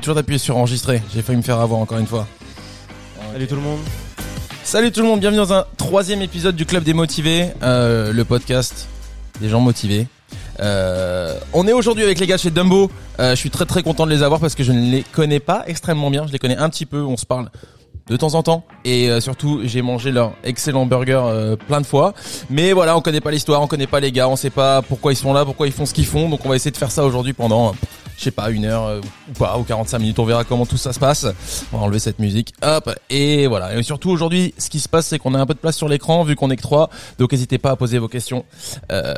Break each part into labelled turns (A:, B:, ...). A: Toujours d'appuyer sur enregistrer, j'ai failli me faire avoir encore une fois.
B: Salut tout le monde.
A: Salut tout le monde, bienvenue dans un troisième épisode du Club des Motivés, euh, le podcast des gens motivés. Euh, on est aujourd'hui avec les gars de chez Dumbo, Euh, je suis très très content de les avoir parce que je ne les connais pas extrêmement bien, je les connais un petit peu, on se parle de temps en temps et euh, surtout j'ai mangé leur excellent burger euh, plein de fois mais voilà on connaît pas l'histoire on connaît pas les gars on sait pas pourquoi ils sont là pourquoi ils font ce qu'ils font donc on va essayer de faire ça aujourd'hui pendant euh, je sais pas une heure euh, ou pas ou 45 minutes on verra comment tout ça se passe on va enlever cette musique hop et voilà et surtout aujourd'hui ce qui se passe c'est qu'on a un peu de place sur l'écran vu qu'on est que trois donc n'hésitez pas à poser vos questions euh,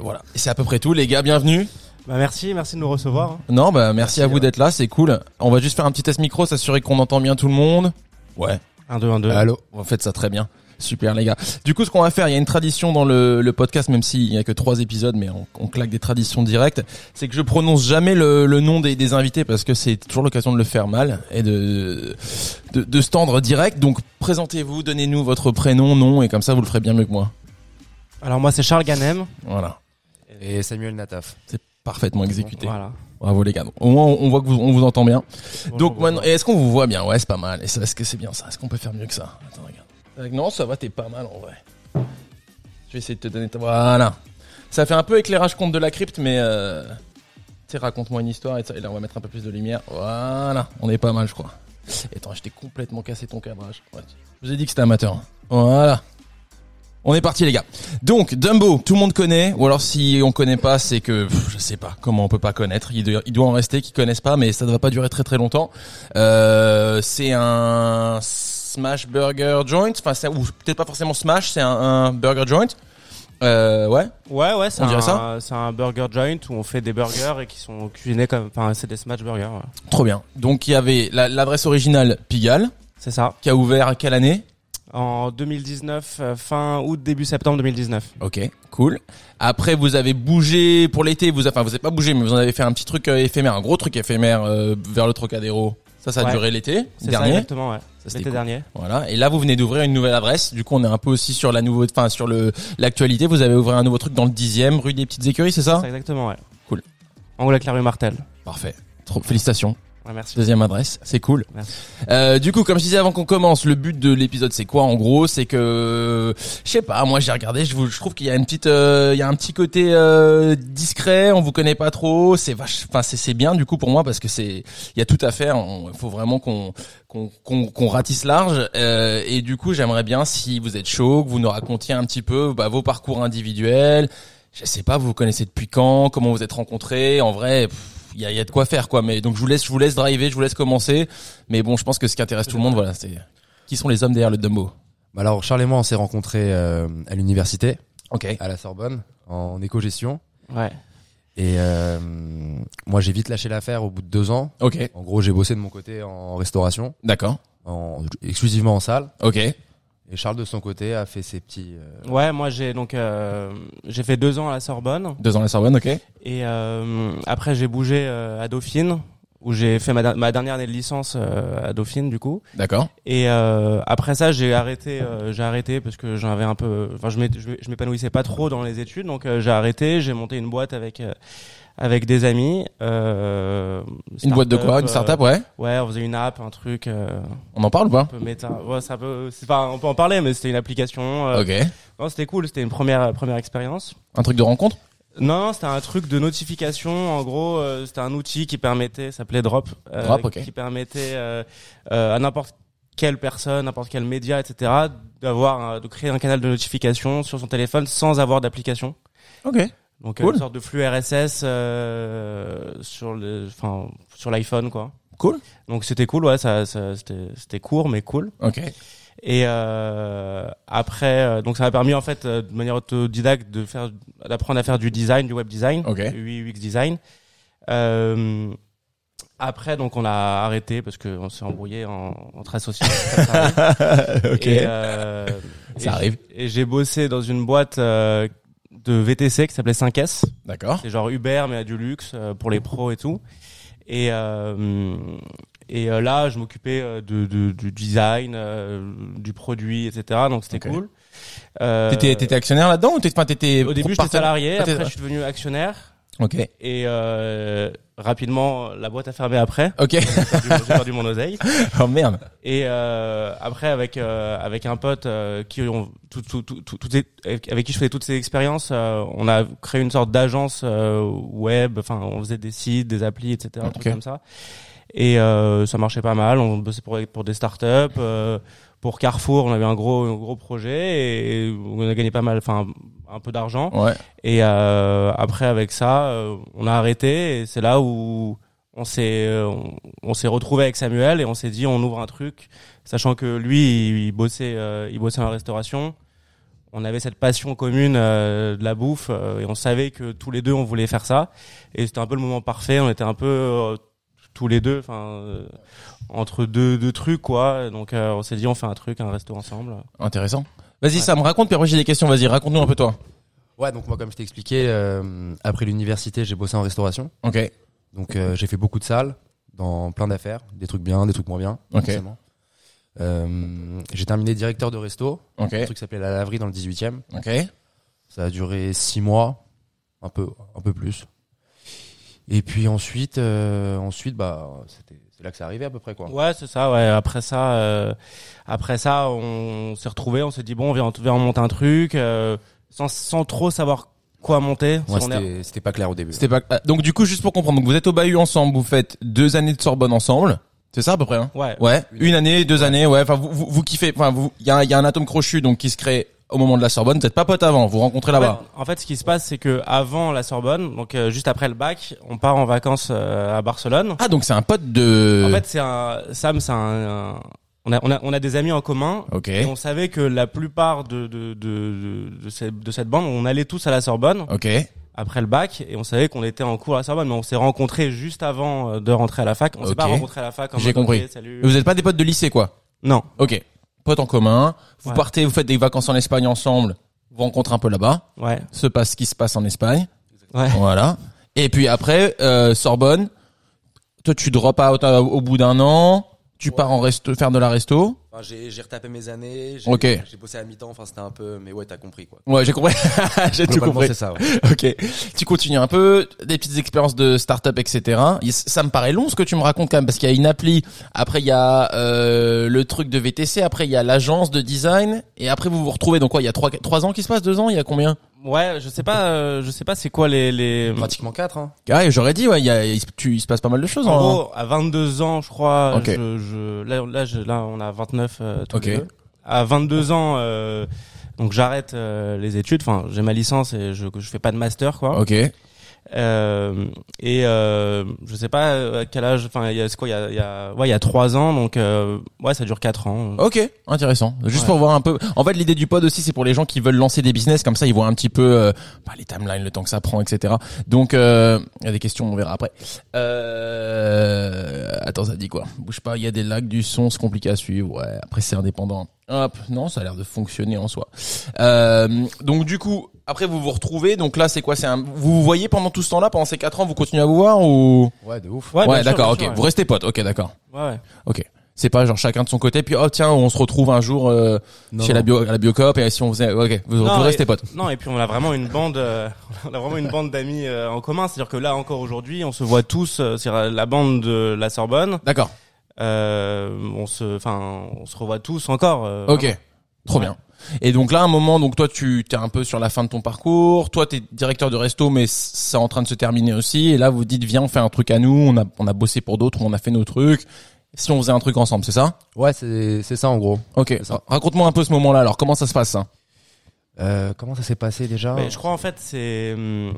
A: voilà et c'est à peu près tout les gars bienvenue
B: Bah merci, merci de nous recevoir. hein.
A: non bah merci,
B: Merci,
A: à vous
B: ouais.
A: d'être là c'est cool on va juste faire un petit test micro s'assurer qu'on entend bien tout le monde ouais
B: 1 2 1 2.
A: Allô. Vous faites ça très bien. Super les gars. Du coup, ce qu'on va faire, il y a une tradition dans le, le podcast, même s'il n'y a que trois épisodes, mais on, on claque des traditions directes. C'est que je prononce jamais le, le nom des, des invités parce que c'est toujours l'occasion de le faire mal et de de, de se tendre direct. Donc présentez-vous, donnez-nous votre prénom, nom et comme ça vous le ferez bien mieux que moi.
B: Alors moi c'est Charles Ganem.
A: Voilà,
C: Et Samuel Nataf.
A: c'est parfaitement exécuté.
B: Voilà.
A: Bravo les gars. Donc, Au moins, on, on voit que vous, on vous entend bien.
B: Bonjour,
A: Donc
B: bonjour.
A: maintenant, et est-ce qu'on vous voit bien Ouais, c'est pas mal. Et ça, Est-ce que c'est bien ça Est-ce qu'on peut faire mieux que ça Attends, regarde. Euh, Non, ça va, t'es pas mal en vrai. Je vais essayer de te donner. ta- Voilà. Ça fait un peu éclairage contre de la crypte, mais euh... tu sais, raconte-moi une histoire et, ça- et là on va mettre un peu plus de lumière. Voilà, on est pas mal, je crois. Et Attends, je t'ai complètement cassé ton cadrage. Ouais. Je vous ai dit que c'était amateur. hein. Voilà. On est parti les gars. Donc Dumbo, tout le monde connaît, ou alors si on connaît pas, c'est que pff, je sais pas comment on peut pas connaître. Il doit, il doit en rester qui connaissent pas, mais ça ne va pas durer très très longtemps. Euh, c'est un smash burger joint, enfin c'est- ou peut-être pas forcément smash, c'est un, un burger joint. Euh, ouais.
B: Ouais ouais, c'est
A: On dirait
B: un
A: ça
B: c'est un burger joint où on fait des burgers et qui sont cuisinés comme enfin c'est des smash burgers. voilà.
A: Trop bien. Donc il y avait la- l'adresse originale Pigalle,
B: C'est ça.
A: qui a ouvert à quelle année
B: En 2019 euh, fin août début septembre 2019.
A: Ok, cool. Après vous avez bougé pour l'été, vous enfin vous avez pas bougé, mais vous en avez fait un petit truc euh, éphémère, un gros truc éphémère euh, vers le Trocadéro. Ça, ça a
B: Ouais.
A: duré l'été
B: C'est ça
A: dernier.
B: exactement ouais.
A: Ça, c'était
B: L'été
A: cool.
B: dernier.
A: Voilà. Et là, vous venez d'ouvrir une nouvelle adresse. Du coup, on est un peu aussi sur la nouveau, enfin sur le l'actualité. Vous avez ouvert un nouveau truc dans le dixième, rue des Petites Écuries, c'est ça
B: C'est ça, exactement ouais.
A: Hein Cool.
B: Angle Clairvue Martel.
A: Parfait. Trop, félicitations.
B: Ouais, merci.
A: Deuxième adresse, c'est cool.
B: Merci.
A: Euh, du coup, comme je disais avant qu'on commence, le but de l'épisode c'est quoi en gros C'est que je sais pas, moi j'ai regardé, je, vous, je trouve qu'il y a une petite, euh, il y a un petit côté euh, discret, on vous connaît pas trop, c'est vache, enfin c'est c'est bien du coup pour moi parce que c'est, il y a tout à faire, il faut vraiment qu'on qu'on qu'on qu'on ratisse large euh, et du coup j'aimerais bien si vous êtes chaud, que vous nous racontiez un petit peu bah, vos parcours individuels. Je sais pas, vous vous connaissez depuis quand Comment vous êtes rencontrés En vrai, pff, il y a, il y a de quoi faire quoi. Mais donc je vous laisse, je vous laisse driver, je vous laisse commencer. Mais bon, je pense que ce qui intéresse tout le monde, voilà, c'est qui sont les hommes derrière le Dumbo.
C: Bah alors Charles et moi on s'est rencontrés euh, à l'université,
A: Ok.
C: à la Sorbonne, en éco-gestion.
B: Ouais.
C: Et euh, moi j'ai vite lâché l'affaire au bout de deux ans.
A: Ok.
C: En gros j'ai bossé de mon côté en restauration,
A: D'accord.
C: en, exclusivement en salle.
A: Ok.
C: Et Charles de son côté a fait ses petits... euh,
B: Ouais, moi j'ai donc euh, j'ai fait deux ans à la Sorbonne.
A: Deux ans à la Sorbonne. Ok.
B: Et euh, après, j'ai bougé euh, à Dauphine, où j'ai fait ma, da- ma dernière année de licence euh, à Dauphine, du coup.
A: D'accord.
B: Et euh, après ça, j'ai arrêté, euh, j'ai arrêté parce que j'en avais un peu, enfin, je m'étais- je m'é- je m'épanouissais pas trop dans les études, donc euh, j'ai arrêté. J'ai monté une boîte avec euh, avec des amis. euh,
A: Une boîte de quoi Une
B: euh,
A: startup, ouais.
B: Ouais, on faisait une app, un truc euh,
A: On en parle ou pas
B: un peu méta. Ouais, ça peut, c'est pas, on peut en parler, mais c'était une application. euh,
A: Ok.
B: Non, c'était cool, c'était une première première expérience.
A: Un truc de rencontre.
B: Non, non, c'était un truc de notification. En gros, euh, c'était un outil qui permettait, ça s'appelait Drop, euh,
A: Drop, ok.
B: qui permettait euh, euh, à n'importe quelle personne, n'importe quel média, etc., d'avoir, euh, de créer un canal de notification sur son téléphone sans avoir d'application.
A: Ok.
B: Donc
A: Cool.
B: euh, une sorte de flux RSS euh, sur le, enfin sur l'iPhone quoi.
A: Cool.
B: Donc c'était cool, ouais, ça, ça c'était c'était court mais cool.
A: Ok.
B: Et euh, après, euh, donc ça m'a permis en fait euh, de manière autodidacte de faire, d'apprendre à faire du design, du web design,
A: Ok.
B: du UX design. Euh, après, donc on a arrêté parce qu'on s'est embrouillé en, entre associés. ça, ça arrive.
A: ok.
B: Et, euh,
A: Ça
B: et
A: arrive.
B: j'ai- Et j'ai bossé dans une boîte euh, de VTC qui s'appelait 5S.
A: D'accord.
B: C'est genre Uber mais à du luxe euh, pour les pros et tout. Et euh, et euh, là, je m'occupais euh, de, de- du design, euh, du produit, etc. Donc c'était
A: Ok.
B: cool. Euh,
A: T'étais, t'étais actionnaire là-dedans ou t'étais, enfin, t'étais
B: au début, j'étais
A: partenaire
B: salarié.
A: Ah, t'es-
B: Après, je suis devenu actionnaire.
A: Ok.
B: Et euh, rapidement, la boîte a fermé après.
A: Ok.
B: J'ai perdu- j'ai perdu mon oseille.
A: oh merde.
B: Et euh, après, avec euh, avec un pote euh, qui on, tout, tout, tout, tout- toutes ces- avec avec qui je faisais toutes ces expériences, euh, on a créé une sorte d'agence euh, web. Enfin, on faisait des sites, des applis, etc. Un truc
A: Ok.
B: comme ça. Et euh, ça marchait pas mal. On bossait pour pour des startups. Euh, pour Carrefour, on avait un gros un gros projet et on a gagné pas mal, enfin un peu d'argent.
A: Ouais.
B: Et euh, après, avec ça, euh, on a arrêté. Et c'est là où on s'est euh, on, on s'est retrouvé avec Samuel et on s'est dit on ouvre un truc, sachant que lui il, il bossait euh, il bossait en restauration. On avait cette passion commune euh, de la bouffe euh, et on savait que tous les deux on voulait faire ça. Et c'était un peu le moment parfait. On était un peu euh, tous les deux, enfin euh, entre deux deux trucs quoi. Donc euh, on s'est dit on fait un truc, un resto ensemble.
A: Intéressant. Vas-y,
B: Ouais.
A: ça me raconte, puis après j'ai des questions. Vas-y, raconte-nous un peu toi.
C: Ouais, donc moi, comme je t'ai expliqué, euh, après l'université, j'ai bossé en restauration.
A: Ok.
C: Donc euh, j'ai fait beaucoup de salles, dans plein d'affaires, des trucs bien, des trucs moins bien.
A: Ok.
C: forcément. Euh, j'ai terminé directeur de resto,
A: Ok.
C: un truc qui s'appelait La Laverie dans le 18 e
A: Ok.
C: Ça a duré six mois, un peu, un peu plus. Et puis ensuite, euh, ensuite, bah, c'était, c'est là que ça arrivait à peu près quoi.
B: Ouais, c'est ça. Ouais. Après ça, euh, après ça, on s'est retrouvés, on s'est dit bon, on vient, on vient monter un truc, euh, sans, sans trop savoir quoi monter.
C: Ouais,
B: On est-
C: c'était, c'était pas clair au début.
A: C'était pas. ah, Donc du coup, juste pour comprendre, donc vous êtes au bahut ensemble, vous faites deux années de Sorbonne ensemble. C'est ça à peu près. Hein
B: ouais.
A: ouais. Une année, deux années. Ouais. Enfin, vous, vous, vous kiffez. Enfin, vous. Il y a, un- il y a un atome crochu donc qui se crée au moment de la Sorbonne. Vous êtes pas potes avant. Vous rencontrez là-bas.
B: Ouais, en fait, ce qui se passe, c'est que avant la Sorbonne, donc euh, juste après le bac, on part en vacances euh, à Barcelone.
A: Ah donc c'est un pote de.
B: En fait, c'est un Sam, c'est un, un- on a, on a, on a des amis en commun.
A: Ok.
B: Et on savait que la plupart de de de de, de cette, de cette bande, on allait tous à la Sorbonne.
A: Ok.
B: après le bac et on savait qu'on était en cours à la Sorbonne mais on s'est rencontrés juste avant euh, de rentrer à la fac on s'est
A: Ok.
B: pas rencontrés à la fac en
A: J'ai
B: mode,
A: compris.
B: ok, salut.
A: Vous êtes pas des potes de lycée quoi.
B: non
A: Ok. Potes en commun. Vous
B: Ouais.
A: partez, vous faites des vacances en Espagne ensemble. Vous rencontrez un peu là-bas.
B: ouais
A: Se passe ce qui se passe en Espagne.
B: ouais
A: Voilà. Et puis après, euh, Sorbonne. Toi, tu drop out euh, au bout d'un an. Tu
D: Ouais.
A: pars en resto, faire de la resto.
D: Enfin, j'ai, j'ai retapé mes années, j'ai,
A: Ok.
D: j'ai bossé à mi-temps, enfin c'était un peu, mais ouais, t'as compris quoi.
A: Ouais, j'ai compris. j'ai tout
C: Globalement,
A: compris.
C: c'est ça. ouais.
A: Ok. Tu continues un peu, des petites expériences de start-up, etc. Il- Ça me paraît long ce que tu me racontes quand même, parce qu'il y a une appli, après il y a euh, le truc de VTC, après il y a l'agence de design, et après vous vous retrouvez, donc quoi, il y a trois trois ans qui se passent, deux ans, il y a combien
B: ouais je sais pas euh, je sais pas c'est quoi les les
A: Bah,
C: Pratiquement quatre. Hein.
A: Ah, j'aurais dit, ouais, il, y a, il, se- tu- il se passe pas mal de choses.
B: en
A: hein.
B: gros à 22 ans je crois euh,
A: Ok.
B: je, je là là je- là on a 29 euh, tous
A: Ok.
B: les deux. à 22 ans euh, donc j'arrête euh, les études enfin j'ai ma licence et je je fais pas de master quoi
A: Ok.
B: Euh, et euh, je sais pas à quel âge enfin il y a c'est quoi il y a, il y a ouais il y a trois ans donc euh, ouais ça dure quatre ans
A: Ok, intéressant. Juste
B: Ouais.
A: pour voir un peu. En fait, l'idée du pod aussi, c'est pour les gens qui veulent lancer des business comme ça, ils voient un petit peu euh, bah, les timelines, le temps que ça prend, etc. Donc, euh, il y a des questions, on verra après. Euh... Attends, ça dit quoi Bouge pas. Il y a des lags du son, c'est compliqué à suivre. Ouais. Après, c'est indépendant. Hop. Non, ça a l'air de fonctionner en soi. Euh, donc, du coup, après, vous vous retrouvez. Donc là, c'est quoi C'est un. Vous vous voyez pendant tout ce temps-là, pendant ces quatre ans, vous continuez à vous voir ou
C: Ouais, de ouf.
B: bien sûr,
A: d'accord.
B: bien
A: Ok.
B: sûr, ouais.
A: Vous restez potes. Ok, d'accord.
B: Ouais, ouais.
A: C'est pas genre chacun de son côté, puis oh tiens, on se retrouve un jour euh,
C: Non,
A: chez
C: non.
A: la bio, à la biocop et si on faisait, ok, vous,
B: Non,
A: vous
B: et-
A: restez potes.
B: Non, et puis on a vraiment une bande, euh, on a vraiment une bande d'amis euh, en commun. C'est-à-dire que là encore aujourd'hui, on se voit tous. euh, c'est la bande de la Sorbonne.
A: D'accord.
B: Euh, on se, enfin, on se revoit tous encore. euh,
A: Ok. Trop bien. Et donc là, à un moment, donc toi, tu t'es un peu sur la fin de ton parcours. Toi, t'es directeur de resto, mais c- c'est en train de se terminer aussi. Et là, vous dites, viens, on fait un truc à nous. On a, on a bossé pour d'autres, on a fait nos trucs. Si on faisait un truc ensemble, c'est ça
C: Ouais, c'est, c'est ça en gros.
A: Ok.
C: ça.
A: Ra- Raconte-moi un peu ce moment-là. Alors, comment ça se passe hein ça
C: Euh, comment ça s'est passé déjà
B: hein. Mais Ben, je crois en fait c'est hum,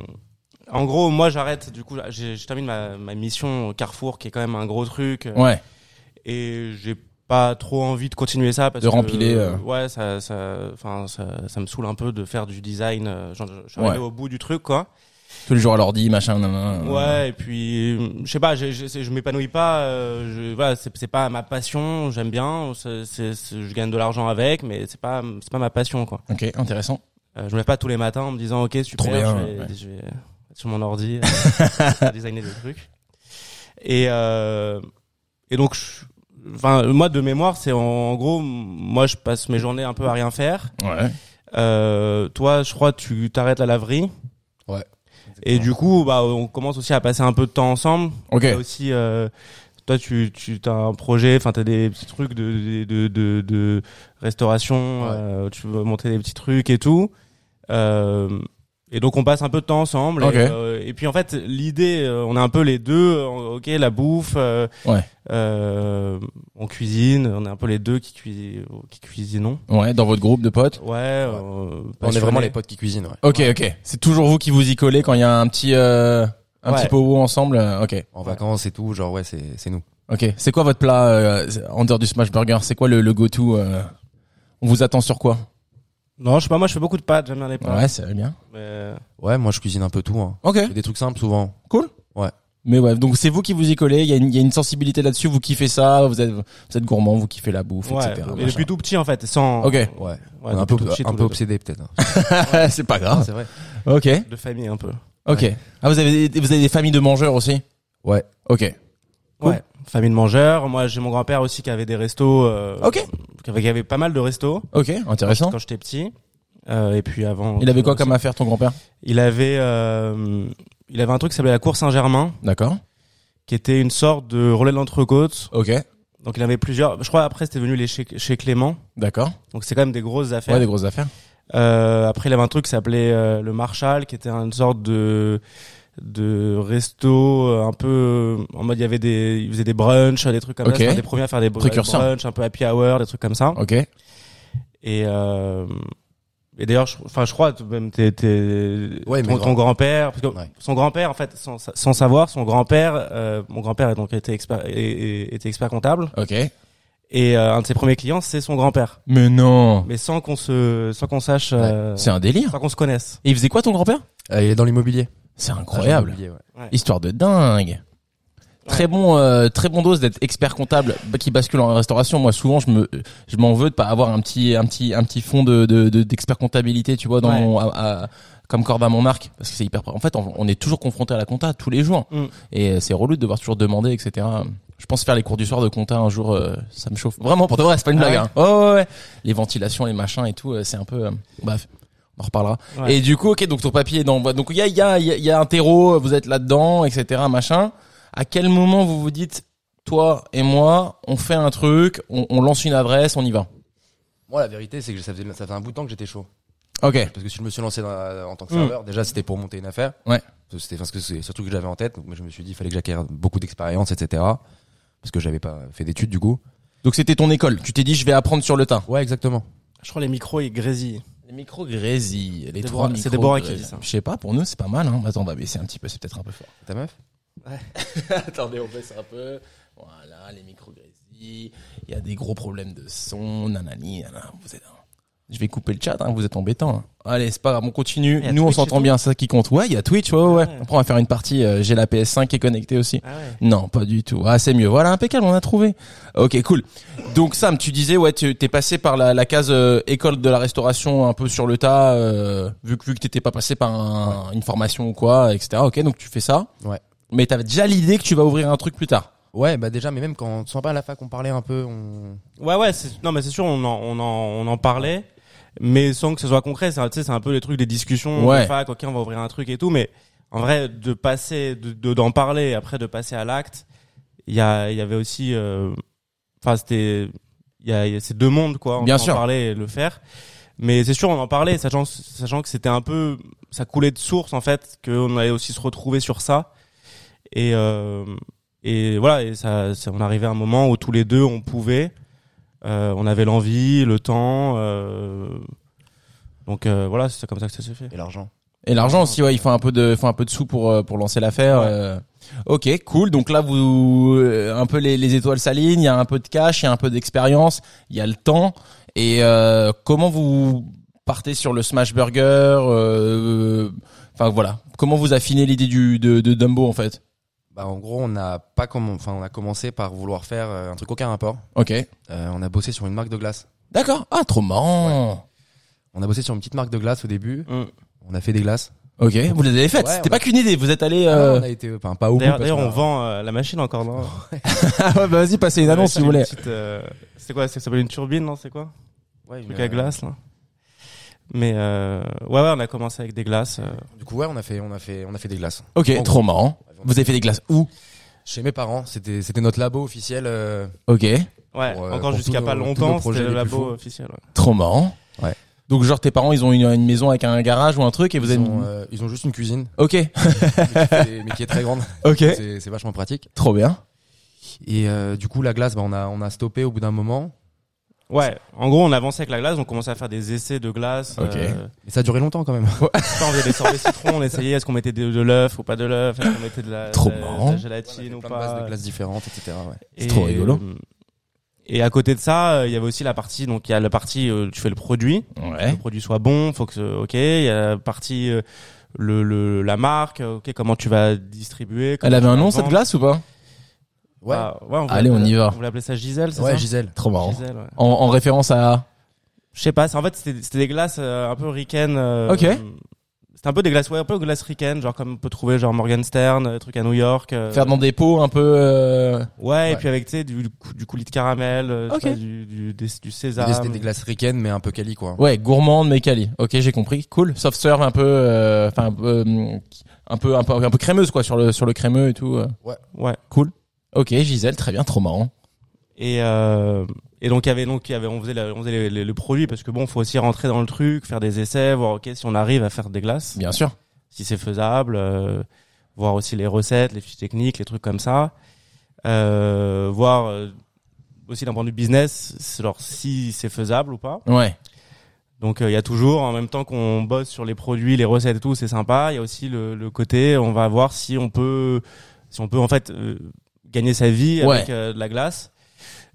B: en gros moi j'arrête du coup j'ai- je termine ma, ma mission au Carrefour qui est quand même un gros truc euh,
A: Ouais.
B: et j'ai pas trop envie de continuer ça parce
A: De
B: que,
A: rempiler, euh.
B: ouais ça ça enfin ça, ça me saoule un peu de faire du design euh, genre, je suis
A: Ouais.
B: arrivé au bout du truc quoi
A: Tous les jours à l'ordi, machin. nan, nan, nan.
B: Ouais, et puis euh, je sais pas, je, je, c'est- je m'épanouis pas. euh, je, voilà, c'est c'est pas ma passion. J'aime bien, c'est- c'est- c'est- je gagne de l'argent avec, mais c'est pas c'est pas ma passion quoi.
A: Ok, intéressant.
B: Euh, je me lève pas tous les matins en me disant ok super,
A: Trop bien,
B: je, vais,
A: ouais.
B: je vais être sur mon ordi euh, designer des trucs. Et euh, et donc, je- enfin moi de mémoire, c'est en, en gros, moi je passe mes journées un peu à rien faire.
A: Ouais.
B: Euh, toi, je crois, tu t'arrêtes la laverie.
C: Ouais,
B: Et du coup, bah, on commence aussi à passer un peu de temps ensemble.
A: Ok.
B: T'as aussi, euh, toi, tu, tu as un projet, enfin, t'as des petits trucs de, de, de, de restauration,
C: Ouais.
B: euh, tu veux monter des petits trucs et tout. Euh, et donc, on passe un peu de temps ensemble.
A: Ok.
B: Et, euh, et puis, en fait, l'idée, euh, on a un peu les deux, euh, ok, la bouffe, euh,
A: Ouais.
B: euh, on cuisine, on est un peu les deux qui, cuis- qui cuisinons.
A: Ouais, dans votre groupe de potes.
B: Ouais, euh,
C: on est vraiment
B: passionnés.
C: les potes qui cuisinent. Ouais.
A: Ok, ok. C'est toujours vous qui vous y collez quand il y a un petit euh, un
B: Ouais.
A: petit powo ensemble. euh, Ok,
C: En vacances et tout, genre ouais, c'est c'est nous.
A: ok. C'est quoi votre plat euh, en dehors du smash burger C'est quoi le, le go-to euh, On vous attend sur quoi
B: Non, je sais pas, moi, je fais beaucoup de pâtes, j'aime bien les pâtes.
A: Ouais, c'est bien.
B: mais-
C: Ouais, moi je cuisine un peu tout. Hein.
A: Ok.
C: J'ai Des trucs simples souvent.
A: Mais ouais, donc c'est vous qui vous y collez. Il y, a une- il y a une sensibilité là-dessus. Vous kiffez ça. Vous êtes vous êtes gourmand. Vous kiffez la bouffe,
B: Ouais,
A: etc.
B: mais
A: machin.
B: depuis tout petit en fait, sans.
A: Ok.
B: Ouais,
C: Ouais. on est
B: depuis
C: un peu,
B: tout petit,
C: un
B: tous
C: peu
B: les
C: obsédé peut-être. hein.
A: c'est pas grave.
C: C'est vrai.
A: Ok,
B: deux. De famille un peu.
A: ok. Ah, vous avez des- vous avez des familles de mangeurs aussi.
C: Ouais.
A: Ok. Cool.
B: Ouais. Famille de mangeurs. Moi, j'ai mon grand-père aussi qui avait des restos. euh,
A: Ok.
B: Qui avait, qui avait pas mal de restos
A: Ok, intéressant.
B: quand j'étais petit. Euh, et puis avant.
A: Il avait quoi comme affaire ton grand-père
B: Il avait, euh, il avait un truc qui s'appelait la Cour Saint-Germain,
A: D'accord.
B: qui était une sorte de relais de l'entrecôte.
A: Ok,
B: Donc il avait plusieurs. Je crois après c'était venu les chez, chez Clément.
A: d'accord.
B: Donc c'est quand même des grosses affaires.
A: Ouais, des grosses affaires.
B: Euh, après, il avait un truc qui s'appelait euh, le Marshall, qui était une sorte de de resto euh, un peu euh, en mode il y avait des ils faisaient des brunchs des trucs comme
A: Ok.
B: ça c'était les premiers à faire des br-
A: Précurseur.
B: brunchs un peu happy hour des trucs comme ça
A: Ok.
B: et euh, et d'ailleurs je- enfin je crois tout de même t'es t'es
C: Ouais, mais
B: ton, ton grand-père parce que
C: Ouais.
B: son grand-père en fait sans, sans savoir son grand-père euh, mon grand-père donc était expert et- et- était expert comptable
A: Ok.
B: et euh, un de ses premiers clients c'est son grand-père
A: Mais non.
B: mais sans qu'on se sans qu'on sache euh,
A: C'est un délire.
B: sans qu'on se connaisse
A: Et il faisait quoi ton grand-père
C: Euh, il est dans l'immobilier.
A: C'est
B: Ah,
A: incroyable.
C: Dans l'immobilier, ouais.
A: Histoire de dingue. Très bon, euh, très bon dose d'être expert comptable bah, qui bascule en restauration. Moi, souvent, je me, je m'en veux de pas avoir un petit, un petit, un petit fond de, de- de- d'expert comptabilité, tu vois, dans
B: Ouais.
A: mon, à- à- comme corde à mon arc, parce que c'est hyper. En fait, on, on est toujours confronté à la compta tous les jours,
B: Mm.
A: et euh, c'est relou de devoir toujours demander, etc. Je pense faire les cours du soir de compta un jour, euh, ça me chauffe. Vraiment, pour de vrai, c'est pas une
B: Ah
A: blague.
B: ouais
A: hein. Oh, ouais, ouais. Les ventilations, les machins et tout, euh, c'est un peu. euh, bref, on en reparlera.
B: Ouais.
A: Et du coup, ok, donc ton papier est dans. Donc il y a, il y, a, il y a- il y a un terreau, euh, vous êtes là-dedans, etc. Machin. À quel moment vous vous dites, toi et moi, on fait un truc, on, on lance une adresse, on y va
C: Moi, la vérité, c'est que ça faisait, ça fait un bout de temps que j'étais chaud.
A: Ok.
C: Parce que si je me suis lancé dans- en tant que
B: Mm.
C: serveur, déjà c'était pour monter une affaire.
A: Ouais.
C: Parce que C'était parce que c'est surtout que j'avais en tête. Donc moi, je me suis dit, il fallait que j'acquière beaucoup d'expérience, etc. Parce que j'avais pas fait d'études du coup.
A: Donc c'était ton école. Tu t'es dit, je vais apprendre sur le tas.
C: Ouais, exactement.
B: Je crois que les micros ils grésillent.
A: Les micros grésillent. Les trois
B: Déborah- c'est
A: micros
B: Déborah qui
A: grésillent.
B: dit ça.
A: Je sais pas, pour nous, c'est pas mal. Hein. Attends, on va baisser un petit peu, c'est peut-être un peu fort.
C: Ta meuf
A: Attendez, on baisse un peu. Voilà, les micros grésillent. Il y a des gros problèmes de son. Nanani, nanana. Vous êtes. Je vais couper le chat, hein, vous êtes embêtant. hein. Allez, c'est pas grave, on continue.
B: Il y a
A: Nous, on
B: Twitch et
A: s'entend
B: tout.
A: bien, c'est ça qui compte. Ouais, il y a Twitch, ouais, ouais, ouais. Après, on va faire une partie. euh, J'ai la PS5 qui est connectée aussi.
B: Ah ouais.
A: Non, pas du tout. Ah, c'est mieux. Voilà, impeccable, on a trouvé. Ok, cool. Donc Sam, tu disais, ouais, tu t'es passé par la, la case euh, école de la restauration un peu sur le tas, euh, vu que vu que t'étais pas passé par un- une formation ou quoi, etc. Ok, donc tu fais ça.
C: Ouais.
A: Mais t'avais déjà l'idée que tu vas ouvrir un truc plus tard.
C: Ouais, bah déjà, mais même quand tu sens pas à la fac, on parlait un peu. On...
B: Ouais ouais, c'est- non mais c'est sûr on en on en on en parlait mais sans que ce soit concret, c'est un- tu sais c'est un peu les trucs des discussions
A: Ouais.
B: de fac, OK, on va ouvrir un truc et tout mais en vrai de passer de de- d'en parler et après de passer à l'acte, il y a il y avait aussi euh, enfin c'était il y a, il y a ces deux mondes quoi,
A: Bien
B: en
A: sûr.
B: parler et le faire. Mais c'est sûr on en parlait sachant sachant que c'était un peu ça coulait de source en fait qu'on allait aussi se retrouver sur ça et euh, et voilà et ça, ça- on arrivait à un moment où tous les deux on pouvait euh, on avait l'envie le temps euh, donc euh, voilà c'est comme ça que ça s'est fait
C: Et l'argent.
A: Et l'argent aussi, ouais, il faut un peu de, faut un peu de sous pour euh, pour lancer l'affaire.
B: Ouais.
A: euh. Ok, cool. Donc là, vous euh, un peu les, les étoiles s'alignent. Il y a un peu de cash, il y a un peu d'expérience, il y a le temps. Et euh, comment vous partez sur le smash burger euh, Enfin voilà, comment vous affinez l'idée du de, de Dumbo en fait
C: Bah, en gros, on a pas comm- enfin, on a commencé par vouloir faire euh, un truc aucun rapport.
A: Ok,
C: Euh, on a bossé sur une marque de glace.
A: d'accord. Ah, trop marrant.
C: On a bossé sur une petite marque de glace au début.
B: Mm.
C: On a fait des glaces.
A: Ok, vous les avez faites.
C: Ouais,
A: C'était
C: on
A: pas qu'une idée. Vous êtes allé.
C: Ah,
A: Euh...
C: on a été, enfin, pas au bout.
B: D'ailleurs,
C: parce
B: d'ailleurs,
C: qu'on
B: on
C: a-
B: vend euh, la machine encore, non
A: Ah ouais, bah vas-y, passez une annonce si vous voulez.
B: euh, C'est quoi c'est- Ça s'appelle une turbine, non C'est quoi
C: Ouais,
B: Un truc
C: une,
B: à glace, là Mais euh, ouais, ouais, on a commencé avec des glaces. euh.
C: Du coup, ouais, on a fait, on a fait, on a fait des glaces.
A: Ok,
C: En
A: trop marrant. Vous avez fait des glaces où
C: Chez mes parents, c'était, c'était notre labo officiel. euh,
A: Ok,
B: Ouais,
C: Pour, euh,
B: encore
C: pour
B: jusqu'à
C: tous
B: pas
C: nos- tous
B: longtemps,
C: nos projets
B: c'était le
C: les plus
B: labo
C: fous.
B: officiel. ouais.
A: trop marrant.
C: Ouais.
A: Donc genre tes parents ils ont une, une maison avec un garage ou un truc et vous
C: ils,
A: avez...
C: ont, euh, ils ont juste une cuisine,
A: Ok,
C: mais qui, fait- mais qui est très grande.
A: ok.
C: C'est, c'est vachement pratique.
A: Trop bien.
C: Et euh, du coup, la glace, bah, on a, on a stoppé au bout d'un moment.
B: Ouais, en gros, on avançait avec la glace, on commençait à faire des essais de glace.
A: Ok.
B: euh,
C: Mais ça a duré longtemps quand même.
B: ça, on faisait des sorbets citron, on essayait est-ce qu'on mettait de, de l'œuf ou pas de l'œuf, est-ce qu'on mettait de la,
A: Trop
B: de la- de la
A: marrant.
B: gélatine ou
C: Plein de bases
B: pas. euh,
C: de glaces différentes, etc. ouais.
A: C'est trop rigolo.
B: Et à côté de ça, euh, il y avait aussi la partie, donc il y a la partie, euh, tu fais le produit, que
A: Ouais.
B: le produit soit bon, faut que, ce- ok, il y a la partie, euh, le, le, la marque, euh, ok, comment tu vas distribuer.
A: Elle
B: comment
A: avait
B: tu
A: un
B: vas
A: nom cette
B: vendre.
A: glace ou pas
C: Ouais,
B: Ah, ouais, on voulait-
A: Allez, on y va.
B: On l'appelait ça Gisèle, c'est
C: ouais,
B: ça
C: Gisèle.
A: Trop marrant.
B: Gisèle, ouais.
A: En, en référence à...
B: Je sais pas, c'est- en fait c'était c'était des glaces euh, un peu ricaines. euh,
A: Ok.
B: C'était un peu des glaces, ouais, un peu glaces ricaines, genre comme on peut trouver genre Morgan Stern, euh, truc à New York. euh,
A: Faire dans des pots un peu... euh,
B: Ouais, et
C: Ouais.
B: puis avec tu sais du, cou- du coulis de caramel, euh, je
A: Ok.
B: sais pas, du, du, des- du sésame.
C: C'était c'était des glaces ricaines, mais un peu cali, quoi.
A: Ouais, gourmande mais quali. Ok, j'ai compris. Cool. Soft serve un peu, euh, enfin euh, un peu, un peu, un peu crémeuse quoi sur le sur le crémeux et tout. euh.
B: Ouais.
A: Ok, Gisèle, très bien, trop marrant.
B: Et euh, et donc il y avait donc il y avait on faisait la- on faisait les- les- le produit parce que bon faut aussi rentrer dans le truc, faire des essais, voir ok si on arrive à faire des glaces.
A: Bien sûr.
B: si c'est faisable, euh, voir aussi les recettes, les fiches techniques, les trucs comme ça, euh, voir euh, aussi d'un point de vue business, c'est genre si c'est faisable ou pas.
A: Ouais.
B: Donc euh, il y a toujours, en même temps qu'on bosse sur les produits, les recettes et tout, c'est sympa. Il y a aussi le, le côté, on va voir si on peut, si on peut en fait euh, gagner sa vie avec
A: Ouais.
B: euh, de la glace.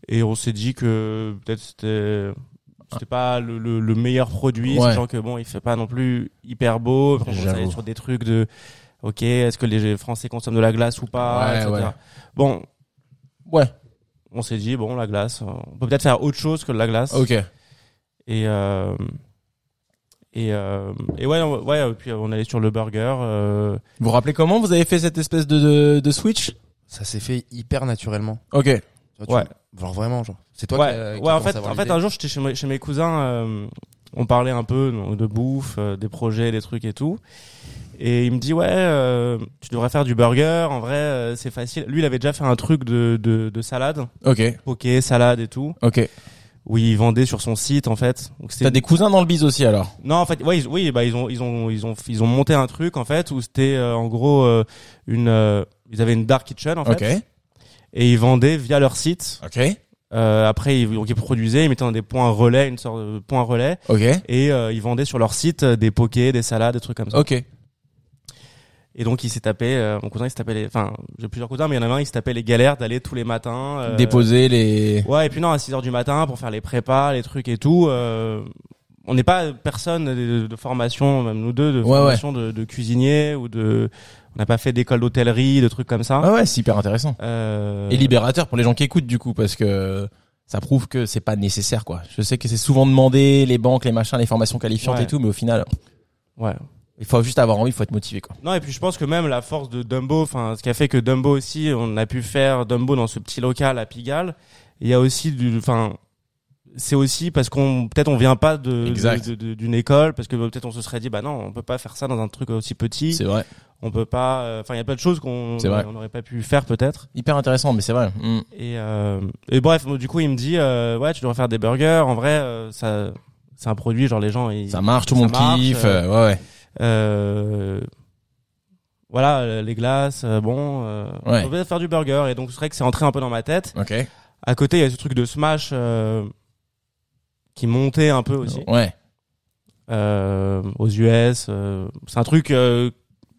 B: Et on s'est dit que peut-être c'était c'était pas le, le, le meilleur produit,
A: Ouais.
B: sachant que bon, il fait pas non plus hyper beau. Après, On commence à aller
A: J'avoue.
B: sur des trucs de, ok, est-ce que les Français consomment de la glace ou pas,
A: Ouais,
B: etc.
A: ouais.
B: Bon,
A: Ouais.
B: on s'est dit bon, la glace, on peut peut-être faire autre chose que de la glace.
A: Ok.
B: Et euh, et euh, et ouais, on- ouais. et puis euh, on allait sur le burger. euh,
A: Vous vous rappelez comment vous avez fait cette espèce de de, de switch
C: Ça s'est fait hyper naturellement.
A: Ok.
C: Tu vois, tu- Genre vraiment, genre. C'est toi qui,
B: ouais,
C: a- qui
B: ouais.
C: a
B: En
C: commencé
B: fait,
C: à avoir
B: en fait,
C: l'idée.
B: un jour, j'étais chez, mes- chez mes cousins. euh, on parlait un peu donc, de bouffe, euh, des projets, des trucs et tout. Et il me dit ouais, euh, tu devrais faire du burger. En vrai, euh, c'est facile. Lui, il avait déjà fait un truc de de, de salade,
A: Ok.
B: poké, salade et tout.
A: Ok.
B: où il vendait sur son site en fait. Donc c'était-
A: T'as des cousins dans le bise aussi alors.
B: Non, en fait, ouais, ils- oui, bah ils ont, ils ont, ils ont, ils ont monté un truc en fait où c'était euh, en gros euh, une, euh, ils avaient une dark kitchen en fait, et ils vendaient via leur site.
A: Ok.
B: Euh, après, ils, donc ils produisaient, ils mettaient dans des points relais, une sorte de point relais,
A: Ok. Ok.
B: et euh, ils vendaient sur leur site euh, des pokés, des salades, des trucs comme ça.
A: Ok.
B: Et donc il s'est tapé, euh, mon cousin, il s'est tapé, les- enfin, j'ai plusieurs cousins, mais il y en a un, il s'est tapé les galères d'aller tous les matins. euh,
A: Déposer les.
B: Ouais, et puis non, à 6 heures du matin pour faire les prépas, les trucs et tout. euh, on n'est pas personne de, de formation, même nous deux, de
A: Ouais,
B: formation De, de cuisinier ou de. On n'a pas fait d'école d'hôtellerie, de trucs comme ça.
A: Ah ouais, c'est hyper intéressant.
B: Euh,
A: Et libérateur pour les gens qui écoutent du coup parce que ça prouve que c'est pas nécessaire quoi. Je sais que c'est souvent demandé les banques, les machins, les formations qualifiantes
B: Ouais.
A: et tout, mais au final,
B: Ouais.
A: il faut juste avoir envie, il faut être motivé quoi.
B: Non, et puis je pense que même la force de Dumbo, enfin, ce qui a fait que Dumbo aussi, on a pu faire Dumbo dans ce petit local à Pigalle. Il y a aussi du, enfin, c'est aussi parce qu'on peut-être on vient pas de
A: Exact.
B: de- de- d'une école parce que peut-être on se serait dit bah non on peut pas faire ça dans un truc aussi petit
A: C'est vrai.
B: on peut pas euh, enfin il y a plein de choses qu'on
A: C'est vrai.
B: on n'aurait pas pu faire peut-être
A: Hyper intéressant, mais c'est vrai. Mm.
B: et, euh, et bref du coup il me dit euh, ouais tu devrais faire des burgers en vrai euh, ça c'est un produit genre les gens ils
A: Ça marche, tout le
B: Ça
A: monde
B: marche,
A: kiffe.
B: euh,
A: euh, ouais,
B: euh, voilà euh, les glaces euh, bon euh,
A: Ouais.
B: on peut faire du burger et donc c'est vrai que c'est entré un peu dans ma tête
A: ouais. Ok.
B: à côté il y a ce truc de smash euh, qui montait un peu aussi
A: Ouais.
B: euh, aux US euh, c'est un truc euh,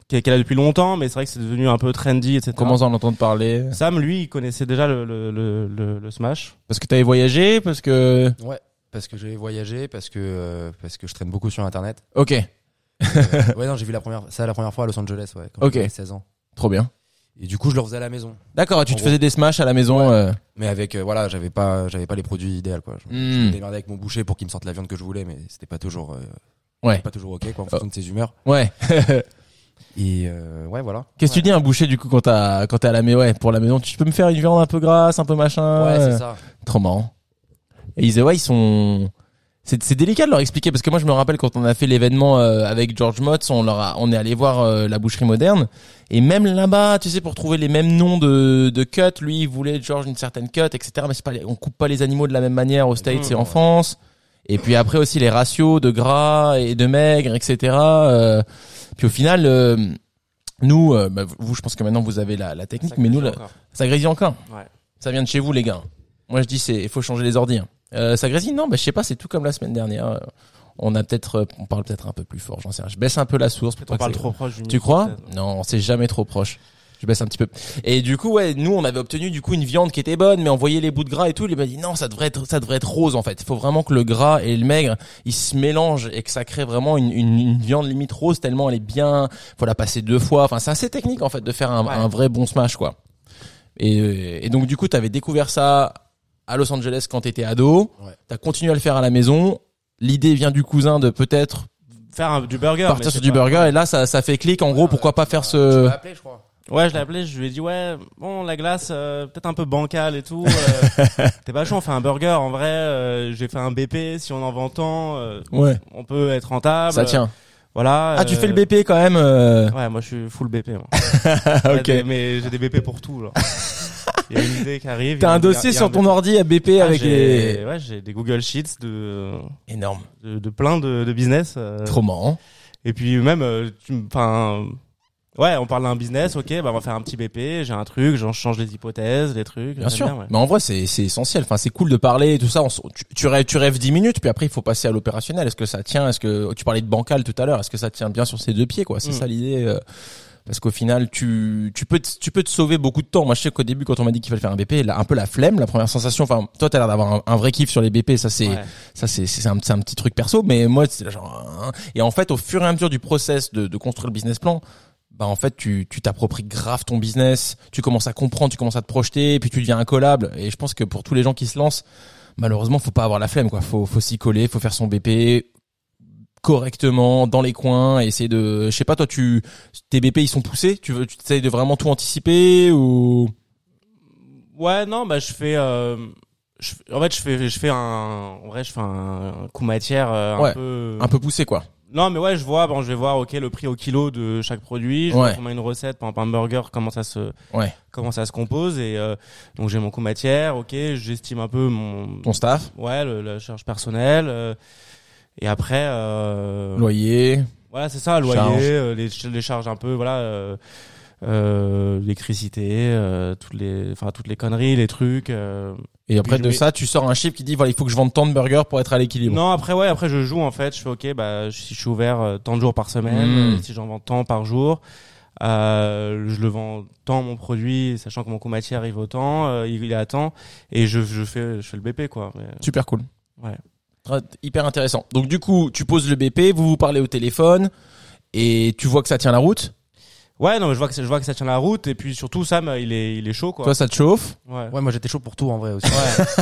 B: qui est qui est là depuis longtemps mais c'est vrai que c'est devenu un peu trendy etc
A: On commence à en entendre parler.
B: Sam, lui, il connaissait déjà le, le, le, le, le Smash.
A: Parce que t'avais voyagé, parce que.
C: Ouais, parce que j'avais voyagé, parce que euh, parce que je traîne beaucoup sur Internet.
A: Ok.
C: ouais, non, j'ai vu la première, ça la première fois à Los Angeles, ouais, quand
A: Ok.
C: j'avais 16 ans.
A: Trop bien.
C: Et du coup, je le faisais à la maison.
A: D'accord. et Tu
C: En
A: te
C: gros.
A: faisais des smash à la maison. euh,
C: Mais avec, euh, voilà, j'avais pas, j'avais pas les produits idéaux, quoi. Je
A: mm.
C: me démerdais avec mon boucher pour qu'il me sorte la viande que je voulais, mais c'était pas toujours, euh,
A: Ouais.
C: pas toujours ok, quoi, en fonction de ses humeurs.
A: Ouais.
C: Et euh, ouais, voilà.
A: Qu'est-ce que tu dis à un boucher du coup quand t'as quand t'es à la maison ouais pour la maison tu peux me faire une viande un peu grasse un peu machin
C: Ouais,
A: euh,
C: c'est ça.
A: trop marrant et ils disaient ouais ils sont c'est c'est délicat de leur expliquer parce que moi je me rappelle quand on a fait l'événement euh, avec George Motz, on leur a, on est allé voir euh, la boucherie moderne et même là-bas, tu sais, pour trouver les mêmes noms de de cut, lui il voulait George une certaine cut, etc. Mais c'est pas, les- on coupe pas les animaux de la même manière aux States et en France. Et puis après aussi les ratios de gras et de maigre, etc. Euh, puis au final, euh, nous, euh, bah, vous, je pense que maintenant vous avez la, la technique, mais nous, la- ça grésille encore.
B: Ouais.
A: Ça vient de chez vous, les gars. Moi, je dis, c'est, il faut changer les ordi. hein. Euh, ça grésille Non, bah, je sais pas. C'est tout comme la semaine dernière. Euh, On a peut-être, euh, on parle peut-être un peu plus fort. J'en sais rien. Je baisse un peu la source. pour
B: On
A: pas
B: parle
A: que ça-
B: trop proche du
A: Tu
B: micro,
A: crois
B: Mmh, peut-être.
A: Non, c'est jamais trop proche. Je baisse un petit peu. Et du coup, ouais, nous, on avait obtenu du coup une viande qui était bonne, mais on voyait les bouts de gras et tout. Il m'a dit non, ça devrait être, ça devrait être rose en fait. Il faut vraiment que le gras et le maigre, ils se mélangent et que ça crée vraiment une, une, une viande limite rose tellement elle est bien. Faut la passer deux fois. Enfin, c'est assez technique en fait de faire un,
B: Ouais.
A: un vrai bon smash quoi. Et, et donc du coup, t'avais découvert ça à Los Angeles quand t'étais ado.
C: Ouais.
A: T'as continué à le faire à la maison. L'idée vient du cousin de peut-être
B: Faire un- du burger. mais
A: partir sur
B: c'est
A: du
B: pas-
A: burger et là ça, ça fait clic en gros pourquoi pas faire
C: Tu
A: ce
C: m'as appelé, je crois.
B: Ouais, je l'ai appelé, je lui ai dit ouais, bon la glace euh, peut-être un peu bancale et tout. euh, T'es pas chaud, on fait un burger en vrai. euh, J'ai fait un BP, si on en vend tant, euh,
A: ouais
B: on peut être rentable. euh,
A: ça tient
B: Voilà.
A: ah tu
B: euh,
A: fais le BP quand même euh.
B: Ouais, moi je suis full BP. Moi.
A: Ah,
B: Ouais,
A: ok
B: des- mais j'ai des BP pour tout. genre. Il y a une idée qui arrive.
A: t'as
B: il y a-
A: un
B: il y a-
A: dossier
B: il y a
A: sur
B: un
A: ton
B: BP.
A: ordi à BP
B: Ah,
A: avec
B: j'ai-
A: les
B: Ouais, j'ai des Google Sheets de,
A: énorme
B: de, de plein de, de business. euh,
A: trop marrant
B: Et puis même, euh, tu me- enfin, ouais, on parle d'un business, ok, bah on va faire un petit BP, j'ai un truc, j'en change les hypothèses, les trucs.
A: bien
B: j'aime
A: sûr
B: ouais.
A: mais en vrai c'est c'est essentiel enfin c'est cool de parler et tout ça on s- tu, tu rêves tu rêves 10 minutes puis après il faut passer à l'opérationnel est-ce que ça tient est-ce que oh, tu parlais de bancal tout à l'heure est-ce que ça tient bien sur ses deux pieds quoi c'est
B: Mm.
A: ça l'idée euh, Parce qu'au final, tu, tu peux, te- tu peux te sauver beaucoup de temps. Moi, je sais qu'au début, quand on m'a dit qu'il fallait faire un BP, là, un peu la flemme, la première sensation. Enfin, toi, t'as l'air d'avoir un, un vrai kiff sur les BP. Ça, c'est,
B: Ouais.
A: Ça, c'est c'est un, c'est un petit truc perso, mais moi, c'est genre. hein. Et en fait, au fur et à mesure du process de, de construire le business plan, bah en fait, tu tu t'appropries grave ton business, tu commences à comprendre, tu commences à te projeter, puis tu deviens incollable. Et je pense que pour tous les gens qui se lancent, malheureusement, faut pas avoir la flemme, quoi. Faut faut s'y coller, faut faire son BP correctement dans les coins et essayer de je sais pas toi tu tes BP ils sont poussés tu veux tu essayes de vraiment tout anticiper ou
B: Ouais, non, bah je fais. euh, je- en fait, je fais, je fais un, en vrai, je fais un, un coup matière euh,
A: Ouais,
B: un peu.
A: un peu poussé quoi
B: Non, mais ouais, je vois. Bon, je vais voir. Ok, le prix au kilo de chaque produit. Je
A: Ouais.
B: vois combien une recette, par exemple un burger, comment ça se,
A: Ouais.
B: comment ça se compose. Et euh, donc j'ai mon coût matière. Ok, j'estime un peu mon,
A: ton staff
B: ouais, le- la charge personnelle. euh, et après, euh,
A: loyer
B: voilà, c'est ça, loyer,
A: Charge.
B: euh, les, ch- les charges un peu, voilà, euh, euh, l'électricité, euh, toutes les, enfin toutes les conneries, les trucs. euh,
A: Et après
B: Puis je
A: de
B: mets-
A: ça, tu sors un chiffre qui dit voilà, il faut que je vende tant de burgers pour être à l'équilibre.
B: Non, après ouais, après je joue en fait, je fais ok, bah je- si je suis ouvert euh, tant de jours par
A: Mm.
B: semaine, euh, si j'en vends tant par jour, euh, je le vends tant mon produit, sachant que mon coût matière il vaut tant, euh, il, il est à tant, et je, je fais je fais le BP quoi. Mais,
A: Super cool.
B: Ouais.
A: Très- Hyper intéressant. Donc du coup, tu poses le BP, vous vous parlez au téléphone et tu vois que ça tient la route.
B: Ouais, non, mais je vois que ça- je vois que ça tient la route, et puis surtout Sam il est il est chaud quoi.
A: Toi, ça te chauffe.
B: Ouais.
C: Ouais, moi j'étais chaud pour tout en vrai aussi.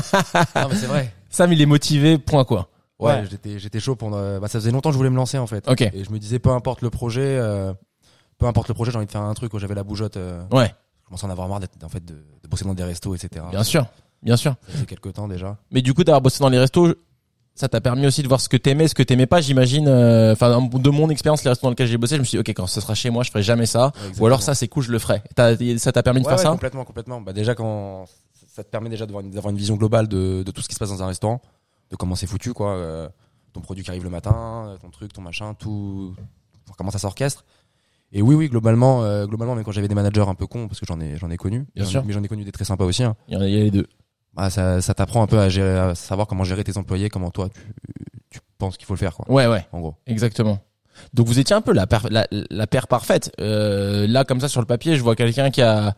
C: non, mais c'est vrai.
A: Sam, il est motivé. Point quoi.
C: Ouais,
B: Ouais.
C: j'étais j'étais chaud pour. euh, Bah, ça faisait longtemps que je voulais me lancer en fait.
A: Ok.
C: Et je me disais, peu importe le projet, euh, peu importe le projet, j'ai envie de faire un truc. où J'avais la bougeotte. euh,
A: Ouais.
C: Je commençais à en avoir marre d'être en fait de, de bosser dans des restos, etc.
A: Bien sûr, bien sûr.
C: Ça fait quelques temps déjà.
A: Mais du coup, d'avoir bossé dans les restos, ça t'a permis aussi de voir ce que t'aimais, ce que t'aimais pas. J'imagine. euh, Enfin, de mon expérience, les restos dans lesquels j'ai bossé, je me suis dit ok, quand ce sera chez moi, je ferai jamais ça. Ou alors ça, c'est cool, je le ferai. T'as- Ça t'a permis de
C: Ouais,
A: faire
C: ouais,
A: ça.
C: Complètement, complètement. Bah déjà quand ça te permet déjà d'avoir une, d'avoir une vision globale de, de tout ce qui se passe dans un restaurant, de comment c'est foutu quoi, euh, ton produit qui arrive le matin, euh, ton truc, ton machin, tout, voir comment ça s'orchestre. Et oui, oui, globalement, euh, globalement, même quand j'avais des managers un peu cons, parce que j'en ai, j'en ai connu,
A: Bien
C: mais-
A: sûr.
C: mais j'en ai connu des très sympas aussi. hein.
A: Il y en a il y a les deux.
C: Bah, ça, ça t'apprend un peu à, gérer- à savoir comment gérer tes employés, comment toi tu, tu penses qu'il faut le faire quoi.
A: Ouais, ouais.
C: En gros.
A: Exactement. Donc vous étiez un peu la, paire- la, la paire parfaite. Euh, là, comme ça, sur le papier, je vois quelqu'un qui a,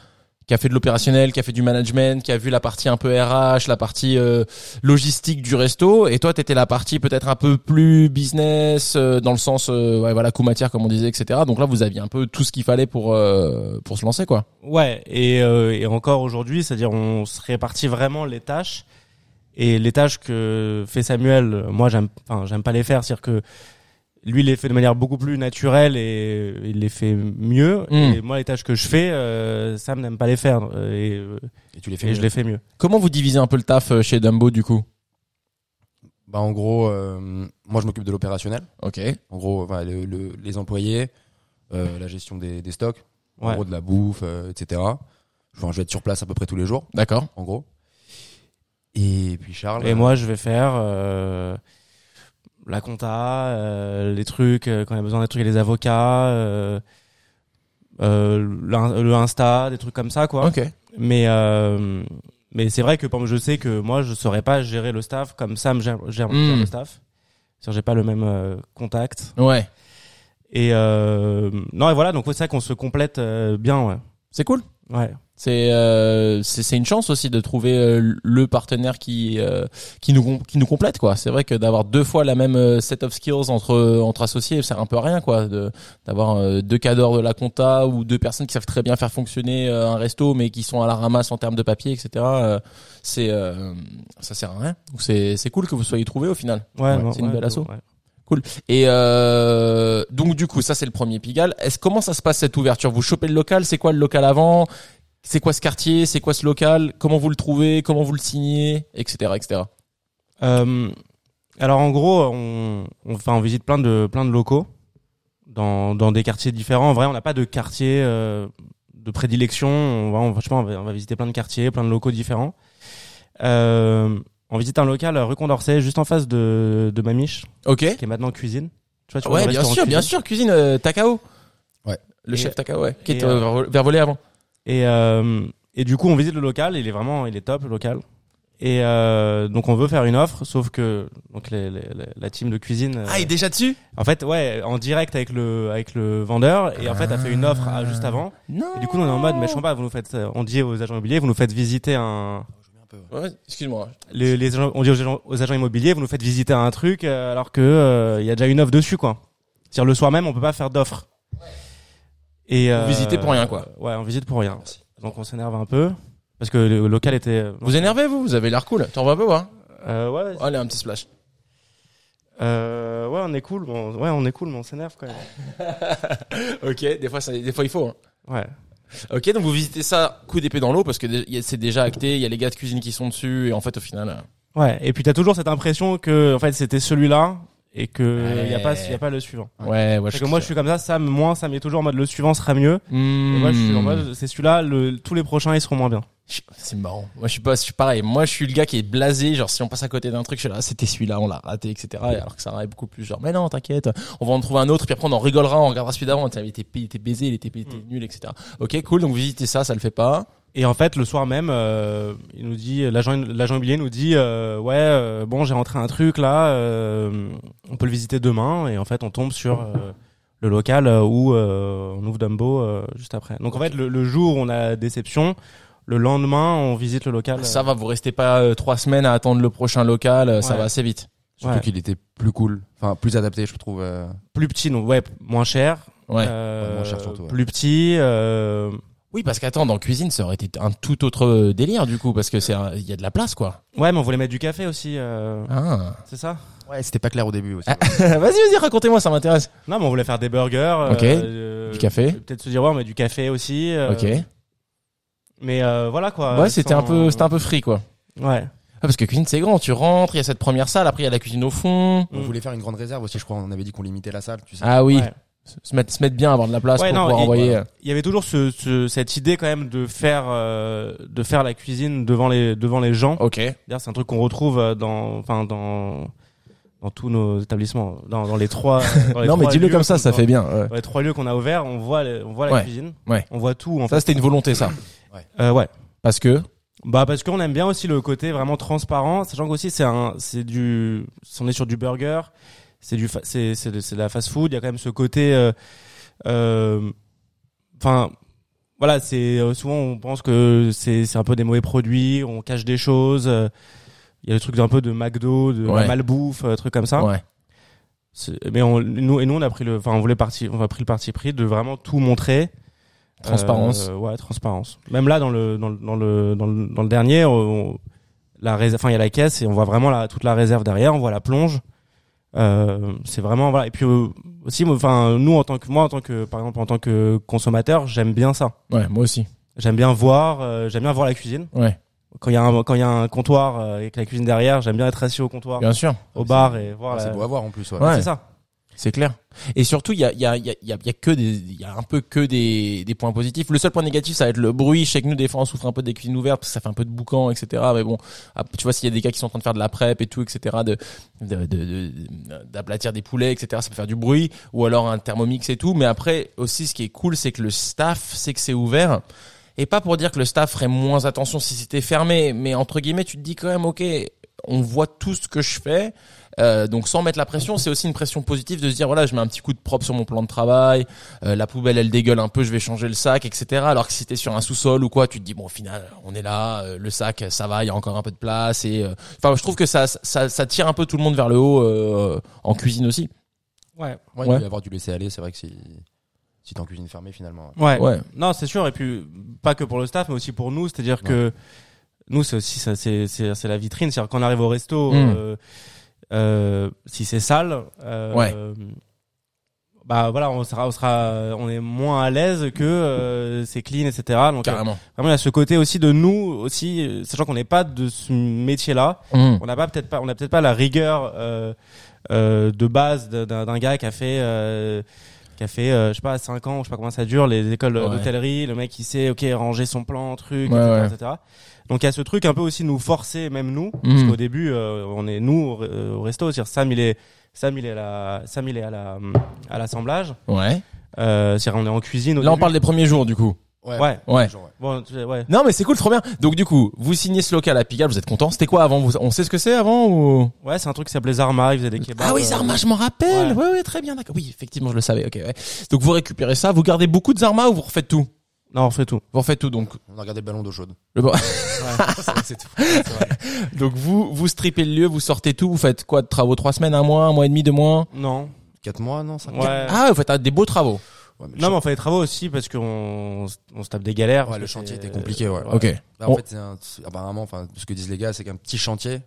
A: qui a fait de l'opérationnel, qui a fait du management, qui a vu la partie un peu RH, la partie euh, logistique du resto. Et toi, t'étais la partie peut-être un peu plus business, euh, dans le sens, euh, ouais, voilà, coût matière, comme on disait, etc. Donc là, vous aviez un peu tout ce qu'il fallait pour, euh, pour se lancer, quoi.
B: Ouais, et, euh, et encore aujourd'hui, c'est-à-dire on se répartit vraiment les tâches. Et les tâches que fait Samuel, euh, moi j'aime, enfin j'aime pas les faire, c'est-à-dire que lui il les fait de manière beaucoup plus naturelle et il les fait mieux.
A: Mm.
B: Et moi les tâches que je fais, euh, Sam n'aime pas les faire euh, et, euh,
C: Et tu les
B: et je les fais mieux.
A: Comment vous divisez un peu le taf euh, chez Dumbo, du coup
C: Bah, en gros, euh, moi, je m'occupe de l'opérationnel.
A: Ok.
C: En gros, enfin, le- le- les employés, euh, la gestion des, des stocks, en
B: Ouais.
C: gros, de la bouffe, euh, etc. Enfin, je vais être sur place à peu près tous les jours,
A: D'accord.
C: en gros. Et puis Charles.
B: Et moi, je vais faire euh, la compta, euh, les trucs, euh, quand il y a besoin des trucs, les avocats, euh, euh, l'in- le Insta, des trucs comme ça, quoi.
A: Ok.
B: Mais, euh, mais c'est vrai que par exemple, je sais que moi, je saurais pas gérer le staff comme Sam gère, gère-
A: Mm.
B: gère le staff. C'est-à-dire, j'ai pas le même euh, contact.
A: Ouais.
B: Et euh, non, et voilà, donc c'est ça qu'on se complète euh, bien, ouais.
A: C'est cool.
B: Ouais.
A: C'est euh, c'est c'est une chance aussi de trouver euh, le partenaire qui euh, qui nous com- qui nous complète quoi. C'est vrai que d'avoir deux fois la même euh, set of skills entre entre associés, c'est un peu rien quoi. De d'avoir euh, deux cadors de la compta ou deux personnes qui savent très bien faire fonctionner euh, un resto mais qui sont à la ramasse en termes de papier etc. euh, c'est euh, ça sert à rien. Donc c'est c'est cool que vous soyez trouvés au final.
B: Ouais, non,
A: c'est une
B: ouais,
A: belle asso.
B: ouais.
A: Et euh, donc du coup, ça c'est le premier Pigalle. Est-ce comment ça se passe cette ouverture Vous chopez le local C'est quoi le local avant C'est quoi ce quartier C'est quoi ce local Comment vous le trouvez Comment vous le signez Etc. Etc.
B: Euh, alors en gros, on, on, enfin, on visite plein de plein de locaux dans, dans des quartiers différents. En vrai, on n'a pas de quartier euh, de prédilection. On va, on, va- je sais pas, on va, on va visiter plein de quartiers, plein de locaux différents. Euh, on visite un local à rue Condorcet, juste en face de, de Mamiche,
A: Ok.
B: qui est maintenant cuisine. Tu vois, tu vois
A: Ouais,
B: le
A: bien
B: restaurant
A: sûr, bien
B: cuisine.
A: sûr. Cuisine euh, Takao.
C: Ouais.
A: Le
B: Et-
A: chef Takao, ouais. Qui
B: et,
A: est euh, vers- vers Volet avant.
B: Et, euh, et du coup, on visite le local. Il est vraiment, il est top le local. Et euh, donc, on veut faire une offre, sauf que donc les, les- les- la team de cuisine. euh,
A: Ah, déjà dessus
B: En fait, ouais, en direct avec le avec le vendeur et en fait, a fait une offre à-
A: Ah.
B: juste avant.
A: Non.
B: Et du coup, nous, on est en mode, mais je comprends pas, vous nous faites, euh, on dit aux agents immobiliers, vous nous faites visiter un,
A: Ouais, excuse-moi.
B: les, les agents- on dit aux agents, aux agents immobiliers, vous nous faites visiter un truc euh, alors que euh, il y a déjà une offre dessus, quoi. C'est-à-dire le soir même, on peut pas faire d'offre. Et euh,
A: visitez pour rien, quoi.
B: Ouais, on visite pour rien. Donc on s'énerve un peu parce que le local était.
A: Vous énervez vous Vous avez l'air cool. T'en vois un peu, hein
B: Euh, ouais,
A: Allez, un petit splash.
B: euh, ouais, on est cool, bon, ouais, on est cool, mais on s'énerve quand même.
A: Ok. Des fois, ça- des fois il faut. hein.
B: Ouais.
A: Ok, donc vous visitez ça coup d'épée dans l'eau parce que dé- y a- c'est déjà acté, il y a les gars de cuisine qui sont dessus et en fait au final. euh,
B: Ouais, et puis t'as toujours cette impression que en fait c'était celui-là et que
A: Ouais.
B: il y a pas y a pas le suivant.
A: Ouais, ouais.
B: Parce que moi je suis comme ça, Sam moins, Sam est toujours en mode le suivant sera mieux. Et moi je suis en mode c'est celui-là, le, tous les prochains ils seront moins bien.
A: Hmm. Je- C'est marrant. Moi je suis pas, je suis pareil. Moi je suis le gars qui est blasé. Genre si on passe à côté d'un truc, je suis là, ah, c'était celui-là, on l'a raté, etc. Et alors que Sarah est beaucoup plus genre, mais non, t'inquiète, on va en trouver un autre. Puis après on en rigolera, on regardera celui d'avant. Tiens, Il était, payé, il était baisé, il était, payé,
B: Hmm.
A: il était nul, etc. Ok, cool. Donc vous visitez ça, ça le fait pas.
B: Et en fait le soir même, euh, il nous dit l'agent l'agent immobilier nous dit euh, ouais euh, bon j'ai rentré un truc là, euh, on peut le visiter demain et en fait on tombe sur euh, le local euh, où euh, on ouvre Dumbo euh, juste après. Donc en fait le, le jour où on a déception, le lendemain on visite le local.
A: Ça va, vous restez pas euh, trois semaines à attendre le prochain local. euh, Ça
B: Ouais.
A: va assez vite.
C: Surtout
B: Ouais.
C: qu'il était plus cool, enfin plus adapté, je trouve. euh,
B: plus petit, donc ouais, p- moins cher.
A: Ouais.
B: Euh,
C: Ouais, moins cher surtout, ouais.
B: Plus petit. Euh...
A: Oui, parce qu'attends, dans cuisine, ça aurait été un tout autre euh, délire du coup, parce que c'est, un- il y a de la place, quoi.
B: Ouais, mais on voulait mettre du café aussi, euh...
A: Ah.
B: c'est ça
C: Ouais, c'était pas clair au début aussi.
A: vas-y, vas-y, racontez-moi, ça m'intéresse.
B: Non, mais on voulait faire des burgers. euh,
A: Ok.
B: euh,
A: Du café.
B: Peut-être se dire, ouais, on met du café aussi. euh,
A: ok.
B: Mais euh, voilà quoi.
A: ouais, c'était
B: sans- euh,
A: un peu, c'était un peu free, quoi.
B: Ouais.
A: Ah, parce que cuisine, c'est grand. Tu rentres, il y a cette première salle, après il y a la cuisine au fond.
C: On
B: Mm.
C: voulait faire une grande réserve aussi, je crois. On avait dit qu'on limitait la salle, tu sais.
A: Ah oui.
B: Ouais.
A: Se- Se mettre, se mettre bien, avoir de la place
B: Ouais,
A: pour
B: non,
A: pouvoir
B: et-
A: envoyer. euh,
B: Il y avait toujours ce, ce- cette idée quand même de faire, euh, de faire la cuisine devant les, devant les gens.
A: Ok.
B: D'ailleurs, C'est un truc qu'on retrouve euh, dans, enfin dans, dans tous nos établissements, dans, dans les trois. dans les
A: non, mais
B: trois
A: dis-le
B: lieux
A: comme ça,
B: qu'on-
A: ça
B: dans-
A: fait bien. ouais.
B: dans les trois lieux qu'on a ouverts, on voit, le- on voit la
A: Ouais.
B: cuisine.
A: Ouais.
B: On voit tout en
A: Ça, c'était une volonté, ça.
B: fait. Euh, ouais.
A: Parce que.
B: Bah parce qu'on aime bien aussi le côté vraiment transparent, sachant qu'aussi c'est un, c'est du, on est sur du burger, c'est du, fa- c'est c'est de, c'est de la fast food. Il y a quand même ce côté, euh, euh, enfin. voilà, c'est euh, souvent on pense que c'est c'est un peu des mauvais produits, on cache des choses. euh, Il y a le truc d'un peu de McDo, de
A: Ouais.
B: la malbouffe, euh, truc comme ça.
A: Ouais.
B: C'est- Mais on, nous et nous on a pris le, enfin on voulait parti, on a pris le parti pris de vraiment tout montrer.
A: Transparence.
B: Euh, ouais, transparence. Même là dans le dans le dans le dans le, dans le dernier, on- la réserve, enfin il y a la caisse et on voit vraiment la, toute la réserve derrière, on voit la plonge. Euh, c'est vraiment voilà. Et puis euh, aussi, moi, enfin nous en tant que moi en tant que par exemple en tant que consommateur, j'aime bien ça.
A: Ouais, moi aussi.
B: J'aime bien voir, euh, j'aime bien voir la cuisine.
A: Ouais.
B: quand il y a un quand il y a un comptoir euh, et que la cuisine derrière, j'aime bien être assis au comptoir,
A: Bien sûr,
B: au bar et voir.
C: Ah, C'est
B: la-
C: beau à voir en plus. ouais.
A: Ouais.
B: C'est ça.
A: c'est clair. Et surtout, il y a, il y, a, il y, a, il y a- il y a que des, il y a un peu que des, des points positifs. Le seul point négatif, ça va être le bruit. Je sais que nous, des fois, on souffre un peu des cuisines ouvertes parce que ça fait un peu de boucan, etc. Mais bon, ah, tu vois, s'il y a des gars qui sont en train de faire de la prep et tout, etc., de, de- de- de- d'aplatir des poulets, etc., ça peut faire du bruit. Ou alors un thermomix et tout. Mais après, aussi, ce qui est cool, c'est que le staff sait que c'est ouvert. Et pas pour dire que le staff ferait moins attention si c'était fermé, mais entre guillemets, tu te dis quand même, ok, on voit tout ce que je fais. Euh, donc sans mettre la pression, c'est aussi une pression positive de se dire voilà, je mets un petit coup de propre sur mon plan de travail, euh, la poubelle elle dégueule un peu, je vais changer le sac, etc. Alors que si t'es sur un sous-sol ou quoi, tu te dis bon au final on est là, euh, le sac ça va, il y a encore un peu de place et euh, enfin je trouve que ça, ça ça tire un peu tout le monde vers le haut euh, en cuisine aussi.
B: Ouais.
C: Ouais,
A: Ouais.
C: Il peut y avoir du laisser aller, c'est vrai que si, si t'es en cuisine fermée finalement.
B: Ouais.
C: ouais.
A: Ouais.
B: Non, c'est sûr. Et puis pas que pour le staff, mais aussi pour nous. C'est-à-dire que nous, c'est aussi ça, c'est c'est c'est la vitrine. C'est-à-dire qu'on arrive au resto,
A: Mm.
B: euh, euh, si c'est sale, euh,
A: Ouais.
B: bah voilà, on sera, on sera, on est moins à l'aise que euh, c'est clean, etc. Donc euh,
A: Carrément.
B: vraiment, il y a ce côté aussi de nous aussi, euh, sachant qu'on n'est pas de ce métier-là.
A: Mmh.
B: on n'a pas peut-être pas on n'a peut-être pas la rigueur euh, euh, de base de- d'un d'un gars qui a fait euh, qui a fait euh, je sais pas 5 ans je sais pas comment ça dure les écoles
A: Ouais.
B: d'hôtellerie le mec qui sait ok ranger son plan truc
A: Ouais,
B: etc.,
A: ouais.
B: etc. donc il y a ce truc un peu aussi de nous forcer même nous
A: Mhm.
B: parce qu'au début euh, on est nous au, re- euh, au resto c'est-à-dire Sam il est Sam il est à la Sam il est à la à l'assemblage
A: Ouais.
B: euh, c'est-à-dire on est en cuisine au
A: Là on
B: début.
A: parle des premiers jours du coup.
B: ouais
A: Ouais.
C: Genre, ouais.
B: bon tu- ouais
A: Non mais c'est cool, trop bien. Donc du coup, vous signez ce local à Pigalle, vous êtes content. C'était quoi avant Vous- On sait ce que c'est avant ou
B: ouais c'est un truc qui s'appelait Zarma il faisait des kebabs
A: Ah oui,
B: euh,
A: Zarma, je m'en rappelle. Ouais. ouais, très bien, d'accord. Oui, effectivement, je le savais. Ok. ouais. Donc vous récupérez ça, vous gardez beaucoup de Zarma ou vous refaites tout
B: non on fait tout
A: Vous refaites tout donc.
C: On a regardé le ballon d'eau chaude.
A: Le bon-
C: C'est- c'est tout. C'est vrai.
A: donc vous vous strippez le lieu, vous sortez tout, vous faites quoi de travaux trois semaines, un mois, un mois et demi, deux mois.
B: non
C: Quatre mois, non cinq mois
B: ouais
A: Ah, vous faites ah, des beaux travaux.
C: Ouais, mais le
B: Non, mais on fait des travaux aussi parce qu'on s- on se tape des galères.
C: Ouais,
B: parce
C: le
B: que
C: chantier
B: c'est- euh,
C: était compliqué, ouais.
A: Ok.
C: Bah, en
A: On-
C: fait, c'est un- c'est- apparemment, enfin, ce que disent les gars, c'est qu'un petit chantier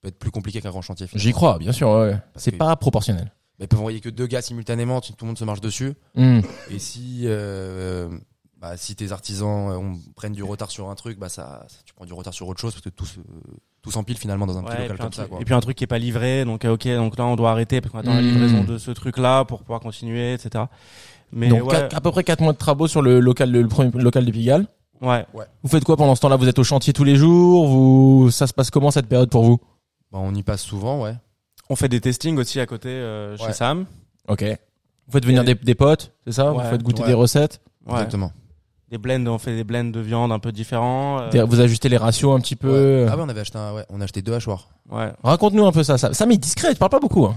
C: peut être plus compliqué qu'un grand chantier. finalement.
A: J'y crois, bien sûr. ouais.
C: Parce
A: C'est
C: que-
A: pas proportionnel.
C: Mais ils peuvent envoyer que deux gars simultanément, tu- tout le monde se marche dessus.
A: Hmm.
C: Et si, euh, bah, si tes artisans euh, on- prennent du retard sur un truc, bah, ça, ça- tu prends du retard sur autre chose parce que tout, se- tout s'empile finalement dans un
B: Ouais, et,
C: petit local
B: puis un
C: comme ça.
B: truc,
C: Quoi.
B: et puis un truc qui est pas livré, donc euh, ok, donc là on doit arrêter parce qu'on attend la
A: Mm.
B: livraison de ce truc-là pour pouvoir continuer, etc. Mais
A: Donc
B: ouais,
A: quatre- à peu près quatre mois de travaux sur le local, le, premier local de Pigalle.
B: ouais.
A: Vous faites quoi pendant ce temps-là Vous êtes au chantier tous les jours. Vous ça se passe comment cette période pour vous
C: Bah, on y passe souvent, ouais.
B: on fait des testings aussi à côté euh, chez
C: Ouais.
B: Sam.
A: Ok. Vous faites venir des,
B: Et-
A: des potes, c'est ça Vous
B: Ouais,
A: faites goûter
C: ouais.
A: des recettes.
B: Ouais.
C: Exactement.
B: Des blends, on fait des blends de viande un peu différents. euh,
A: T'es- Vous ajustez les ratios un petit peu.
C: Ouais. Ah ouais, on avait acheté un- ouais, on a acheté deux hachoirs.
B: ouais.
A: Raconte-nous un peu ça. Ça, ça mais il est discret, tu parles pas beaucoup. hein.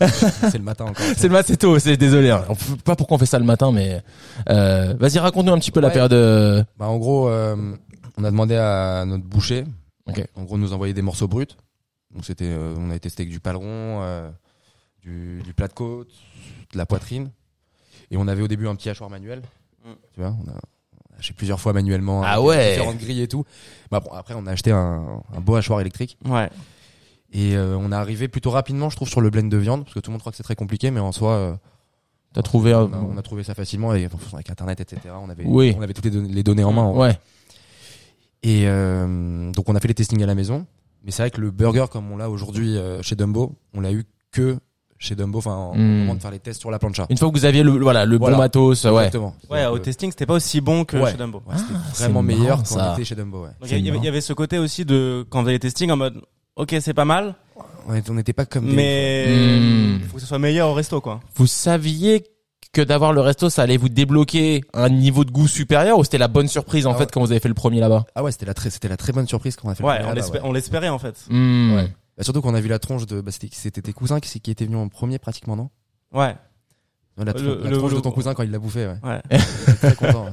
C: c'est le matin encore.
A: C'est le matin, c'est tôt, c'est désolé. hein. On peut- pas pourquoi on fait ça le matin, mais euh, vas-y, raconte-nous un petit peu la
C: Ouais.
A: période. euh,
C: Bah, en gros, euh, on a demandé à notre boucher.
A: Ok.
C: En gros, de nous envoyer des morceaux bruts. Donc c'était, euh, on a testé avec du paleron, euh, du, du plat de côte, de la poitrine. Et on avait au début un petit hachoir manuel.
B: Mm.
C: Tu vois, on a, on a haché plusieurs fois manuellement.
A: Ah
C: avec
A: ouais.
C: Différentes grilles et tout. Bah, bon, après, on a acheté un, un beau hachoir électrique.
B: Ouais.
C: Et euh, on est arrivé plutôt rapidement, je trouve, sur le blend de viande, parce que tout le monde croit que c'est très compliqué, mais en soi, euh,
A: T'as trouvé un...
C: on, a, on a trouvé ça facilement et enfin, avec Internet, etc. On avait,
A: Mm. Oui.
C: on avait toutes les, don- les données en main. en vrai.
A: Ouais.
C: Et euh, donc on a fait les testings à la maison. Mais c'est vrai que le burger comme on l'a aujourd'hui euh, chez Dumbo, on l'a eu que chez Dumbo, enfin en-
A: Hmm.
C: au moment de faire les tests sur la plancha.
A: Une fois que vous aviez le voilà le
C: Voilà.
A: bon matos, euh, ouais.
C: Exactement.
B: Ouais, au
C: Donc, euh,
B: testing, c'était pas aussi bon que
C: Ouais.
B: chez Dumbo.
C: ouais, c'était
A: Ah,
C: vraiment
A: c'est
C: meilleur
A: marrant,
C: quand
A: ça.
C: on était chez Dumbo. ouais.
B: Donc,
A: C'est
B: Il y, avait-
A: marrant.
B: il y avait ce côté aussi de quand on faisait les testings en mode, ok, c'est pas mal,
C: On est- on n'était pas comme des-
B: mais
A: Mm.
B: faut que ce soit meilleur au resto, quoi.
A: Vous saviez que d'avoir le resto, ça allait vous débloquer un niveau de goût supérieur ou c'était la bonne surprise en
C: Ah
A: fait
C: ouais.
A: quand vous avez fait le premier là-bas
C: Ah ouais, c'était la très, c'était la très bonne surprise quand on a fait. le
B: Ouais,
C: premier
B: on
C: là-bas,
B: l'espé-
C: ouais.
B: on l'espérait en fait.
A: Hmm.
C: Ouais. Bah, surtout qu'on a vu la tronche de, bah, c'était, c'était tes cousins qui, qui étaient venus en premier pratiquement, non
B: Ouais.
C: Non, la, tron-
B: Le-
C: la
B: le-
C: tronche
B: le-
C: de ton cousin quand il l'a bouffé, ouais.
B: Ouais.
C: Très content. ouais.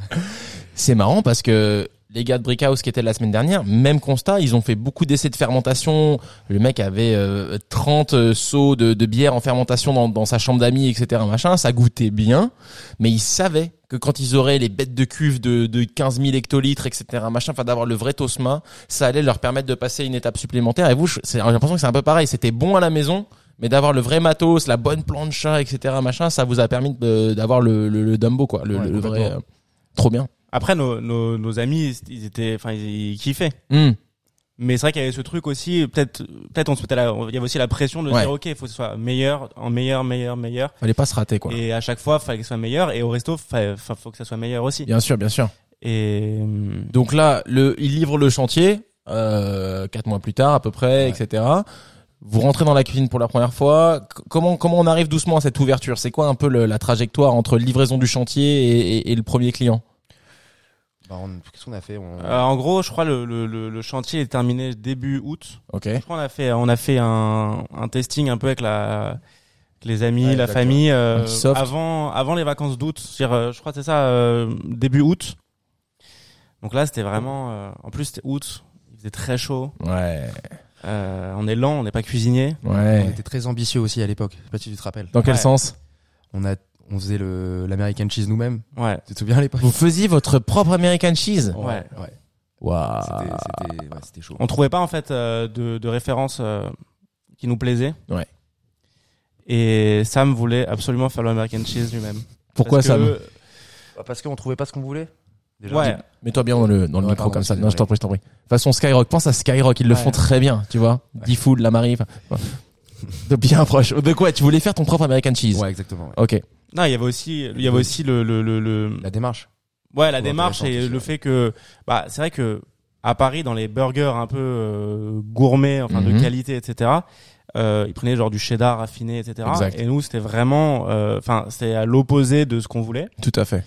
A: C'est marrant parce que les gars de Brickhouse qui étaient la semaine dernière, même constat, ils ont fait beaucoup d'essais de fermentation. Le mec avait euh, 30 euh, seaux de, de bière en fermentation dans, dans sa chambre d'amis, etc. Machin, ça goûtait bien, mais ils savaient que quand ils auraient les bêtes de cuve de, de 15 000 hectolitres, etc. Machin, enfin d'avoir le vrai tosma, ça allait leur permettre de passer une étape supplémentaire. Et vous, je- c'est- j'ai l'impression que c'est un peu pareil. C'était bon à la maison. Mais d'avoir le vrai matos, la bonne plancha, etc., machin, ça vous a permis de- d'avoir le, le, le Dumbo, quoi, le,
C: Ouais,
A: le- le vrai.
C: complètement.
A: euh, trop bien.
B: Après, nos, nos, nos amis, ils étaient, enfin, ils, ils kiffaient.
A: Hmm.
B: Mais c'est vrai qu'il y avait ce truc aussi, peut-être, peut-être on se mettait la- il y avait aussi la pression de
A: Ouais.
B: dire, ok, il faut que ce soit meilleur, en meilleur, meilleur, meilleur.
A: Fallait pas se rater, quoi.
B: Et à chaque fois, fallait que ce soit meilleur. Et au resto, fa- fa- faut que ça soit meilleur aussi.
A: Bien sûr, bien sûr.
B: Et hum,
A: Donc là, le, il livre le chantier euh, quatre mois plus tard à peu près,
C: Ouais.
A: etc. Vous rentrez dans la cuisine pour la première fois. C- Comment comment on arrive doucement à cette ouverture C'est quoi un peu le- la trajectoire entre livraison du chantier et, et- et le premier client
C: Bah, on- Qu'est-ce qu'on a fait On-
B: euh, en gros, je crois le, le, le, le chantier est terminé début août.
A: Ok.
B: Je crois on a fait, on a fait un, un testing un peu avec la, avec les amis,
C: Ouais,
B: la
C: exactement.
B: famille, euh,
A: Un petit soft.
B: avant, avant les vacances d'août. C'est-à-dire, euh, Je crois que c'est ça, euh, début août. Donc là, c'était vraiment, euh, en plus c'était août, il faisait très chaud.
A: Ouais.
B: Euh, on est lent, on n'est pas cuisinier.
C: On
A: Ouais.
C: était très ambitieux aussi à l'époque. Je sais pas si tu te rappelles.
A: Dans quel
B: Ouais.
A: sens
C: On, a, on faisait le- l'American Cheese nous-mêmes.
B: Ouais.
C: Tu te souviens à l'époque
A: Vous faisiez votre propre American cheese.
B: Ouais.
C: ouais. Ah.
A: Waouh.
C: C'était- C'était ouais, c'était chaud.
B: On trouvait pas en fait euh, de, de référence euh, qui nous plaisait.
A: Ouais.
B: Et Sam voulait absolument faire le American Cheese lui-même.
A: Pourquoi
B: Parce
A: ça
B: que-
C: Ah, Parce qu'on trouvait pas ce qu'on voulait
B: Ouais.
A: Mets-toi bien dans le, dans le
C: Ouais,
A: micro
C: pardon,
A: comme ça.
C: excusez-moi.
A: Non, je t'en prie, je t'en prie. Façon Skyrock, pense à Skyrock, ils le
B: Ouais.
A: font très bien, tu vois. D-Food, la Marie. enfin, De bien proche. De quoi Tu voulais faire ton propre American Cheese
C: Ouais, exactement. ouais.
A: Ok.
B: Non, il y avait aussi, il y avait aussi le, le, le, le-
C: La démarche.
B: ouais, la
C: trouve
B: démarche
C: intéressant,
B: et
C: tout
B: le
C: ça.
B: fait que, bah, c'est vrai que à Paris, dans les burgers un peu euh, gourmets, enfin
A: Mhm.
B: de qualité, etc. Euh, ils prenaient genre du cheddar raffiné, etc.
A: Exact.
B: Et nous, c'était vraiment, euh, enfin, c'était à l'opposé de ce qu'on voulait.
A: Tout à fait.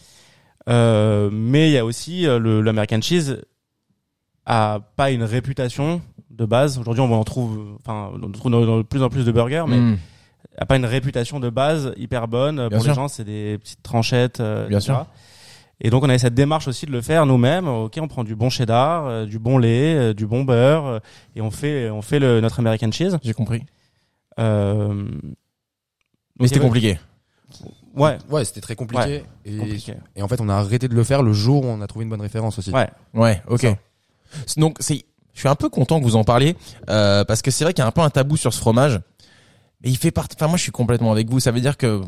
B: Euh, mais il y a aussi euh, le l'American cheese a pas une réputation de base. Aujourd'hui, on en trouve, euh, enfin, on trouve dans, dans de plus en plus de burgers, mais
A: Mm.
B: a pas une réputation de base hyper bonne Euh,
A: Bien
B: pour
A: sûr.
B: les gens. C'est des petites tranchettes, euh,
A: Bien
B: etc.
A: sûr.
B: Et donc, on avait cette démarche aussi de le faire nous-mêmes. Ok, on prend du bon cheddar, euh, du bon lait, euh, du bon beurre, euh, et on fait, on fait le, notre American cheese.
A: J'ai compris.
B: Euh, donc,
A: Mais c'était
B: il y avait-
A: compliqué.
B: Ouais,
C: Ouais, c'était très compliqué. Et,
B: compliqué.
C: et en fait, on a arrêté de le faire le jour où on a trouvé une bonne référence aussi.
B: Ouais.
A: Ouais, ok. Donc, c'est, je suis un peu content que vous en parliez, euh, parce que c'est vrai qu'il y a un peu un tabou sur ce fromage. Mais il fait partie, enfin, moi, je suis complètement avec vous. Ça veut dire que,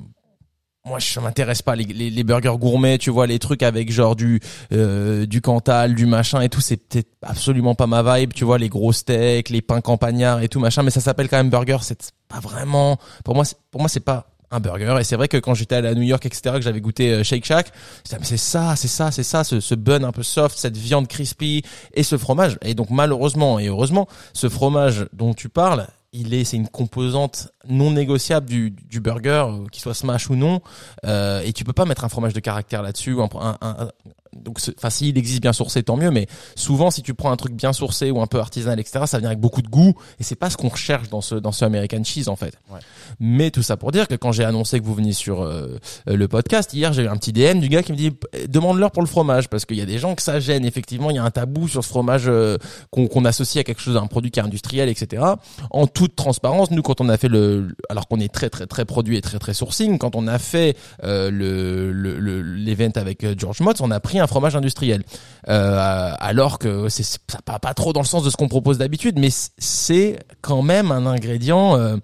A: moi, je ça m'intéresse pas les, les, les burgers gourmets, tu vois, les trucs avec genre du, euh, du Cantal, du machin et tout. C'est peut-être absolument pas ma vibe, tu vois, les gros steaks, les pains campagnards et tout, machin. Mais ça s'appelle quand même burger. C'est pas vraiment, pour moi, c'est- pour moi, c'est pas un burger. Et c'est vrai que quand j'étais allé à New York, etc., que j'avais goûté euh, Shake Shack, Putain, mais c'est ça, c'est ça, c'est ça, ce, ce bun un peu soft, cette viande crispy et ce fromage. Et donc malheureusement et heureusement, ce fromage dont tu parles, il est, c'est une composante non négociable du, du burger, euh, qu'il soit smash ou non. Euh, et tu peux pas mettre un fromage de caractère là-dessus. ou un- un- un- donc, c'est- enfin, s'il existe bien sourcé, tant mieux. Mais souvent, si tu prends un truc bien sourcé ou un peu artisanal, etc., ça vient avec beaucoup de goût. Et c'est pas ce qu'on recherche dans ce dans ce American cheese en fait.
C: Ouais.
A: Mais tout ça pour dire que quand j'ai annoncé que vous veniez sur euh, euh, le podcast. Hier, j'ai eu un petit DM du gars qui me dit euh, demande-leur pour le fromage parce qu'il y a des gens que ça gêne. Effectivement, il y a un tabou sur ce fromage euh, qu'on qu'on associe à quelque chose, à un produit qui est industriel, etc. En toute transparence, nous, quand on a fait le, alors qu'on est très très très produit et très très sourcing, quand on a fait euh, le le- le- l'event avec euh, George Motz, on a pris un fromage industriel, Euh, alors que c'est ça va pas trop dans le sens de ce qu'on propose d'habitude, mais c'est quand même un ingrédient. euh,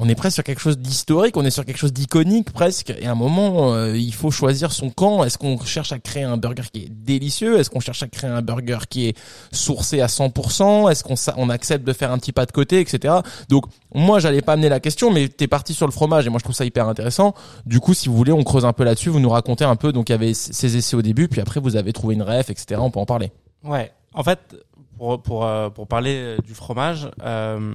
A: on est presque sur quelque chose d'historique, on est sur quelque chose d'iconique presque. Et à un moment, euh, il faut choisir son camp. Est-ce qu'on cherche à créer un burger qui est délicieux Est-ce qu'on cherche à créer un burger qui est sourcé à 100% Est-ce qu'on sa- on accepte de faire un petit pas de côté, etc. Donc moi, j'allais pas amener la question, mais t'es parti sur le fromage et moi je trouve ça hyper intéressant. Du coup, si vous voulez, on creuse un peu là-dessus. Vous nous racontez un peu. Donc il y avait c- ces essais au début, puis après vous avez trouvé une ref, etc. On peut en parler.
B: Ouais. En fait, pour pour euh, pour parler euh, du fromage, euh,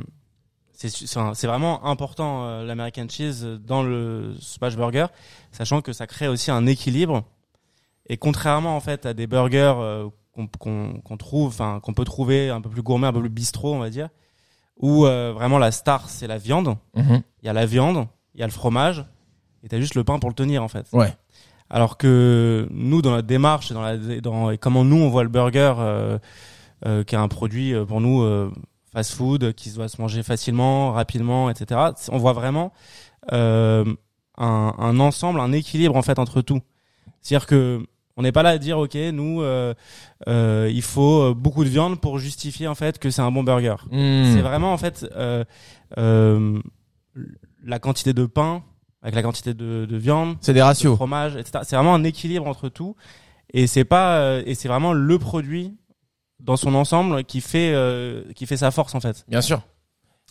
B: c'est su- c'est un- c'est vraiment important euh, l'American cheese dans le smash burger, sachant que ça crée aussi un équilibre. Et contrairement en fait à des burgers euh, qu'on qu'on qu'on trouve, enfin qu'on peut trouver un peu plus gourmet, un peu plus bistrot, on va dire, où euh, vraiment la star c'est la viande.
A: Mhm.
B: Il y a la viande, il y a le fromage, et t'as juste le pain pour le tenir en fait.
A: Ouais.
B: Alors que nous, dans la démarche, et dans la, dans et comment nous on voit le burger, euh, euh, qui est un produit euh, pour nous fast-food qui doit se manger facilement, rapidement, etc. c'est- On voit vraiment euh, un, un ensemble, un équilibre en fait entre tout. C'est-à-dire que on n'est pas là à dire ok, nous euh, euh, il faut euh, beaucoup de viande pour justifier en fait que c'est un bon burger.
A: Mhm.
B: C'est vraiment en fait euh, euh, la quantité de pain avec la quantité de, de viande,
A: C'est des
B: de
A: ratios.
B: fromage, etc. C'est vraiment un équilibre entre tout et c'est pas euh, et c'est vraiment le produit dans son ensemble qui fait euh, qui fait sa force en fait.
A: Bien sûr.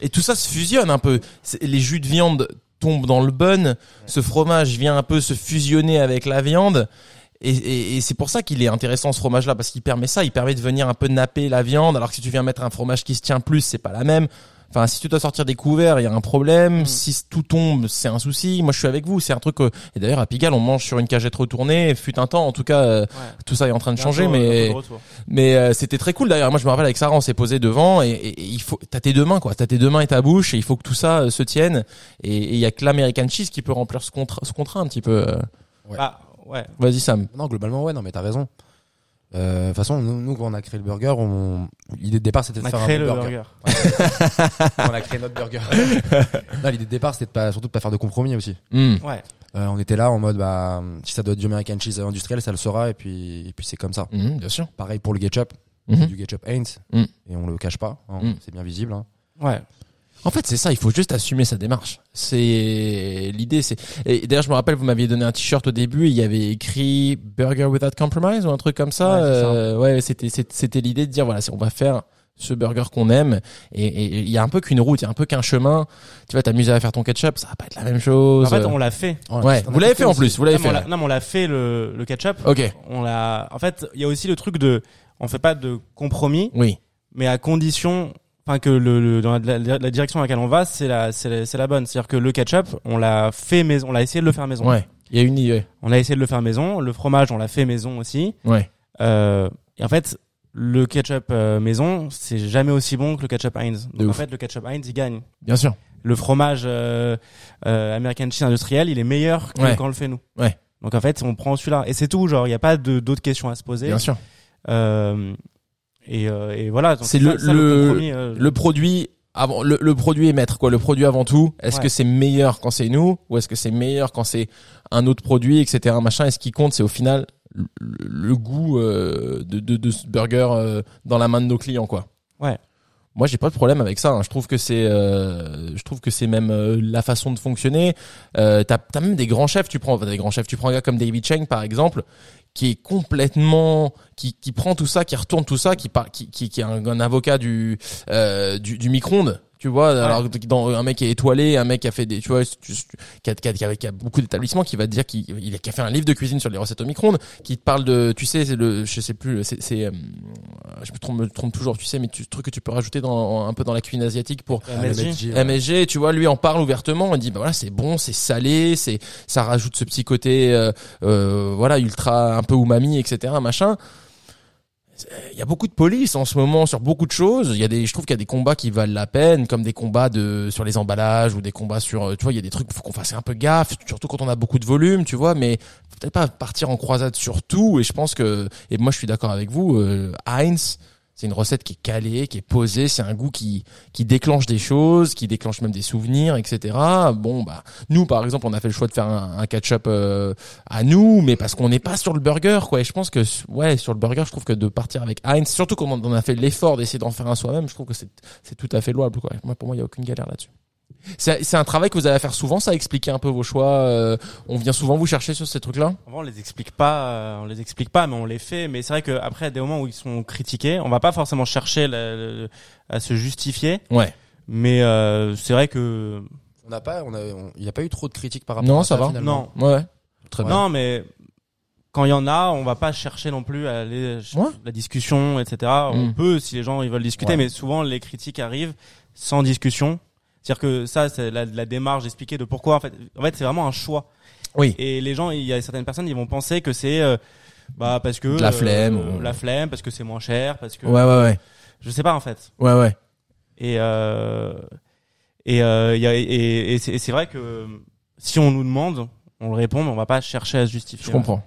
A: Et tout ça se fusionne un peu. C'est- Les jus de viande tombent dans le bun, ce fromage vient un peu se fusionner avec la viande. Et, et- et c'est pour ça qu'il est intéressant ce fromage-là, parce qu'il permet ça, il permet de venir un peu napper la viande, alors que si tu viens mettre un fromage qui se tient plus, c'est pas la même. Enfin, si tu dois sortir des couverts, il y a un problème. Si tout tombe, c'est un souci. Moi, je suis avec vous. C'est un truc. que- Et d'ailleurs, à Pigalle, on mange sur une cagette retournée. Fut un temps, en tout cas, euh, tout ça est en train de changer.
B: Bientôt, euh,
A: mais
B: bientôt de retour.
A: mais euh, c'était très cool d'ailleurs. Moi, je me rappelle avec Sarah, on s'est posé devant et, et- et il faut t'as tes deux mains quoi, t'as tes deux mains et ta bouche et il faut que tout ça euh, se tienne. Et et il y a que l'American cheese qui peut remplir ce contrat, ce contrat un petit peu. euh.
C: Ouais.
B: Ah, ouais.
A: Vas-y Sam.
C: Non, globalement, ouais, non, mais t'as raison. Euh, De toute façon, nous, nous, quand on a créé le burger, on... l'idée de départ, c'était
B: On
C: de
B: a
C: faire
B: créé
C: un bon
B: le
C: burger.
B: burger.
C: on a créé notre burger. Non, l'idée de départ, c'était de pas, surtout de pas faire de compromis aussi.
A: Hmm.
B: Ouais.
C: Euh, on était là en mode, bah, si ça doit être du American cheese industriel, ça le sera, et puis, et puis c'est comme ça.
A: Mhm, bien sûr.
C: Pareil pour le ketchup,
A: Mhm.
C: du ketchup Heinz,
A: Mhm.
C: et on le cache pas, hein,
A: Mhm.
C: c'est bien visible. hein.
B: Ouais.
A: En fait, c'est ça, il faut juste assumer sa démarche. C'est l'idée, c'est et d'ailleurs, je me rappelle vous m'aviez donné un t-shirt au début, et il y avait écrit burger without compromise ou un truc comme ça.
B: Ouais, c'est ça.
A: Euh, ouais, c'était c'était- c'était l'idée de dire voilà, c'est- on va faire ce burger qu'on aime et et- et il y a un peu qu'une route, il y a un peu qu'un chemin. Tu vas t'amuser à faire ton ketchup, ça va pas être la même chose.
B: En fait, on l'a fait.
C: On a-
A: Ouais,
C: on a
A: euh, vous l'avez
C: testé
A: fait en
C: aussi.
A: plus, vous
B: Non,
A: l'avez
B: mais on
A: fait.
B: l'a- non, mais on l'a fait le, le ketchup.
A: OK.
B: On l'a. En fait, il y a aussi le truc de, on fait pas de compromis,
A: Oui.
B: mais à condition, enfin que le, le- dans la, la- la direction à laquelle on va, c'est la, c'est la, c'est la bonne. C'est-à-dire que le ketchup, on l'a fait maison, on l'a essayé de le faire maison.
A: Ouais. Il y a une idée.
B: On a essayé de le faire maison. Le fromage, on l'a fait maison aussi.
A: Ouais.
B: Euh, et en fait, le ketchup euh, maison, c'est jamais aussi bon que le ketchup Heinz.
A: De
B: Donc en
A: ouf.
B: fait, le ketchup Heinz, il gagne.
A: Bien sûr.
B: Le fromage euh, euh, American cheese industriel, il est meilleur que
A: Ouais.
B: quand on le fait nous.
A: Ouais.
B: Donc en fait, on prend celui-là et c'est tout. Genre, il n'y a pas de- d'autres questions à se poser.
A: Bien sûr.
B: Euh, et, euh, et voilà. Donc,
A: C'est
B: ça-
A: le-
B: ça,
A: le-
B: compromis, euh,
A: Le produit avant le, le produit est maître quoi, le produit avant tout. Est-ce
B: Ouais.
A: que c'est meilleur quand c'est nous ou est-ce que c'est meilleur quand c'est un autre produit etc machin et ce qui compte c'est au final le, le goût euh, de, de de ce burger euh, dans la main de nos clients quoi.
B: Ouais.
A: Moi, j'ai pas de problème avec ça. hein. Je trouve que c'est, euh, je trouve que c'est même euh, la façon de fonctionner. Euh, t'as, t'as même des grands chefs. Tu prends enfin, des grands chefs. Tu prends un gars comme David Chang, par exemple, qui est complètement, qui, qui prend tout ça, qui retourne tout ça, qui par- qui, qui, qui est un, un avocat du, euh, du, du micro-ondes. Tu vois, alors que dans un mec qui est étoilé, un mec qui a fait des, tu vois, tu- tu- qui a, qui a- qui a- qui a beaucoup d'établissements, qui va te dire qu'il il a, qui a fait un livre de cuisine sur les recettes au micro-ondes, qui te parle de, tu sais, c'est le, je sais plus, c'est, c'est, euh, je me trompe, me trompe toujours, tu sais, mais tu, truc que tu peux rajouter dans, un peu dans la cuisine asiatique pour
C: Ah, le
B: MSG.
C: MSG, ouais.
A: MSG, tu vois, lui en parle ouvertement, il dit bah voilà, c'est bon, c'est salé, c'est ça rajoute ce petit côté euh, euh, voilà, ultra un peu umami etc., machin. Il y a beaucoup de police en ce moment sur beaucoup de choses, il y a des je trouve qu'il y a des combats qui valent la peine comme des combats de sur les emballages ou des combats sur euh, tu vois, il y a des trucs faut qu'on fasse un peu gaffe, surtout quand on a beaucoup de volume, tu vois, mais faut peut-être pas partir en croisade sur tout et je pense que et moi je suis d'accord avec vous euh, Heinz c'est une recette qui est calée, qui est posée, c'est un goût qui, qui déclenche des choses, qui déclenche même des souvenirs, etc. Bon, bah, nous, par exemple, on a fait le choix de faire un, un catch-up euh, à nous, mais parce qu'on n'est pas sur le burger, quoi. Et je pense que, ouais, sur le burger, je trouve que de partir avec Heinz, surtout quand on a fait l'effort d'essayer d'en faire un soi-même, je trouve que c'est c'est tout à fait louable, quoi. Moi, pour moi, il n'y a aucune galère là-dessus. C'est c'est un travail que vous allez faire souvent, ça, expliquer un peu vos choix. euh, on vient souvent vous chercher sur ces trucs-là
B: En vrai, on les explique pas, euh, on les explique pas, mais on les fait. Mais c'est vrai qu'après, des moments où ils sont critiqués, on va pas forcément chercher la- le- à se justifier.
A: Ouais.
B: Mais euh, c'est vrai que
C: On n'a pas, on a, on- il n'y a pas eu trop de critiques par rapport
A: Non,
C: à
A: ça
C: ça.
A: va.
C: finalement.
B: non,
A: Ouais. Très bien.
B: non, mais quand il y en a, on va pas chercher non plus à aller ch-
A: Ouais.
B: la discussion, etc. On
A: Mm.
B: peut si les gens ils veulent discuter,
C: Ouais.
B: mais souvent les critiques arrivent sans discussion. C'est-à-dire que ça, c'est la, la démarche d'expliquer de pourquoi. En fait, en fait, c'est vraiment un choix.
A: Oui.
B: Et les gens, il y a certaines personnes, ils vont penser que c'est euh, bah parce que euh,
A: De la flemme, ou-
B: la flemme, parce que c'est moins cher, parce que
A: Ouais, ouais, ouais.
B: je sais pas en fait.
A: Ouais, ouais.
B: Et euh, et euh, il y a- et, et c'est et c'est vrai que si on nous demande, on le répond, mais on va pas chercher à se justifier.
A: Je comprends.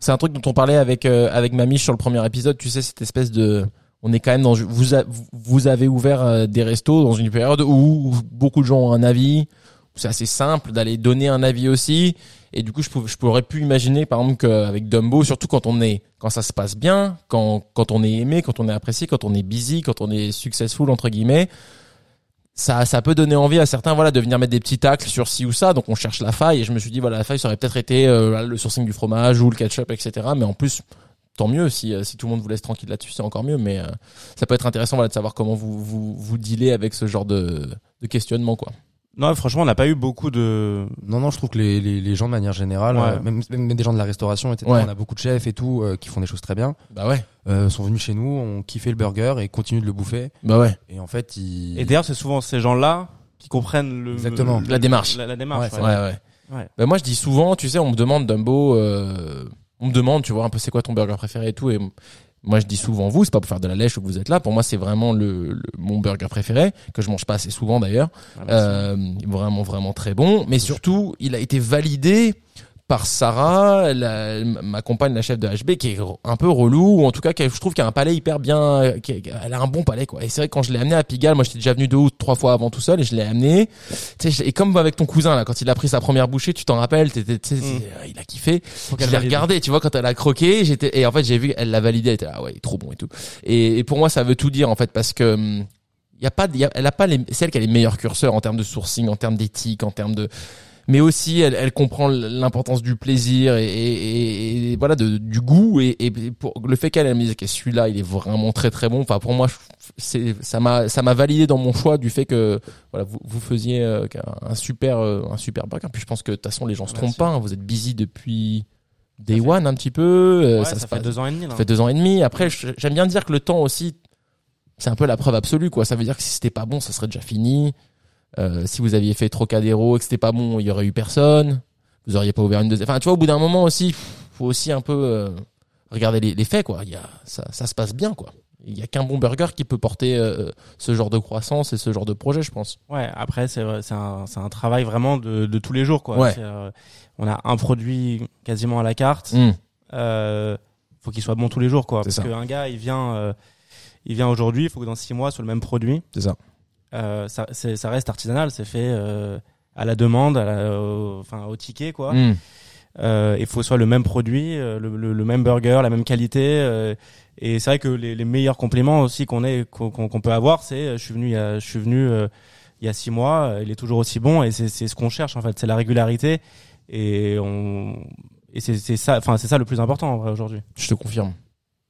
A: C'est un truc dont on parlait avec euh, avec Mamie sur le premier épisode. Tu sais cette espèce de, on est quand même dans vous a- vous avez ouvert euh, des restos dans une période où beaucoup de gens ont un avis. où C'est assez simple d'aller donner un avis aussi. Et du coup, je, pouvais, je pourrais plus imaginer, par exemple, qu'avec Dumbo, surtout quand on est, quand ça se passe bien, quand, quand on est aimé, quand on est apprécié, quand on est busy, quand on est successful, entre guillemets, ça, ça peut donner envie à certains, voilà, de venir mettre des petits tacles sur ci ou ça. Donc, on cherche la faille. Et je me suis dit, voilà, la faille, ça aurait peut-être été euh, le sourcing du fromage ou le ketchup, etc. Mais en plus, tant mieux. Si, euh, si tout le monde vous laisse tranquille là-dessus, c'est encore mieux. Mais euh, ça peut être intéressant voilà, de savoir comment vous, vous, vous dealez avec ce genre de, de questionnement. Quoi.
B: Non, franchement, on n'a pas eu beaucoup de.
C: Non, non, je trouve que les, les, les gens de manière générale,
B: Ouais.
C: euh, même, même des gens de la restauration, etc.,
A: Ouais.
C: on a beaucoup de chefs et tout euh, qui font des choses très bien,
A: Bah ouais.
C: euh, sont venus chez nous, ont kiffé le burger et continuent de le bouffer.
A: Bah ouais.
C: Et en fait, ils...
B: Et d'ailleurs, c'est souvent ces gens-là qui comprennent le.
C: Exactement.
B: le-
A: La démarche.
B: La, la démarche.
C: Ouais,
B: ouais.
A: Ouais, ouais.
B: Ouais.
A: Bah, moi, je dis souvent, tu sais, on me demande Dumbo, euh, on me demande, tu vois, un peu c'est quoi ton burger préféré et tout. Et m- moi, je dis souvent vous, c'est pas pour faire de la lèche ou que vous êtes là. Pour moi, c'est vraiment le, le- mon burger préféré que je mange pas assez souvent d'ailleurs.
B: Ah, merci.
A: Euh, vraiment, vraiment très bon. Mais surtout, il a été validé par Sarah, la- ma compagne, la chef de HB, qui est un peu relou, ou en tout cas, qui a- je trouve qu'elle a un palais hyper bien, qui- elle a un bon palais, quoi. Et c'est vrai que quand je l'ai amené à Pigalle, moi, j'étais déjà venu deux ou trois fois avant tout seul, et je l'ai amené, tu sais, je- et comme avec ton cousin, là, quand il a pris sa première bouchée, tu t'en rappelles, t'étais, tu sais,
B: Mm.
A: c'est- euh, il a kiffé.
B: Faut
A: Je
B: qu'elle
A: l'ai
B: valide.
A: regardé, tu vois, quand elle a croqué, j'étais, et en fait, j'ai vu, elle l'a validé, elle était là, ah ouais, il est trop bon et tout. Et, et pour moi, ça veut tout dire, en fait, parce que, hum, y a pas, de- y a- elle a pas les, celle qui a les meilleurs curseurs en termes de sourcing, en termes d'éthique, en termes de, mais aussi elle, elle comprend l'importance du plaisir et, et- et- et voilà de, du goût et, et pour le fait qu'elle elle me dise que celui-là il est vraiment très très bon enfin pour moi je- c'est ça m'a ça m'a validé dans mon choix du fait que voilà vous, vous faisiez euh, un super euh, un super burger puis je pense que de toute façon les gens se
B: Ah, Merci.
A: trompent pas hein. vous êtes busy depuis day
B: Ça fait-
A: one un petit peu euh,
B: Ouais,
A: se
B: ça, fait
A: passe-
B: deux ans hein. et demi. là.
A: ça fait deux ans et demi. Après, je- j'aime bien dire que le temps aussi, c'est un peu la preuve absolue, quoi. Ça veut dire que si c'était pas bon, ça serait déjà fini. Euh, si vous aviez fait Trocadéro et que c'était pas bon, il y aurait eu personne. Vous auriez pas ouvert une deuxième. Enfin, tu vois, au bout d'un moment aussi, faut aussi un peu euh, regarder les, les faits, quoi. Il y a, ça, ça se passe bien, quoi. Il y a qu'un bon burger qui peut porter euh, ce genre de croissance et ce genre de projet, je pense.
B: Ouais, après, c'est euh, c'est un, c'est un travail vraiment de, de tous les jours. Quoi.
A: Ouais.
B: C'est, euh, on a un produit quasiment à la carte.
A: Mm.
B: Euh, faut qu'il soit bon tous les jours. Quoi.
A: C'est
B: Parce
A: ça.
B: qu'un gars, il vient, euh, il vient aujourd'hui, il faut que dans six mois, sur le même produit,
A: C'est ça.
B: euh, ça, c'est- ça reste artisanal. C'est fait euh, à la demande, à la- au, enfin, au ticket. Quoi.
A: Mm.
B: Euh, il faut que ce soit le même produit, euh, le, le- le même burger, la même qualité. euh, et c'est vrai que les, les meilleurs compliments aussi qu'on est qu'on qu'on- qu'on peut avoir, c'est euh, je suis venu, il y a, je suis venu euh, il y a six mois, euh, il est toujours aussi bon et c'est c'est ce qu'on cherche en fait, c'est la régularité et on et c'est c'est ça, enfin c'est ça le plus important en vrai aujourd'hui.
A: Je te confirme.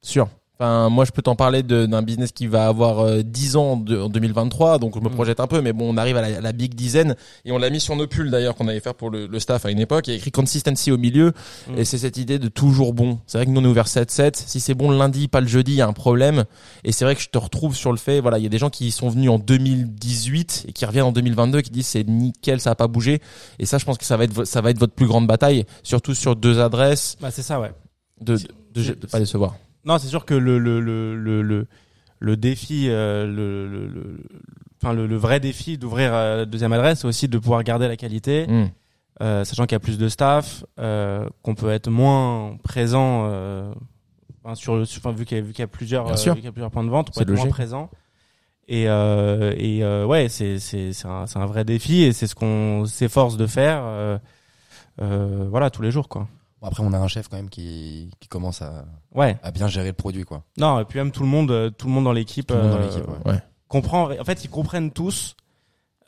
A: Sûr. Enfin, moi, je peux t'en parler de- d'un business qui va avoir euh, 10 ans de- en 2023, donc je me
B: Mm.
A: projette un peu, mais bon, on arrive à la, à la big dizaine, et on l'a mis sur nos pulls d'ailleurs qu'on avait fait pour le, le staff à une époque, il y a écrit consistency au milieu,
B: Mm.
A: et c'est cette idée de toujours bon. C'est vrai que nous, on est ouvert 7-7, si c'est bon le lundi, pas le jeudi, il y a un problème, et c'est vrai que je te retrouve sur le fait, voilà, il y a des gens qui sont venus en 2018 et qui reviennent en 2022, qui disent c'est nickel, ça a pas bougé, et ça, je pense que ça va être, vo- ça va être votre plus grande bataille, surtout sur deux adresses,
B: Bah c'est ça ouais.
A: de, de,
B: C'est-
A: de- de pas décevoir.
B: Non, c'est sûr que le le le le le, le défi euh, le le- le- enfin le, le vrai défi d'ouvrir euh, deuxième adresse, c'est aussi de pouvoir garder la qualité.
A: Mm.
B: Euh, sachant qu'il y a plus de staff, euh, qu'on peut être moins présent euh, enfin, sur le, sur- enfin, vu qu'il y a, vu qu'il y a plusieurs,
A: Bien
B: euh,
A: sûr.
B: vu qu'il y a plusieurs points de vente, on
A: C'est
B: peut être moins
A: logique.
B: présent. Et, euh, et euh, ouais, c'est c'est c'est un, c'est un vrai défi et c'est ce qu'on s'efforce de faire, euh, euh, voilà, tous les jours quoi.
C: Bon, après, on a un chef quand même qui, qui commence à,
B: Ouais.
C: à bien gérer le produit, quoi.
B: Non, et puis même tout le monde, euh, tout le monde dans l'équipe,
C: Tout le monde dans
B: euh,
C: l'équipe, ouais.
A: Ouais.
B: comprend. En fait, ils comprennent tous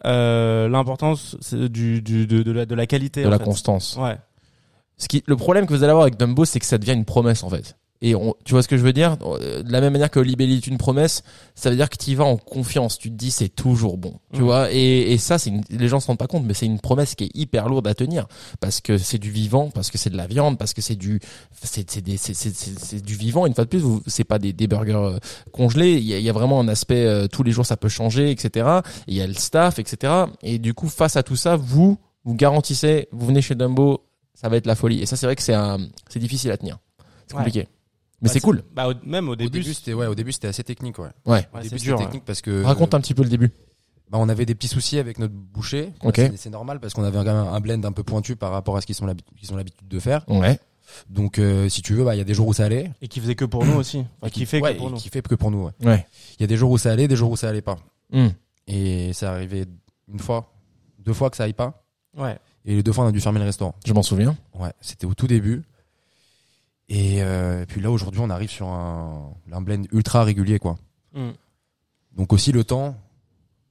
B: euh, l'importance c'est du, du de, de la de la qualité,
A: de
B: en
A: la
B: fait.
A: constance.
B: Ouais.
A: Ce qui, le problème que vous allez avoir avec Dumbo, c'est que ça devient une promesse en fait. Et on, tu vois ce que je veux dire Euh, De la même manière que Libelli est une promesse, ça veut dire que tu y vas en confiance. Tu te dis c'est toujours bon, tu
B: Mhm.
A: vois. Et, et ça, c'est une- les gens se rendent pas compte, mais c'est une promesse qui est hyper lourde à tenir parce que c'est du vivant, parce que c'est de la viande, parce que c'est du, c'est c'est des- c'est- c'est- c'est- c'est du vivant. Une fois de plus, vous- c'est pas des, des burgers euh, congelés. Il y, a, il y a vraiment un aspect euh, tous les jours, ça peut changer, etc. Et Il y a le staff, etc. Et du coup, face à tout ça, vous vous garantissez, vous venez chez Dumbo, ça va être la folie. Et ça, c'est vrai que c'est un, c'est difficile à tenir. C'est
B: Ouais.
A: compliqué. Mais
B: Bah,
A: c'est cool.
B: Bah, au- même au
C: Au
B: début,
C: début, c'était ouais, au début, c'était assez technique, ouais.
B: ouais,
C: Au
B: c'est
C: début,
B: dur.
C: c'était
B: ouais.
C: technique parce que
A: Raconte un petit peu le début.
C: bah, on avait des petits soucis avec notre boucher.
A: Ok.
C: C'est- C'est normal parce qu'on avait quand même un blend un peu pointu par rapport à ce qu'ils sont l'habi- qu'ils ont l'habitude de faire.
A: Ouais.
C: Donc, euh, si tu veux, bah, il y a des jours où ça allait.
B: euh, Et qui faisait que pour nous aussi. Enfin, qui fait
C: Ouais,
B: que pour
C: et
B: nous.
C: Qui fait que pour nous, ouais.
A: Ouais.
C: Il y a des jours où ça allait, des jours où ça allait pas.
A: Hmm.
C: Et ça arrivait une fois, deux fois que ça aille pas.
B: Ouais.
C: Et les deux fois, on a dû fermer le restaurant.
A: Je m'en souviens.
C: Ouais, c'était au tout début. Et, euh, et puis là, aujourd'hui, on arrive sur un, un blend ultra régulier, quoi.
B: Mm.
C: Donc aussi, le temps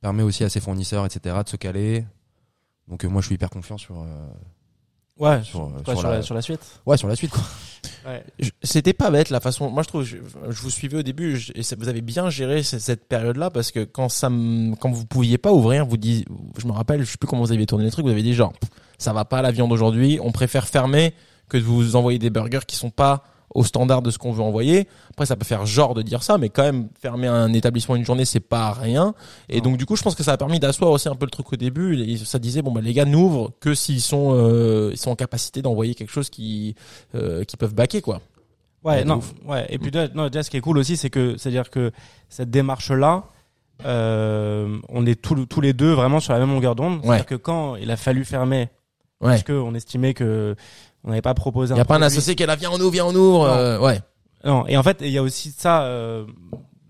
C: permet aussi à ses fournisseurs, etc., de se caler. Donc euh, moi, je suis hyper confiant sur, euh,
B: Ouais,
C: Sur, euh,
B: quoi,
C: sur
B: sur,
C: la-
B: la... sur la suite.
C: Ouais, sur la suite, quoi.
B: Ouais.
A: Je- C'était pas bête la façon. Moi, je trouve, je, je vous suivais au début je- et ça- vous avez bien géré ce- cette période-là parce que quand ça, me- quand vous pouviez pas ouvrir, vous dis, je me rappelle, je sais plus comment vous aviez tourné les trucs, vous avez dit genre, Pff, ça va pas la viande aujourd'hui, on préfère fermer que de vous envoyer des burgers qui sont pas au standard de ce qu'on veut envoyer. Après, ça peut faire genre de dire ça, mais quand même, fermer un établissement une journée, c'est pas rien. Et donc, du coup, je pense que ça a permis d'asseoir aussi un peu le truc au début. Et ça disait, bon, bah, les gars n'ouvrent que s'ils sont, euh, ils sont en capacité d'envoyer quelque chose qui, euh, qui peuvent baquer, quoi.
B: Ouais,
A: de
B: non,
A: ouf.
B: ouais. Et puis, déjà- non, déjà, ce qui est cool aussi, c'est que, c'est-à-dire que cette démarche-là, euh, on est tous tous les deux vraiment sur la même longueur d'onde. C'est-à-dire
A: Ouais.
B: que quand il a fallu fermer,
A: Ouais.
B: parce qu'on estimait que on n'avait pas proposé.
A: Il n'y a pas un
B: produit.
A: associé qui est là, viens, on ouvre, viens, on ouvre.
B: Non.
A: euh, ouais.
B: Non. Et en fait, il y a aussi ça. euh,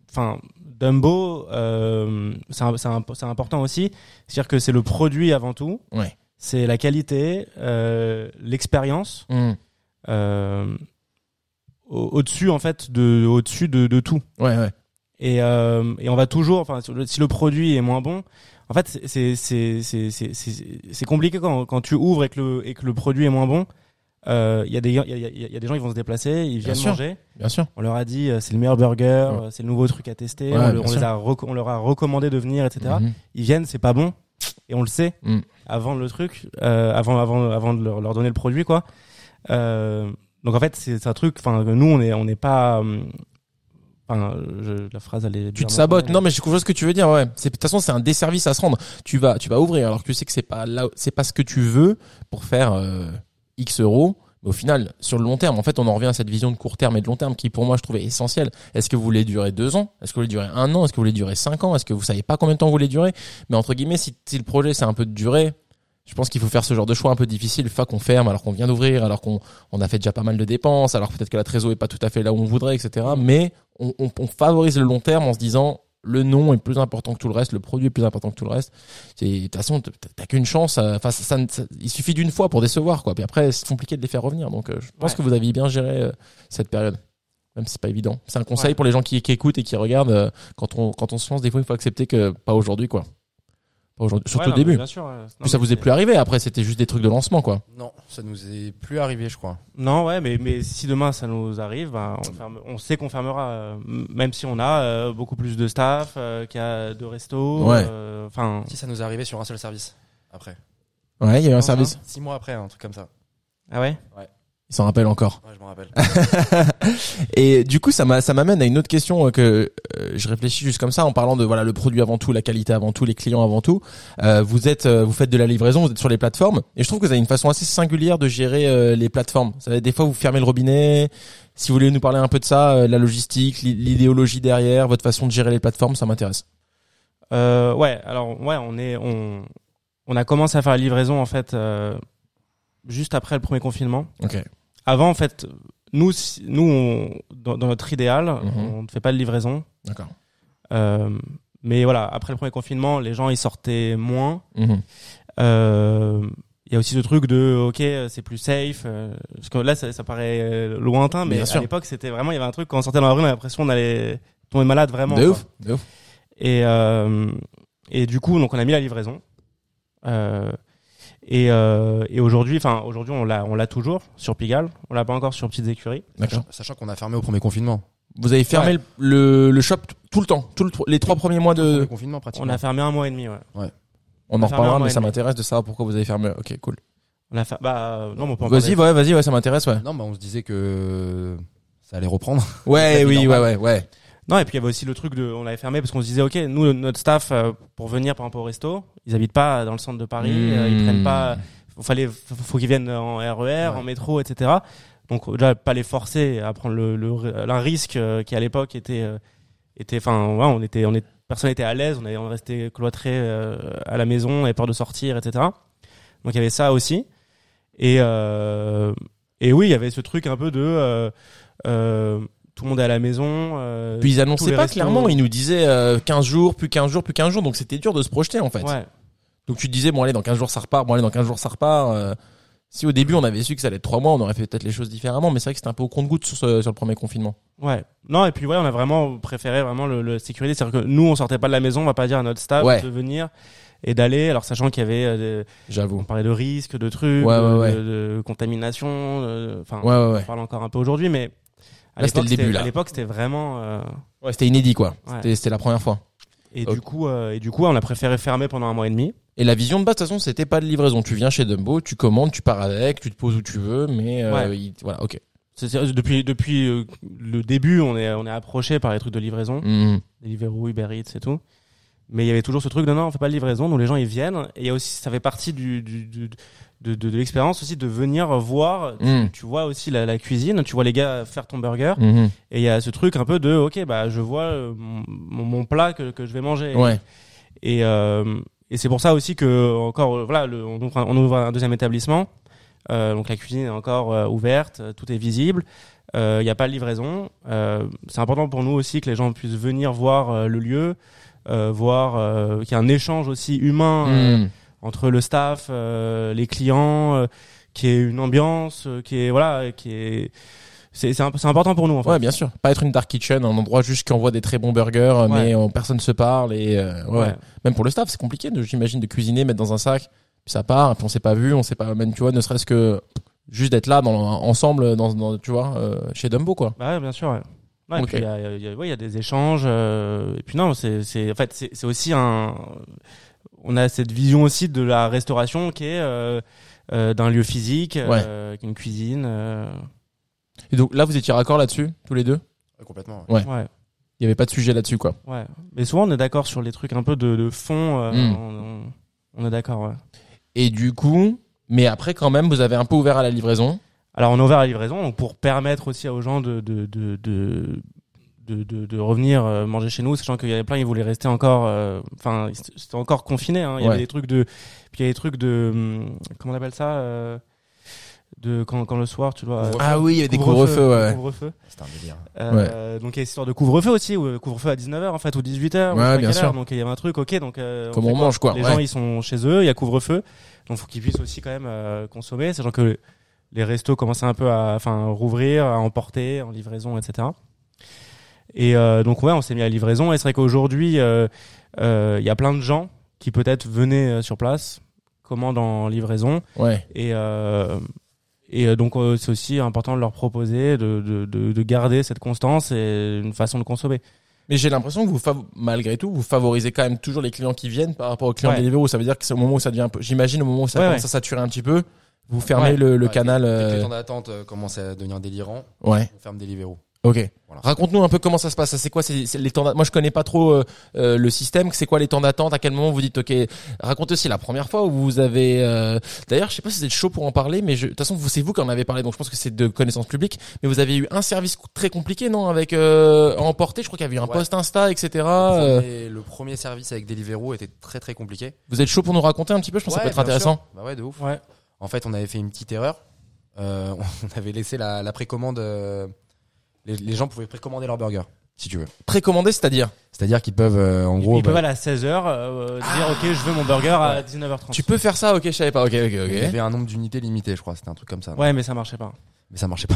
B: Enfin, Dumbo, euh, c'est un- c'est un- c'est important aussi. C'est-à-dire que c'est le produit avant tout.
A: Ouais.
B: C'est la qualité, euh, l'expérience.
A: Mm.
B: euh, au- au-dessus en fait de au-dessus de, de tout
A: Ouais, ouais.
B: et, euh, et on va toujours enfin si le- si le produit est moins bon en fait c'est- c'est c'est c'est c'est c'est- c'est compliqué quand quand tu ouvres et que le et que le produit est moins bon euh, il y a des il y a, il y a- il y a des gens qui vont se déplacer ils viennent
A: sûr.
B: manger
A: Bien sûr.
B: on leur a dit euh, c'est le meilleur burger
A: Ouais.
B: euh, c'est le nouveau truc à tester
A: Ouais,
B: on,
A: bien
B: le- on
A: sûr.
B: les a reco- on leur a recommandé de venir etc
A: Mhm.
B: ils viennent c'est pas bon et on le sait
A: Mm.
B: avant le truc euh, avant avant avant de leur, leur donner le produit quoi Euh, donc en fait c'est c'est un truc enfin nous on est on n'est pas euh, enfin je- la phrase elle est
A: Tu te
B: bizarrement
A: sabotes.
B: formulée.
A: Non, mais je vois ce que tu veux dire, ouais. C'est, de toute façon, c'est un desservice à se rendre. Tu vas, tu vas ouvrir, alors que tu sais que c'est pas là, c'est pas ce que tu veux pour faire, euh, X euros. Mais au final, sur le long terme, en fait, on en revient à cette vision de court terme et de long terme qui, pour moi, je trouvais essentielle. Est-ce que vous voulez durer deux ans? Est-ce que vous voulez durer un an? Est-ce que vous voulez durer cinq ans? Est-ce que vous savez pas combien de temps vous voulez durer? Mais entre guillemets, si, si le projet, c'est un peu de durée, je pense qu'il faut faire ce genre de choix un peu difficile, fois qu'on ferme, alors qu'on vient d'ouvrir, alors qu'on on a fait déjà pas mal de dépenses, alors peut-être que la trésor est pas tout à fait là où on voudrait, etc. Mais on, on- on favorise le long terme en se disant le nom est plus important que tout le reste, le produit est plus important que tout le reste. C'est- De toute façon, t'as t'as qu'une chance. euh, Enfin, ça, ça ne- ça- il suffit d'une fois pour décevoir, quoi. Puis après, c'est compliqué de les faire revenir. Donc, euh, je pense
B: Ouais.
A: que vous aviez bien géré euh, cette période. Même si c'est pas évident. C'est un conseil
B: Ouais.
A: pour les gens qui, qui écoutent et qui regardent. euh, quand on quand on se lance, des fois, il faut accepter que pas aujourd'hui, quoi. Pas aujourd'hui.
B: Ouais,
A: Surtout
B: non,
A: au
B: mais
A: début.
B: bien sûr, euh, non,
A: Puis ça
B: mais
A: vous est
B: c'est-
A: plus arrivé. Après, c'était juste des trucs de lancement, quoi.
C: Non, ça nous est plus arrivé, je crois.
B: non ouais mais mais si demain ça nous arrive bah, on ferme- on sait qu'on fermera euh, m- même si on a euh, beaucoup plus de staff euh, qu'il y a de restos
A: Ouais.
B: euh, enfin
C: Si ça nous est arrivé sur un seul service, après.
A: Ouais, il y a eu un
B: Non,
A: service.
C: Six mois après, un truc comme ça.
B: ah ouais
A: Il s'en rappelle encore.
C: Ouais, je m'en rappelle.
A: Et du coup, ça m'a- ça m'amène à une autre question euh, que euh, je réfléchis juste comme ça en parlant de voilà le produit avant tout, la qualité avant tout, les clients avant tout. Euh, vous êtes, euh, vous faites de la livraison, vous êtes sur les plateformes, et je trouve que vous avez une façon assez singulière de gérer euh, les plateformes. Ça, va être des fois, vous fermez le robinet. Si vous voulez nous parler un peu de ça, euh, la logistique, l'i- l'idéologie derrière, votre façon de gérer les plateformes, ça m'intéresse.
B: Euh, ouais, alors ouais, on est on on a commencé à faire la livraison en fait euh, juste après le premier confinement.
A: Ok.
B: Avant en fait, nous si- nous on- dans, dans notre idéal,
A: Mhm.
B: on ne fait pas de livraison.
A: D'accord.
B: Euh, mais voilà, après le premier confinement, les gens ils sortaient moins.
A: Mhm.
B: Euh, Il y a aussi ce truc de ok, euh, c'est plus safe. euh, parce que là, ça, ça paraît euh, lointain, mais
A: Bien
B: à
A: sûr.
B: l'époque, c'était vraiment il y avait un truc quand on sortait dans la rue, on avait l'impression on allait tomber malade vraiment.
A: de
B: quoi.
A: ouf, de ouf.
B: Et, euh, et du coup, donc on a mis la livraison. Euh, et euh, et aujourd'hui, enfin aujourd'hui, on l'a on l'a toujours sur Pigalle. On l'a pas encore sur Petites Écuries.
A: D'accord.
C: Sachant qu'on a fermé au premier confinement.
A: Vous avez fermé le, le, le shop t- tout le temps, tout le, les trois premiers mois
C: Premier
A: de.
C: confinement, pratiquement.
B: On a fermé un mois et demi. Ouais.
A: On
B: on
A: en
B: a fermé un
A: reparlera,
B: mois
A: mais
B: et
A: ça
B: demi.
A: m'intéresse de savoir pourquoi vous avez fermé. Ok, cool.
B: On a fait. Bah euh, non, mais on peut en
A: Vas-y, ouais,
B: parler.
A: vas-y, ouais, ça m'intéresse, ouais.
C: Non, mais on se disait que ça allait reprendre.
A: Ouais,
C: Tapis
A: oui, ouais, ouais,
C: normal.
A: ouais.
B: Non, et puis il y avait aussi le truc de, on l'avait fermé parce qu'on se disait, ok, nous notre staff euh, pour venir par exemple au resto, ils habitent pas dans le centre de Paris,
A: Mmh.
B: euh, ils prennent pas. Faut, fallait, faut, faut qu'ils viennent en RER, en métro, etc. Donc déjà pas les forcer à prendre le, le un risque euh, qui à l'époque était euh, était, enfin, ouais, on était, on est, personne n'était à l'aise, on, avait- on restait cloîtré euh, à la maison, on avait peur de sortir, etc. Donc il y avait ça aussi. Et euh, et oui, il y avait ce truc un peu de euh, euh, tout le monde est à la maison. euh,
A: Puis ils
B: tous
A: annonçaient
B: les
A: pas
B: restos-
A: clairement, ils nous disaient euh, 15 jours, plus 15 jours, plus 15 jours, donc c'était dur de se projeter en fait.
B: Ouais.
A: Donc tu te disais, bon allez, dans 15 jours ça repart, bon allez, dans 15 jours ça repart. euh, Si au début on avait su que ça allait être trois mois, on aurait fait peut-être les choses différemment, mais c'est vrai que c'était un peu au compte-goutte sur, ce- sur le premier confinement.
B: Ouais. Non, et puis ouais, on a vraiment préféré vraiment le, le sécurité. C'est-à-dire que nous, on sortait pas de la maison, on va pas dire à notre staff
A: Ouais.
B: de venir et d'aller. Alors, sachant qu'il y avait, euh, des- on
A: J'avoue.
B: parlait de risques, de trucs,
A: Ouais, ouais,
B: de,
A: ouais.
B: de- de contamination, euh, enfin,
A: Ouais, ouais,
B: on
A: ouais.
B: parle encore un peu aujourd'hui, mais à
A: Là, c'était
B: l'époque,
A: le début,
B: c'était-
A: là.
B: à l'époque, c'était vraiment, euh,
A: Ouais, c'était inédit, quoi.
B: Ouais.
A: C'était- C'était la première fois.
B: et
A: Ok.
B: du coup, euh, et du coup, on a préféré fermer pendant un mois et demi.
A: Et la vision de base, de toute façon, c'était pas de livraison. Tu viens chez Dumbo, tu commandes, tu pars avec, tu te poses où tu veux, mais euh,
B: Ouais.
A: il- voilà, ok.
B: C'est- c'est- depuis, depuis euh, le début, on est, on est approché par les trucs de livraison.
A: Hmm.
B: Deliveroo, Uber Eats et tout. Mais il y avait toujours ce truc de non, on fait pas de livraison, donc les gens ils viennent. Et il y a aussi, ça fait partie du, du- du- de, de- de l'expérience aussi de venir voir. Tu-
A: Mm.
B: Tu vois aussi la, la cuisine, tu vois les gars faire ton burger.
A: Mhm.
B: Et il y a ce truc un peu de ok, bah je vois euh, mon, mon- mon plat que, que je vais manger.
A: Ouais.
B: Et, euh, et c'est pour ça aussi que encore euh, voilà, le- on, ouvre un, on ouvre un deuxième établissement. Euh, donc la cuisine est encore euh, ouverte, euh, tout est visible. Euh, Il n'y a pas de livraison. Euh, c'est important pour nous aussi que les gens puissent venir voir euh, le lieu, euh, voir euh, qu'il y a un échange aussi humain euh,
A: Hmm.
B: entre le staff, euh, les clients, euh, qui est une ambiance, euh, qui est voilà, qui est c'est c'est imp- c'est important pour nous en fait.
A: Ouais, bien sûr. Pas être une dark kitchen, un endroit juste qui envoie des très bons burgers, euh, mais euh, personne se parle et euh, ouais.
B: Ouais.
A: Même pour le staff, c'est compliqué. de- J'imagine de cuisiner, mettre dans un sac, puis ça part. Puis on s'est pas vu, on s'est pas même, tu vois, ne serait-ce que juste d'être là, dans, ensemble, dans, dans- tu vois, euh, chez Dumbo, quoi.
B: Bah ouais, bien sûr. Ouais. Ouais, et
A: Ok.
B: puis Il y a, il y a- ouais, il y a des échanges. euh, et puis non, c'est, c'est, en fait, c'est, c'est aussi un. On a cette vision aussi de la restauration qui est euh, euh, d'un lieu physique, euh, avec une cuisine. euh,
A: Et donc là, vous étiez raccord là-dessus, tous les deux.
C: Complètement.
A: Ouais.
B: ouais,
A: Il y avait pas de sujet là-dessus, quoi.
B: ouais. Mais souvent, on est d'accord sur les trucs un peu de, de fond. euh,
A: Mm.
B: on, on- on est d'accord. Ouais.
A: Et du coup, mais après, quand même, vous avez un peu ouvert à la livraison.
B: Alors, on a ouvert la livraison donc pour permettre aussi aux gens de, de, de, de, de, de- de revenir euh, manger chez nous, sachant qu'il y avait plein, ils voulaient rester encore. euh, Enfin, ils étaient- c'était encore confiné. Hein. Il y
A: Ouais.
B: avait des trucs de. Puis il y avait des trucs de. hum, Comment on appelle ça euh, de, quand, quand le soir, tu euh, dois.
A: Ah oui, il y avait des
B: couvre-feu,
A: couvre-feux, ouais.
B: couvre-feu.
C: C'était un délire.
B: Euh, Donc, il y a cette histoire de couvre-feu aussi, ou euh, couvre-feu à 19h, en fait, ou 18h.
A: Ouais, bien sûr.
B: Donc, il y avait un truc, ok, donc. euh,
A: Comme
B: fait
A: on mange, quoi.
B: les
A: ouais.
B: gens ils sont chez eux, il y a couvre-feu, donc faut qu'ils puissent aussi quand même euh, consommer, sachant que les restos commençaient un peu à, enfin, rouvrir, à emporter, en livraison, etc. Et euh, donc ouais, on s'est mis à la livraison. Et c'est vrai qu'aujourd'hui, euh, euh, il y a plein de gens qui peut-être venaient euh, sur place, commandent en livraison,
A: Ouais.
B: et euh, et euh, donc euh, c'est aussi important de leur proposer de, de, de, de garder cette constance et une façon de consommer.
A: Mais j'ai l'impression que vous, fav- malgré tout, vous favorisez quand même toujours les clients qui viennent par rapport aux clients
B: Ouais.
A: Deliveroo. Ça veut dire que c'est au moment où ça devient un peu, j'imagine, au moment où ça
B: Ouais,
A: commence
B: ouais.
A: à saturer un petit peu, vous fermez
B: Ouais.
A: le, le
C: Ouais,
A: canal.
C: Dès que
A: euh,
C: les temps d'attente euh, commencent à devenir délirants,
A: Ouais.
C: on ferme Deliveroo.
A: Ok.
C: Voilà.
A: Raconte-nous un peu comment ça se passe. Ça, C'est quoi c'est, c'est les temps d'attente Moi, je connais pas trop euh, euh, le système. C'est quoi les temps d'attente À quel moment vous dites OK Raconte aussi la première fois où vous avez. euh, D'ailleurs, je sais pas si vous êtes chaud pour en parler, mais je... de toute façon, vous c'est vous qui en avez parlé, donc je pense que c'est de connaissance publique. Mais vous avez eu un service co- très compliqué, non Avec euh, à emporter. Je crois qu'il y avait eu un
C: Ouais.
A: post Insta, etc.
C: le,
A: euh,
C: premier, le premier service avec Deliveroo était très très compliqué.
A: Vous êtes chaud pour nous raconter un petit peu Je pense que ça
C: Ouais,
A: peut être
C: bien
A: intéressant.
C: sûr. Bah ouais, de ouf.
B: Ouais.
C: En fait, on avait fait une petite erreur. Euh, on avait laissé la, la précommande. euh, les, les gens pouvaient précommander leur burger, si tu veux.
A: Précommandé, c'est-à-dire
C: C'est-à-dire qu'ils peuvent, euh, en gros,
B: Ils peuvent
C: bah,
B: aller à 16h dire ok, je veux mon burger à 19h30.
A: Tu peux faire ça Ok, je savais pas. Ok,
C: il y
A: ok, ok.
C: avait un nombre d'unités limité, je crois. C'était un truc comme ça.
B: Ouais, mais ça marchait pas.
C: Mais ça marchait pas.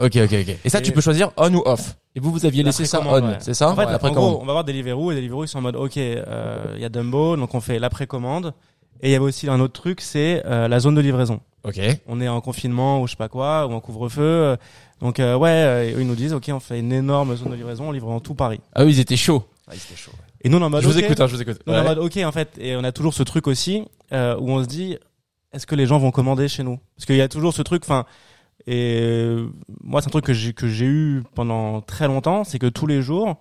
A: Ok, ok, ok. Et ça, tu
B: Et-
A: peux choisir on ou off. Et vous, vous aviez
B: La
A: laissé ça on,
B: précommande, ouais.
A: c'est ça
B: En fait,
A: Hein Ouais,
B: la précommande. on va voir Deliveroo et Deliveroo ils sont en mode ok, euh, il y a Dumbo, donc on fait la précommande. Et il y avait aussi un autre truc, c'est euh, la zone de livraison.
A: Ok.
B: On est en confinement ou je sais pas quoi, ou en couvre-feu. euh, Donc euh, ouais, euh, eux, ils nous disent ok, on fait une énorme zone de livraison, on livre en tout Paris.
A: Ah oui, ils étaient chauds.
C: Ah, c'était chaud. ouais.
B: Et nous on est en mode
A: je vous
B: ok.
A: écoute, hein, je vous écoute.
B: Nous, on est en
A: Ouais.
B: mode ok en fait, et on a toujours ce truc aussi euh, où on se dit est-ce que les gens vont commander chez nous Parce qu'il y a toujours ce truc, enfin. Et euh, moi, c'est un truc que j'ai que j'ai eu pendant très longtemps, c'est que tous les jours,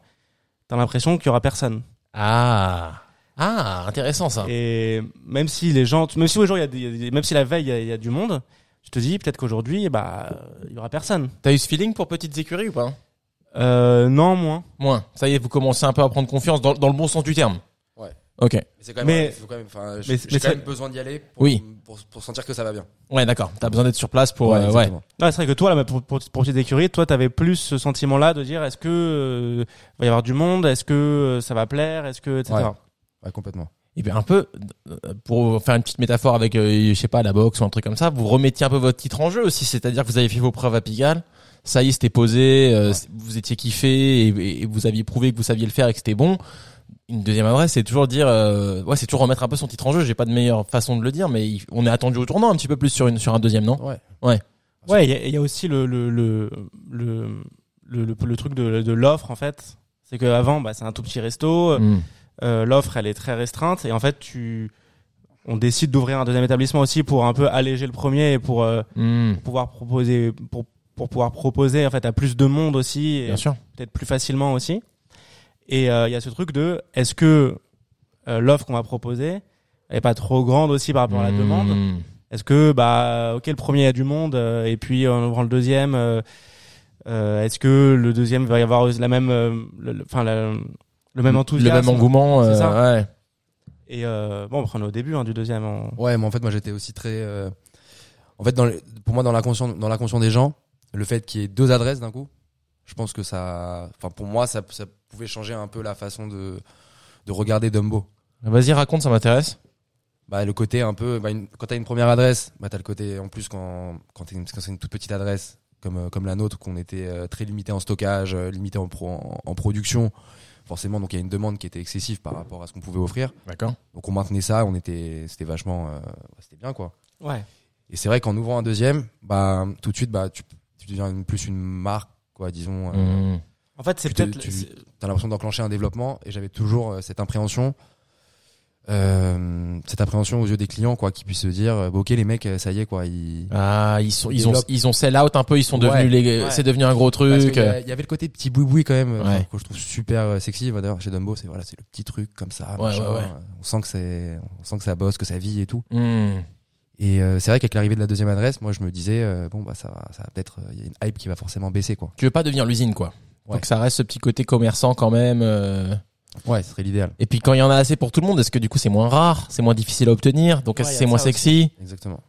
B: t'as l'impression qu'il y aura personne.
A: Ah. Ah, intéressant ça.
B: Et même si les gens, même si aujourd'hui, il y a des- il y a des- même si la veille, il y a- il y, a du monde, je te dis peut-être qu'aujourd'hui, bah, euh, il y aura personne.
A: T'as eu ce feeling pour petites écuries ou pas
B: Euh, non, moins.
A: Moins. Ça y est, vous commencez un peu à prendre confiance dans, dans le bon sens du terme.
C: Ouais.
A: Ok.
C: Mais c'est quand même.
B: Mais-
C: faut quand même- enfin,
B: mais-
C: j'ai
B: mais
C: j'ai
B: ça-
C: quand même besoin d'y aller. Pour,
A: Oui.
C: Pour, pour sentir que ça va bien.
A: Ouais, d'accord. T'as besoin d'être sur place pour. euh, Ouais.
C: exactement.
B: Non, c'est vrai que toi, là, pour, pour, pour Petite Écurie, toi, t'avais plus ce sentiment-là de dire, est-ce que euh, va y avoir du monde, est-ce que euh, ça va plaire, est-ce que, etc.
C: Ouais. Ouais, complètement.
A: Et bien un peu, euh, pour faire une petite métaphore avec, euh, je sais pas, la boxe ou un truc comme ça, vous remettiez un peu votre titre en jeu aussi, c'est-à-dire que vous avez fait vos preuves à Pigalle, ça y est, c'était posé, euh, c'est- vous étiez kiffé et, et vous aviez prouvé que vous saviez le faire et que c'était bon. Une deuxième adresse, c'est toujours dire, euh, ouais, c'est toujours remettre un peu son titre en jeu. J'ai pas de meilleure façon de le dire, mais il- on est attendu au tournant un petit peu plus sur une sur un deuxième, non
B: Ouais, il y a- il y, a aussi le le le le, le, le- le truc de, de l'offre en fait. C'est qu'avant, bah, c'est un tout petit resto.
A: Mm.
B: Euh, l'offre, elle est très restreinte. Et en fait, tu, on décide d'ouvrir un deuxième établissement aussi pour un peu alléger le premier et pour euh,
A: Mm.
B: pouvoir proposer pour pour pouvoir proposer en fait à plus de monde aussi et
A: Bien sûr.
B: peut-être plus facilement aussi. Et euh, il y a ce truc de est-ce que euh, l'offre qu'on va proposer elle est pas trop grande aussi par rapport à la demande
A: Mm.
B: est-ce que bah ok le premier a du monde euh, et puis on ouvre le deuxième. euh, euh, Est-ce que le deuxième va y avoir la même, euh, le, le- enfin la- le même enthousiasme,
A: Le même engouement.
B: C'est
A: euh,
B: ça.
A: ouais.
B: Et euh, bon, on est au début hein, du deuxième. on-
C: Ouais, mais en fait, moi, j'étais aussi très. euh, En fait, dans le- pour moi, dans l'inconscient, dans l'inconscient des gens, le fait qu'il y ait deux adresses d'un coup, je pense que ça. Enfin, pour moi, ça, ça pouvait changer un peu la façon de de regarder Dumbo.
A: Vas-y, raconte, ça m'intéresse.
C: Bah, le côté un peu. Bah, une- quand t'as une première adresse, bah, t'as le côté en plus quand quand, t'es une- quand c'est une toute petite adresse comme euh, comme la nôtre, qu'on était euh, très limité en stockage, euh, limité en, pro- en, en production. Forcément, donc il y a une demande qui était excessive par rapport à ce qu'on pouvait offrir.
A: D'accord.
C: Donc on maintenait ça, on était, c'était vachement, euh, c'était bien quoi.
B: Ouais.
C: Et c'est vrai qu'en ouvrant un deuxième, bah tout de suite, bah tu, tu deviens une- plus une marque, quoi, disons. euh,
A: Mhm. Hmm.
B: En fait, c'est
C: Tu te-
B: peut-être.
C: tu-
B: c'est-
C: T'as l'impression d'enclencher un développement, et j'avais toujours euh, cette appréhension, euh, cette appréhension aux yeux des clients, quoi, qui puissent se dire, euh, Bah, ok les mecs, euh, ça y est, quoi. Ils...
A: Ah, ils sont, ils ont,
C: Développe.
A: ils ont sell out un peu. Ils sont
C: Ouais.
A: devenus les,
B: Ouais.
A: c'est devenu un gros
C: Parce qu'il
A: truc. euh.
C: y a- il y, avait le côté petit boui boui quand même, euh,
A: Ouais.
C: que je trouve super euh, sexy. Bah, D'ailleurs, chez Dumbo, c'est voilà, c'est le petit truc comme ça.
A: Ouais, ouais, ouais.
C: euh, On sent que c'est, on sent que ça bosse, que ça vit et tout.
A: Hmm.
C: Et euh, c'est vrai qu'avec l'arrivée de la deuxième adresse, moi je me disais euh, bon bah ça va, ça va peut-être euh, il y a une hype qui va forcément baisser quoi.
A: Tu veux pas devenir l'usine, quoi.
C: Ouais.
A: Donc ça reste ce petit côté commerçant quand même. euh.
C: Ouais, ce serait l'idéal.
A: Et puis quand il y en a assez pour tout le monde, est-ce que du coup c'est moins rare, c'est moins difficile à obtenir, donc est-ce
B: Ouais,
A: que
B: y a
A: c'est moins
B: ça
A: sexy
C: Exactement.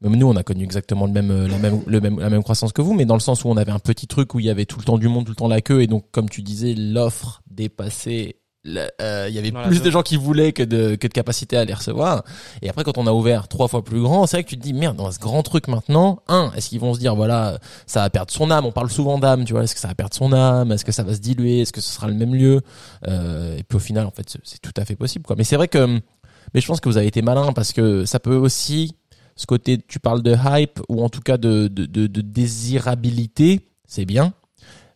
A: Même nous, on a connu exactement le même, euh, la même, le même, la même croissance que vous, mais dans le sens où on avait un petit truc où il y avait tout le temps du monde, tout le temps la queue, et donc comme tu disais, l'offre dépassait. la- euh, Il y avait
B: Dans la
A: plus
B: zone.
A: de gens qui voulaient que de, que de capacité à les recevoir. Et après, quand on a ouvert trois fois plus grand, c'est vrai que tu te dis merde, dans ce grand truc maintenant, un, est-ce qu'ils vont se dire voilà, ça va perdre son âme On parle souvent d'âme, tu vois. Est-ce que ça va perdre son âme Est-ce que ça va se diluer Est-ce que ce sera le même lieu Euh, Et puis au final, en fait, c'est- c'est tout à fait possible, quoi. Mais c'est vrai que, mais je pense que vous avez été malin parce que ça peut aussi ce côté, tu parles de hype ou en tout cas de, de, de, de désirabilité, c'est bien,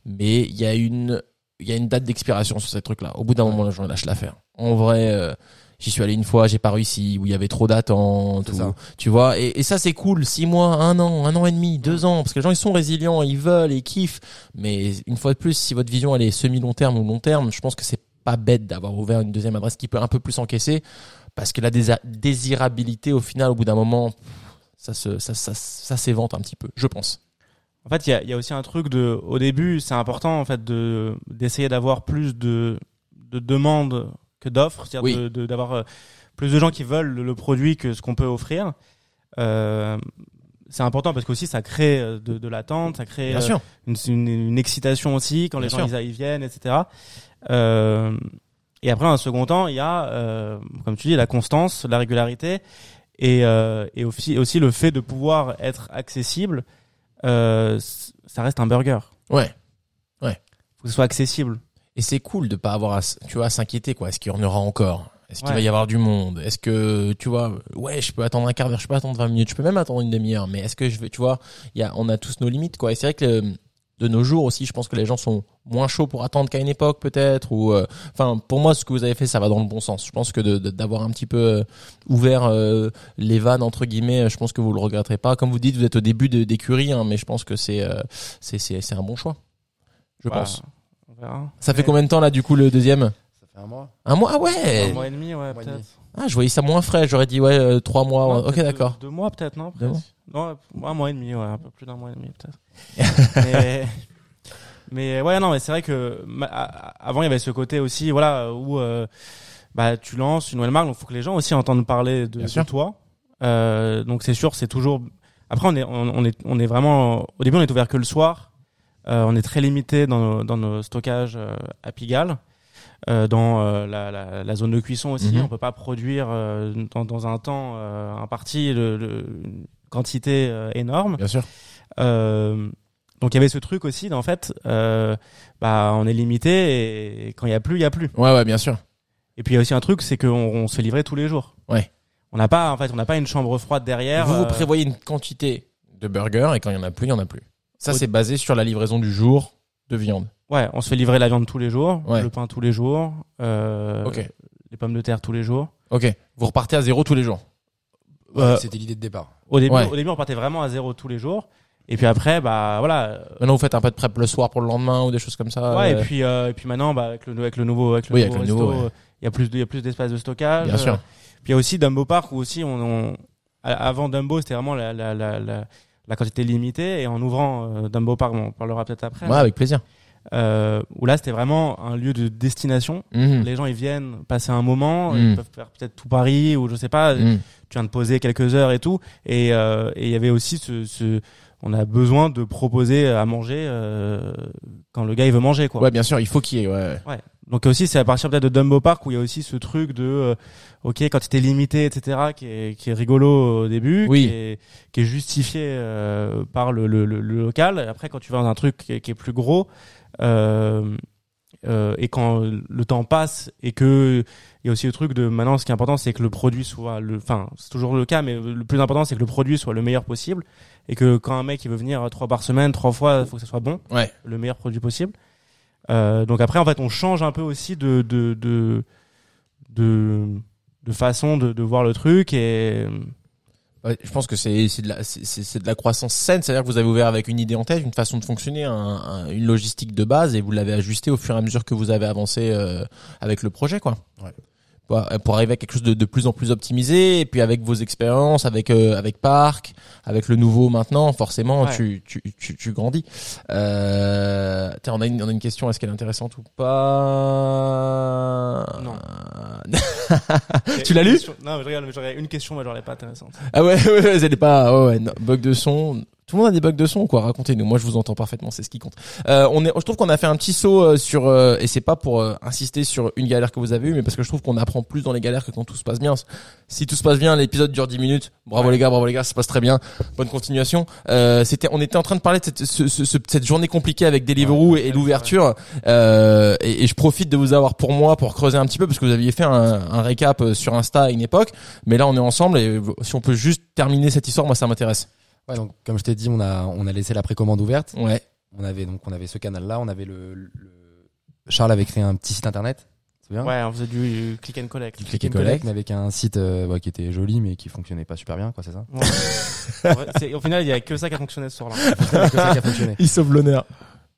A: mais il y a une il y a une date d'expiration sur ces trucs-là. Au bout d'un moment, les gens lâchent l'affaire. En vrai, euh, j'y suis allé une fois, j'ai pas réussi, où il y avait trop d'attentes,
C: C'est
A: ou-
C: ça.
A: tu vois. Et, et ça, c'est cool. Six mois, un an, un an et demi, deux ans, parce que les gens ils sont résilients, ils veulent, ils kiffent. Mais une fois de plus, si votre vision elle est semi long terme ou long terme, je pense que c'est pas bête d'avoir ouvert une deuxième adresse qui peut un peu plus encaisser, parce que la désa- désirabilité, au final, au bout d'un moment, ça se ça ça, ça s'évente un petit peu, je pense.
B: En fait, il y a, il y a aussi un truc de, au début, c'est important en fait de d'essayer d'avoir plus de de demandes que d'offres, c'est-à-dire
A: Oui.
B: de- de- d'avoir euh, plus de gens qui veulent le produit que ce qu'on peut offrir. Euh, c'est important parce qu'aussi ça crée euh, de, de l'attente, ça crée euh, une, une, une excitation aussi quand les
A: Bien
B: gens ils, ils viennent, etc. Euh, et après, un second temps, il y a, euh, comme tu dis, la constance, la régularité et, euh, et aussi, aussi le fait de pouvoir être accessible. Euh, c- ça reste un burger.
A: Ouais.
B: faut que ce soit accessible.
A: Et c'est cool de pas avoir à, s- tu vois, à s'inquiéter, quoi. Est-ce qu'il y en aura encore? Est-ce qu'il
B: Ouais.
A: va y avoir du monde? Est-ce que, tu vois, ouais, je peux attendre un quart d'heure, je peux attendre 20 minutes, je peux même attendre une demi-heure, mais est-ce que je vais, tu vois, il y a, on a tous nos limites, quoi. Et c'est vrai que euh, de nos jours aussi, je pense que les gens sont moins chauds pour attendre qu'à une époque, peut-être, ou, euh, enfin, pour moi, ce que vous avez fait, ça va dans le bon sens. Je pense que de- de- d'avoir un petit peu euh, ouvert euh, les vannes, entre guillemets, je pense que vous le regretterez pas. Comme vous dites, vous êtes au début de- d'écurie, hein, mais je pense que c'est, euh, c'est, c'est, c'est un bon choix. Je
B: Voilà.
A: pense.
B: On verra.
A: Ça fait
B: Ouais.
A: combien de temps là du coup le deuxième
C: Ça fait un mois.
A: Un mois Ah ouais
B: Un mois et demi, ouais,
C: mois et
B: peut-être.
C: demi.
A: Ah je voyais ça moins frais, j'aurais dit ouais euh, trois mois.
B: Non,
A: ouais. ok
B: peut-être
A: d'accord.
B: Deux, deux mois peut-être, non
A: Deux
B: presque. Non, un mois et demi, ouais, un peu plus d'un mois et demi peut-être. mais, mais ouais, non, mais c'est vrai que ma- a- avant il y avait ce côté aussi, voilà, où euh, bah tu lances une nouvelle marque, donc faut que les gens aussi entendent parler de,
A: Bien
B: de
A: sûr.
B: toi. Euh, donc c'est sûr, c'est toujours. Après on est on, on est on est vraiment au début on est ouvert que le soir. Euh, on est très limité dans nos, dans nos stockages euh, à Pigalle. euh, dans euh, la, la, la zone de cuisson aussi.
A: Mhm.
B: On peut pas produire euh, dans, dans un temps euh, imparti le, le- une quantité euh, énorme.
A: Bien sûr.
B: Euh, donc il y avait ce truc aussi, d'en fait, euh, bah, on est limité et quand il y a plus, il y a plus.
A: Ouais, ouais, bien sûr.
B: Et puis il y a aussi un truc, c'est qu'on on se livrait tous les jours.
A: Ouais.
B: On n'a pas, en fait, on n'a pas une chambre froide derrière.
A: Vous vous
B: euh,
A: prévoyez une quantité de burgers et quand il y en a plus, il y en a plus. Ça,
B: Au-
A: c'est basé sur la livraison du jour de viande.
B: Ouais, on se fait livrer la viande tous les jours,
A: Ouais.
B: le pain tous les jours, euh,
A: Ok.
B: les pommes de terre tous les jours.
A: Ok. Vous repartez à zéro tous les jours.
B: Euh,
C: C'était l'idée de départ.
B: au début,
A: ouais.
B: au début, on partait vraiment à zéro tous les jours. Et puis après, bah voilà. euh,
A: Maintenant, vous faites un peu de prep le soir pour le lendemain ou des choses comme ça.
B: Ouais,
A: euh,
B: et puis euh, et puis maintenant, bah avec le nou- avec le nouveau avec le
A: Oui,
B: nouveau
A: avec le nouveau,
B: resto, euh, il y a plus de- il y a plus d'espace de stockage. Euh,
A: Bien sûr.
B: Puis il y a aussi Dumbo Park où aussi on, on- a- avant Dumbo c'était vraiment la la, la, la la quantité limitée et en ouvrant euh, Dumbo Park, on en parlera peut-être après.
A: Ouais, avec plaisir.
B: euh, où là c'était vraiment un lieu de destination.
A: Mhm.
B: Les gens ils viennent passer un moment,
A: Mm.
B: ils peuvent faire peut-être tout Paris ou je sais pas,
A: Mhm.
B: tu viens de poser quelques heures et tout. Et euh, et il y avait aussi ce, ce, on a besoin de proposer à manger euh, quand le gars il veut manger quoi.
A: Ouais, bien sûr, il faut qu'il y ait. Ouais.
B: Ouais. Donc aussi c'est à partir peut-être de Dumbo Park où il y a aussi ce truc de euh, ok quantité limitée etc qui est qui est rigolo au début,
A: Oui.
B: qui est qui est justifié euh, par le, le, le, le local. Et après quand tu vas dans un truc qui est, qui est plus gros euh, euh, et quand le temps passe et que il y a aussi le truc de maintenant ce qui est important c'est que le produit soit le enfin c'est toujours le cas mais le plus important c'est que le produit soit le meilleur possible et que quand un mec il veut venir trois par semaine trois fois faut que ça soit bon
A: Ouais.
B: le meilleur produit possible euh, donc après en fait on change un peu aussi de de de de, de façon de, de voir le truc et
A: Ouais, je pense que c'est c'est de la c'est- c'est c'est de la croissance saine, c'est-à-dire que vous avez ouvert avec une idée en tête, une façon de fonctionner, un- un- une logistique de base et vous l'avez ajustée au fur et à mesure que vous avez avancé euh, avec le projet, quoi.
C: Ouais.
A: Pour, pour arriver à quelque chose de, de plus en plus optimisé et puis avec vos expériences, avec euh, avec Parc, avec le nouveau maintenant, forcément
B: Ouais.
A: tu, tu tu tu grandis. Euh, tiens, on a une on a une question, est-ce qu'elle est intéressante ou pas
B: Non.
A: Tu l'as lu
B: Non, mais je regarde, mais j'aurais une question, mais genre elle est pas intéressante.
A: Ah ouais, ouais, ouais, elle est pas. Ouais, ouais, non, bug de son. Tout le monde a des bugs de son, quoi. Racontez-nous. Moi, je vous entends parfaitement. C'est ce qui compte. Euh, on est. Je trouve qu'on a fait un petit saut euh, sur. euh, et c'est pas pour euh, insister sur une galère que vous avez eue, mais parce que je trouve qu'on apprend plus dans les galères que quand tout se passe bien. Si tout se passe bien, l'épisode dure 10 minutes. Bravo les gars, bravo les gars, ça se passe très bien. Bonne continuation. Euh, c'était. On était en train de parler de cette, ce- ce- ce- cette journée compliquée avec Deliveroo et, et l'ouverture. Euh, et, et je profite de vous avoir pour moi pour creuser un petit peu parce que vous aviez fait un, un récap euh, sur Insta à une époque. Mais là, on est ensemble et v- si on peut juste terminer cette histoire, moi, ça m'intéresse.
C: Ouais, donc comme je t'ai dit, on a, on a laissé la précommande ouverte.
A: Ouais.
C: On avait donc on avait ce canal-là, on avait le, le- Charles avait créé un petit site internet. C'est bien.
B: Ouais, on faisait du click and collect.
C: Ah. Du click and collect, mais avec un site euh, ouais, qui était joli, mais qui fonctionnait pas super bien, quoi, c'est ça.
B: Ouais. En vrai, c'est- au final, il y a que ça qui a fonctionné ce soir-là.
C: C'est que ça qui a fonctionné.
A: Il sauve l'honneur.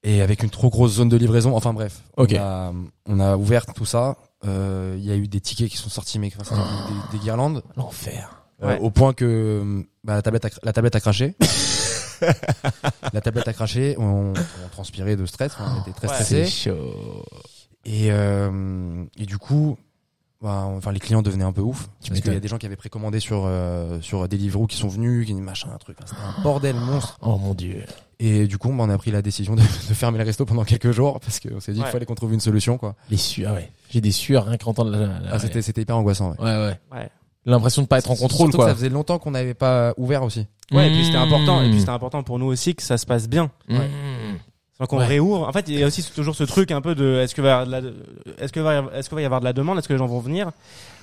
C: Et avec une trop grosse zone de livraison. Enfin bref,
A: Ok.
C: on, a, on a ouvert tout ça. Euh, Il y a eu des tickets qui sont sortis, mais enfin, c'était des, des- des guirlandes,
A: L'enfer.
C: euh,
B: Ouais.
C: au point que euh, bah, la tablette a, cr- la tablette a craché. la tablette a craché. On, on transpirait de stress. On était très
B: Ouais.
A: Ah,
C: stressés.
A: chaud.
C: Et, euh, et du coup, bah, enfin, les clients devenaient un peu ouf. parce qu'il y a
A: m'étonnes.
C: des gens qui avaient précommandé sur, euh, sur Deliveroo qui sont venus, qui disaient machin, un truc. Enfin, C'était un bordel monstre.
A: Oh mon dieu.
C: Et du coup, bah, on a pris la décision de, de fermer le resto pendant quelques jours parce qu'on s'est dit qu'il
B: Ouais.
C: fallait qu'on trouve une solution, quoi.
A: Les sueurs, ouais. J'ai des sueurs rien qu'entendre la. la-
C: Ah, c'était, c'était hyper angoissant, ouais.
A: Ouais, ouais.
B: Ouais.
A: L'impression de pas être en contrôle,
C: Surtout que
A: quoi.
C: ça faisait longtemps qu'on n'avait pas ouvert aussi.
B: Ouais, et puis c'était important. Et puis
A: Mmh.
B: c'était important pour nous aussi que ça se passe bien.
A: Mmh.
B: Sans qu'on
A: Ouais.
B: réouvre. En fait, il y a aussi toujours ce truc un peu de est-ce que va y avoir de la- est-ce que va y avoir- est-ce que va y avoir de la demande, est-ce que les gens vont venir,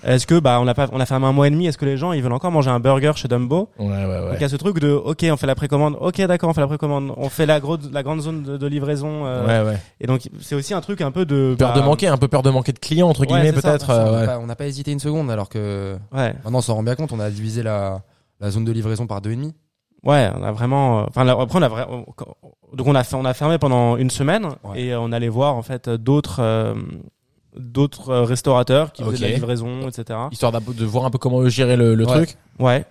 B: est-ce que bah on a pas on a fermé un mois et demi, est-ce que les gens ils veulent encore manger un burger chez Dumbo
A: Ouais, ouais,
B: Donc il
A: ouais.
B: y a ce truc de ok on fait la précommande, ok d'accord on fait la précommande, on fait la grosse la grande zone de, de livraison. euh,
A: ouais, ouais.
B: Et donc c'est aussi un truc un peu de
A: Peur
B: bah,
A: de manquer, un peu peur de manquer de clients, entre
B: Ouais,
A: guillemets,
B: c'est ça,
A: peut-être.
B: c'est
C: on,
A: euh,
C: n'a
A: ouais.
C: pas, on n'a pas hésité une seconde alors que
B: Ouais.
C: maintenant on s'en rend bien compte. On a divisé la, la zone de livraison par deux et demi.
B: Ouais, on a vraiment. euh, Enfin, là, après, on a vra- on- donc on a fait- on a fermé pendant une semaine
C: Ouais.
B: et euh, on allait voir en fait euh, d'autres euh, d'autres euh, restaurateurs qui faisaient de la
A: Ok.
B: livraison, etc.
A: Histoire d'ab- de voir un peu comment eux gérer le, le
C: Ouais.
A: truc.
B: Ouais.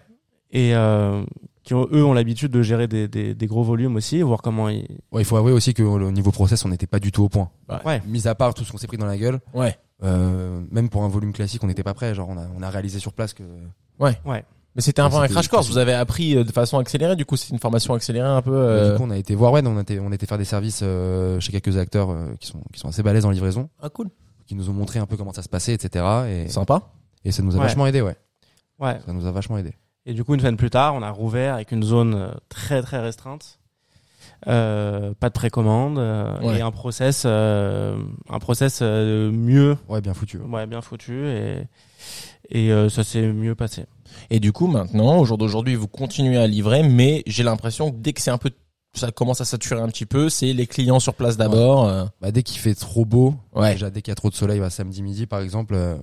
B: Et euh, qui ont, eux ont l'habitude de gérer des, des, des gros volumes aussi, voir comment ils.
C: Ouais, il faut avouer aussi qu'au au niveau process, on n'était pas du tout au point.
B: Ouais.
C: Mis à part tout ce qu'on s'est pris dans la gueule.
A: Ouais.
C: euh, même pour un volume classique, on n'était pas prêt. Genre, on a, on a réalisé sur place que.
A: Mais c'était
B: Ah,
A: un peu un
C: C'était-
A: crash course. Vous avez appris euh, de façon accélérée, du coup, c'est une formation accélérée un peu. euh,
C: Du coup, on a été voir, ouais, on était, on était faire des services euh, chez quelques acteurs euh, qui sont, qui sont assez balèzes en livraison,
A: Ah, cool.
C: qui nous ont montré un peu comment ça se passait, etc. Et,
A: Sympa.
C: et ça nous a
B: Ouais.
C: vachement aidé, ouais.
B: Ouais.
C: Ça nous a vachement aidé.
B: Et du coup, une semaine plus tard, on a rouvert avec une zone euh, très très restreinte. Euh, pas de précommande euh,
A: Ouais.
B: et un process euh, un process euh, mieux
C: Ouais, bien foutu.
B: ouais, bien foutu et et euh, ça s'est mieux passé
A: Et du coup, maintenant, au jour d'aujourd'hui, vous continuez à livrer, mais j'ai l'impression que dès que c'est un peu, ça commence à saturer un petit peu, c'est les clients sur place d'abord. euh,
C: Bah, dès qu'il fait trop beau,
A: Ouais.
C: déjà dès qu'il y a trop de soleil, bah, samedi midi par exemple, euh,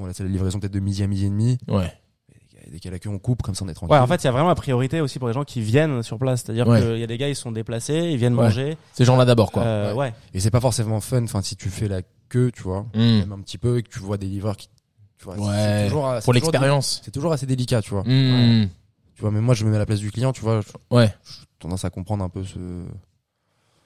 C: on laisse la livraison peut-être de midi à midi et demi.
A: Ouais.
C: Et dès qu'il y a la queue, on coupe, comme ça on est tranquille.
B: ouais en fait il y a vraiment la priorité aussi pour les gens qui viennent sur place c'est à dire
A: Ouais.
B: qu'il y a des gars ils sont déplacés ils viennent
A: Ouais.
B: manger
A: Ces gens-là d'abord, quoi.
B: Euh, ouais.
C: Et c'est pas forcément fun, enfin, si tu fais la queue, tu vois,
A: Hmm.
C: même un petit peu, et que tu vois des livreurs qui. Tu vois, c'est-
A: Ouais.
C: c'est toujours, c'est
A: Pour
C: toujours
A: l'expérience.
C: dé- C'est toujours assez délicat, tu vois.
A: Hmm.
C: Tu vois, mais moi je me mets à la place du client, tu vois. je-
A: Ouais.
C: J'ai tendance à comprendre un peu ce.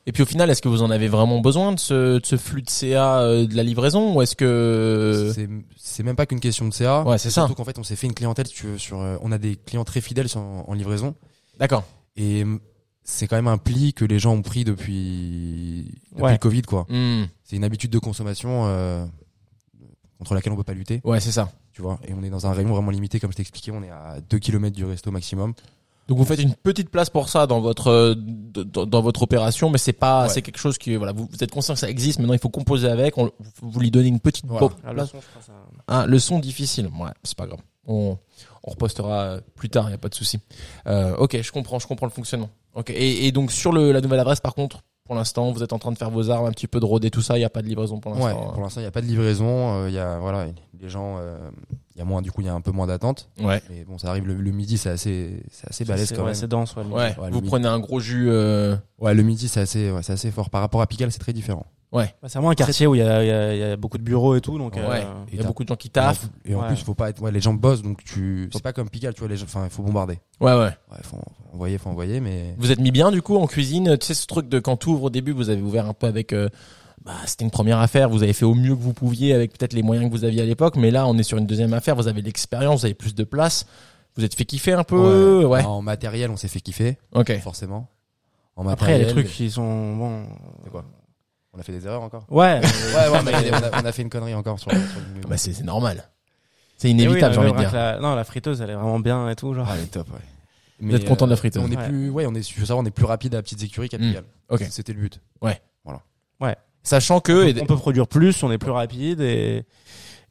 A: Et puis au final, est-ce que vous en avez vraiment besoin de ce, de ce flux de CA euh, de la livraison ou est-ce que
C: C'est- C'est même pas qu'une question de CA.
A: Euh. ouais, c'est ça.
C: Surtout qu'en fait, on s'est fait une clientèle, si tu veux, sur. euh, On a des clients très fidèles sur- en livraison.
A: D'accord.
C: Et mm, c'est quand même un pli que les gens ont pris depuis, depuis
B: Ouais.
C: le Covid, quoi.
A: Hmm.
C: C'est une habitude de consommation euh, contre laquelle on peut pas lutter,
A: Ouais, c'est ça.
C: tu vois. Et on est dans un rayon vraiment limité, comme je t'expliquais. On est à 2 km du resto maximum.
A: Donc vous faites une petite place pour ça dans votre euh, d- dans, dans votre opération, mais c'est pas
C: Ouais.
A: c'est quelque chose qui voilà vous, vous êtes conscient que ça existe. Maintenant il faut composer avec. On, vous lui donnez une petite
C: Voilà.
A: po-
B: La
A: place.
B: leçon, je pense, à-
A: Ah, le son difficile. Ouais, c'est pas grave. On, on repostera euh, plus tard, il a pas de souci. Euh, ok, je comprends, je comprends le fonctionnement. Ok. Et, et donc sur le, la nouvelle adresse, par contre, pour l'instant, vous êtes en train de faire vos armes, un petit peu de rôder tout ça. Il y a pas de livraison pour
C: Ouais,
A: l'instant. hein.
C: pour l'instant, il n'y a pas de livraison. euh, Il y a, voilà, les gens, euh, il y a moins, du coup, il y a un peu moins d'attente.
A: Ouais. ouais.
C: Mais bon, ça arrive le, le midi, c'est assez, c'est assez balèze
B: c'est
C: quand
B: ouais,
C: même.
B: c'est dense ouais, le milieu.
C: Ouais,
A: vous
C: lui-
A: prenez un gros jus. euh,
C: Ouais, le midi, c'est assez, ouais, c'est assez fort. Par rapport à Pigalle, c'est très différent.
B: Bah, c'est vraiment un quartier où il y a, il y a- il y a beaucoup de bureaux et tout donc
A: Ouais.
B: euh,
A: Il y a
C: t'as-
A: beaucoup de gens qui taffent.
C: Et en
B: Ouais.
C: plus, faut pas être, ouais, les gens bossent, donc tu, c'est pas comme Pigalle, tu vois, les gens, enfin, il faut bombarder.
A: Ouais, ouais.
C: Ouais, faut envoyer, faut envoyer, mais.
A: Vous êtes mis bien du coup en cuisine. Tu sais ce truc de quand t'ouvres au début, vous avez ouvert un peu avec. euh, bah, c'était une première affaire. Vous avez fait au mieux que vous pouviez avec peut-être les moyens que vous aviez à l'époque. Mais là, on est sur une deuxième affaire. Vous avez de l'expérience, vous avez plus de place. Vous êtes fait kiffer un peu. Ouais.
C: En matériel, on s'est fait kiffer,
A: Ok.
C: forcément. En
B: après il y a
C: matériel.
B: des trucs qui sont bon
C: C'est quoi On a fait des erreurs encore.
B: ouais
C: Ouais, ouais, mais on a, on a fait une connerie encore sur, sur le
A: Bah, c'est c'est normal. C'est
B: Et Eh oui,
A: inévitable, j'ai
B: mais
A: envie de
B: vraiment
A: dire.
B: que La, non, la friteuse, elle est vraiment bien et tout. Genre.
C: Ah, elle est top, ouais. euh,
A: Vous êtes content de la friteuse.
C: On est
B: Ouais.
C: plus, ouais, on est, je veux savoir, on est plus rapide à Petite Écurie qu'à
A: Mm.
C: Pigalle.
A: Ok.
C: C'était le but.
A: Sachant que.
B: on peut produire plus, on est plus rapide et,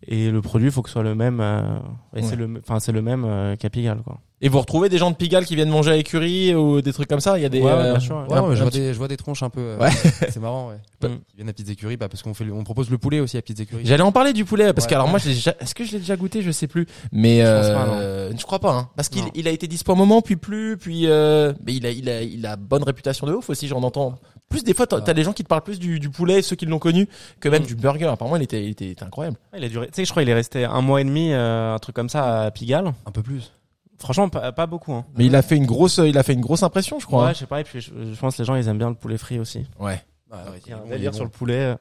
B: et le produit, faut que ce soit le même. euh,
A: Ouais.
B: et c'est le, enfin, c'est le même euh, qu'à Pigalle, quoi.
A: Et vous retrouvez des gens de Pigalle qui viennent manger à Écurie ou des trucs comme ça. Il y a des.
B: Ouais, ouais,
A: euh,
B: bien sûr, ouais.
C: Ouais, ouais,
A: un
C: je, vois
A: petit-
C: des, je vois des tronches un peu. euh,
A: Ouais.
C: C'est marrant, ouais.
B: Mm.
C: Ils viennent à Petites Écuries, bah, parce qu'on fait, le- on propose le poulet aussi à Petites Écuries.
A: J'allais en parler du poulet parce
C: Ouais.
A: que alors moi je l'ai déjà- est-ce que je l'ai déjà goûté je sais plus mais
B: pense pas,
A: euh, je crois pas hein. parce qu'il
B: Non.
A: il a été dispo un moment puis plus puis euh, mais il a il a il a bonne réputation de ouf aussi j'en entends plus des fois t'as t'as des gens qui te parlent plus du, du poulet ceux qui l'ont connu que même
B: Mm. Ah
A: du burger apparemment il était il était, il était incroyable
B: Ouais, Il a duré, tu sais, je crois qu'il est resté un mois et demi, euh, un truc comme ça à Pigalle.
C: Un peu plus.
B: Franchement, pas, pas beaucoup. Hein.
A: mais il a fait une grosse il a fait une grosse impression je crois
B: Ouais, je sais pas. Et puis, je, je pense que les gens, ils aiment bien le poulet frit aussi.
A: hein. ouais
C: Ah, ouais,
B: Il y a un
C: bon,
B: délire
C: bon.
B: sur le poulet. euh.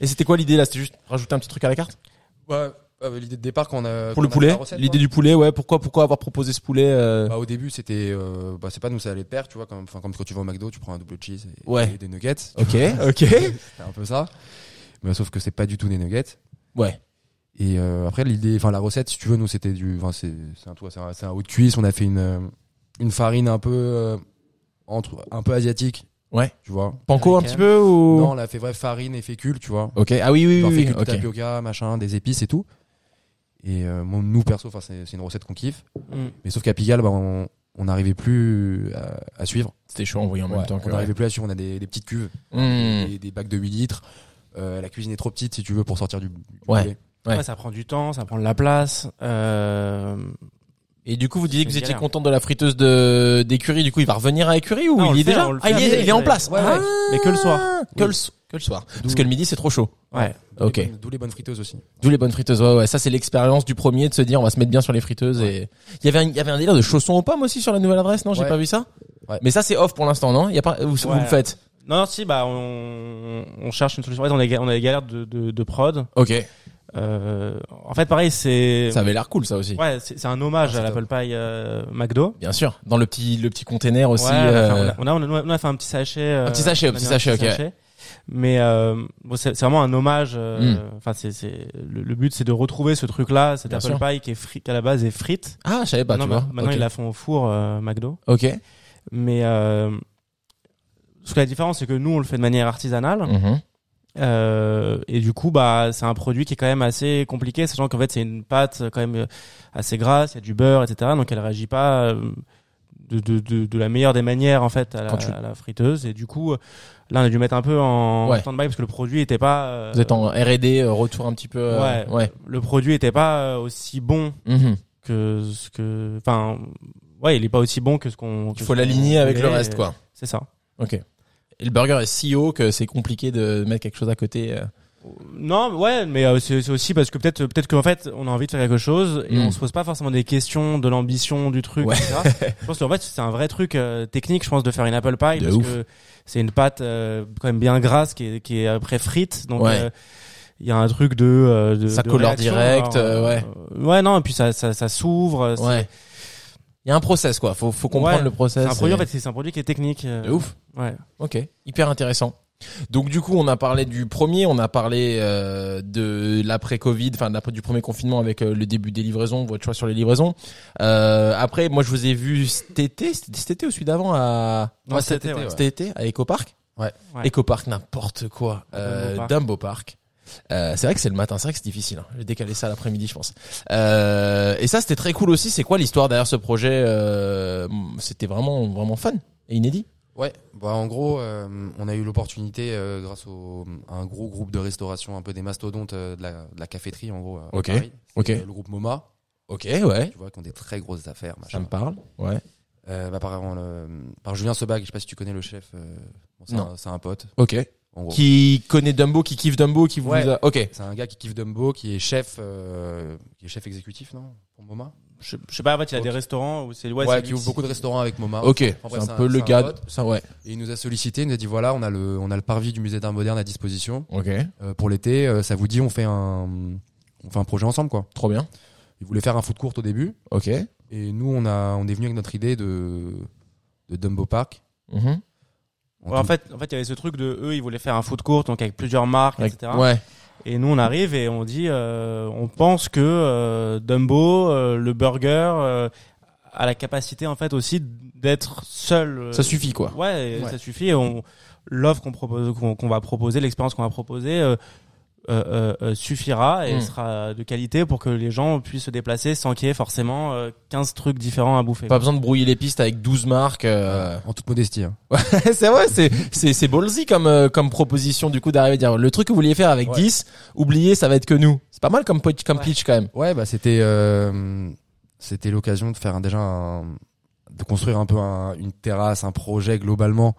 A: et c'était quoi l'idée là c'était juste rajouter un petit truc à la carte
C: Ouais, euh, l'idée de départ qu'on a.
A: pour le poulet l'idée du poulet ouais pourquoi pourquoi avoir proposé ce poulet euh,
C: hein. Bah, au début, c'était. euh, bah, c'est pas nous, ça allait de pair, tu vois. Comme, enfin, comme quand tu vas au McDo, tu prends un double cheese et,
A: Ouais.
C: et des nuggets.
A: ok ok
C: C'est un peu ça. Mais sauf que c'est pas du tout des nuggets.
A: ouais
C: Et euh, après, l'idée, enfin, la recette, si tu veux, nous, c'était du. Enfin, c'est c'est un tout, c'est un, c'est un haut de cuisse. On a fait une, euh, une farine un peu. euh, entre, un peu asiatique.
A: Ouais.
C: Tu vois.
A: panko un
B: Avec,
A: petit peu
B: euh,
A: ou
C: Non, on a fait vrai farine et fécule, tu vois.
A: ok ah oui oui
C: Genre
A: oui, oui,
C: fécule de
A: ok
C: tapioca, machin, des épices et tout. Et euh, moi, nous, perso, enfin, c'est c'est une recette qu'on kiffe.
B: Mm.
C: Mais sauf qu'à Pigalle, bah, on on n'arrivait plus à, à suivre.
A: c'était chaud envoyé en même
C: Ouais,
A: temps que
C: on n'arrivait plus à suivre. On a des, des petites cuves,
A: Hmm.
C: des, des bacs de 8 litres. Euh, la cuisine est trop petite, si tu veux, pour sortir du. du
A: Ouais.
C: poulet.
A: Ouais.
B: Ouais, ça prend du temps, ça prend de la place. Euh...
A: Et du coup, vous disiez que
B: une
A: vous étiez
B: galère.
A: content de la friteuse de d'écurie. Du coup, il va revenir à écurie ou
B: Ah, on
A: il
B: le
A: est
B: fait,
A: déjà
B: on le
A: Ah, il
B: fait.
A: est, il est en place.
C: Ouais, ouais.
A: Ah,
B: Mais que le soir.
A: Que le so- que le soir. Parce que le midi, c'est trop chaud.
B: Ouais.
C: D'où les
A: Ok.
C: bonnes- D'où les bonnes friteuses aussi.
A: D'où les bonnes friteuses. Ouais, ouais. Ça, c'est l'expérience du premier de se dire, on va se mettre bien sur les friteuses. Et il y avait un, il y avait un délire de chaussons aux pommes aussi sur la nouvelle adresse. Non, j'ai
C: Ouais.
A: pas vu ça.
C: Ouais.
A: Mais ça, c'est off pour l'instant, non Il y a pas. Vous, vous
B: Ouais.
A: le faites.
B: Non, non, si, bah, on, on cherche une solution. En fait, on a, on a des galères de, de, de prod.
A: Ok.
B: Euh, en fait, pareil, c'est.
A: Ça Ah, avait l'air cool, ça aussi.
B: Ouais, c'est c'est un hommage à l'Apple Pie euh, McDo.
A: Bien sûr. Dans le petit le petit container aussi.
B: Ouais, on a fait-
A: euh,
B: on, a, on, a, on a fait un petit sachet. euh,
A: petit sachet,
B: on a
A: petit
B: mis
A: sachet, ok.
B: Mais euh, bon, c'est c'est vraiment un hommage. euh, Enfin, c'est c'est le, le but, c'est de retrouver ce truc-là, cette
A: Hmm. Bien
B: apple
A: sûr.
B: pie qui est frite à la base est frite.
A: Ah, je savais pas,
B: maintenant,
A: tu vois.
B: ma- maintenant,
A: Ok.
B: ils la font au four euh, McDo.
A: Ok.
B: Mais euh, ce que la différence, c'est que nous, on le fait de manière artisanale.
A: Mhm.
B: Euh, et du coup, bah, c'est un produit qui est quand même assez compliqué, sachant qu'en fait, c'est une pâte euh, quand même euh, assez grasse, il y a du beurre, etc. Donc, elle réagit pas euh, de, de, de, de la meilleure des manières, en fait, à la,
A: Quand tu-
B: à la friteuse. Et du coup, euh, là, on a dû mettre un peu en
A: Ouais.
B: stand-by parce que le produit était pas, euh,
A: Vous êtes en R&D, euh, retour un petit peu. euh,
B: Ouais. le produit était pas euh, aussi bon
A: Mhm.
B: que ce que, enfin, ouais, il est pas aussi bon que ce qu'on. que
A: Il
B: ce
A: faut
B: qu'on
A: l'aligner avec le
B: voulait.
A: reste, quoi.
B: C'est ça.
A: Ok. Et le burger est si haut que c'est compliqué de mettre quelque chose à côté. euh.
B: Non, mais ouais, mais euh, c'est c'est aussi parce que peut-être, peut-être qu'en fait, on a envie de faire quelque chose et
A: Mm.
B: on se pose pas forcément des questions de l'ambition du truc.
A: Ouais.
B: etc. je pense qu'en fait, c'est un vrai truc euh, technique. Je pense de faire une apple pie
A: De
B: parce
A: ouf.
B: que c'est une pâte euh, quand même bien grasse qui est, qui est après frite. Donc
A: Ouais.
B: euh, il y a un truc de, euh, de
A: Ça
B: de
A: colore
B: réaction.
A: direct, euh, ouais.
B: euh, ouais, non. Et puis ça, ça, ça s'ouvre. c'est-
A: Ouais. Il y a un process, quoi. Faut, faut comprendre
B: Ouais.
A: le
B: C'est
A: process.
B: un produit.
A: et-
B: En fait, c'est c'est un produit qui est technique. euh,
A: De ouf.
B: Ouais.
A: Ok, hyper intéressant. Donc du coup, on a parlé du premier, on a parlé euh, de l'après-Covid, enfin de l'après- du premier confinement avec euh, le début des livraisons, votre choix sur les livraisons. Euh, après, moi je vous ai vu cet été, c'était cet été ou celui d'avant à
B: Non,
A: Ouais,
B: cet été, ouais.
A: cet été à Ecopark.
C: Ouais.
B: Ouais.
A: Ecopark, n'importe quoi. Euh,
B: Dumbo Park.
A: Dumbo Park. Euh, c'est vrai que c'est le matin, c'est vrai que c'est difficile. hein. Je vais décaler ça à l'après-midi, je pense. Euh, et ça, c'était très cool aussi. C'est quoi l'histoire derrière ce projet euh, C'était vraiment, vraiment fun et inédit.
C: Ouais, bah en gros, euh, on a eu l'opportunité euh, grâce au, à un gros groupe de restauration, un peu des mastodontes euh, de, la, de la caféterie en gros. à
A: Ok,
C: Paris. C'est,
A: ok.
C: euh, Le groupe MoMA,
A: Ok, ouais.
C: tu vois, qui ont des très grosses affaires.
A: Ça
C: Machin.
A: me parle. Ouais.
C: Euh, bah, par, le- par Julien Sebag, je sais pas si tu connais le chef. euh, bon, c'est,
A: Non.
C: un, c'est un pote.
A: Ok.
C: En gros.
A: Qui connaît Dumbo, qui kiffe Dumbo, qui vous
C: Ouais.
A: a... Ok.
C: C'est un gars qui kiffe Dumbo, qui est chef, euh, qui est chef exécutif, non Pour MoMA
B: Je, je sais pas. En fait, il y a
C: Ok.
B: des restaurants où c'est ouais,
C: Ouais,
B: c'est
C: qui
B: lui
C: ouvre beaucoup de restaurants avec MoMA.
A: Ok.
C: Après,
A: c'est
C: c'est
A: un
C: un-
A: peu le
C: c'est un
A: gars. de-
C: pote.
A: Ça, ouais.
C: Et il nous a sollicité, il nous a dit voilà, on a le, on a le parvis du musée d'art moderne à disposition
A: Ok.
C: Euh, pour l'été. euh, ça vous dit, on fait un, on fait un projet ensemble quoi.
A: Trop bien.
C: Ils voulaient faire un food court au début,
A: Ok.
C: et nous on a, on est venu avec notre idée de, de Dumbo Park.
A: Mhm.
C: En
B: Ouais, en
C: tout-
B: fait, en fait, il y avait ce truc de eux, ils voulaient faire un food court, donc avec plusieurs marques,
A: Avec-
B: etc.
A: Ouais.
B: Et nous, on arrive et on dit, euh, on pense que euh, Dumbo, euh, le burger, euh, a la capacité en fait aussi d'être seul. euh,
A: Ça suffit quoi.
B: Ouais, et
A: Ouais.
B: ça suffit. et on- L'offre qu'on propose, qu'on qu'on va proposer, l'expérience qu'on va proposer. euh, euh, euh, euh, suffira et
A: Mm.
B: sera de qualité pour que les gens puissent se déplacer sans qu'il y ait forcément euh, 15 trucs différents à bouffer.
A: Pas besoin de brouiller les pistes avec 12 marques. euh.
C: en toute modestie. hein.
A: c'est vrai, c'est c'est c'est ballsy comme euh, comme proposition du coup d'arriver à dire le truc que vous vouliez faire avec 10, oubliez ça va être que nous. C'est pas mal comme pitch, comme
B: Ouais.
A: pitch quand même.
C: Ouais, bah c'était, euh, c'était l'occasion de faire un- déjà un- de construire un peu un- une terrasse, un projet globalement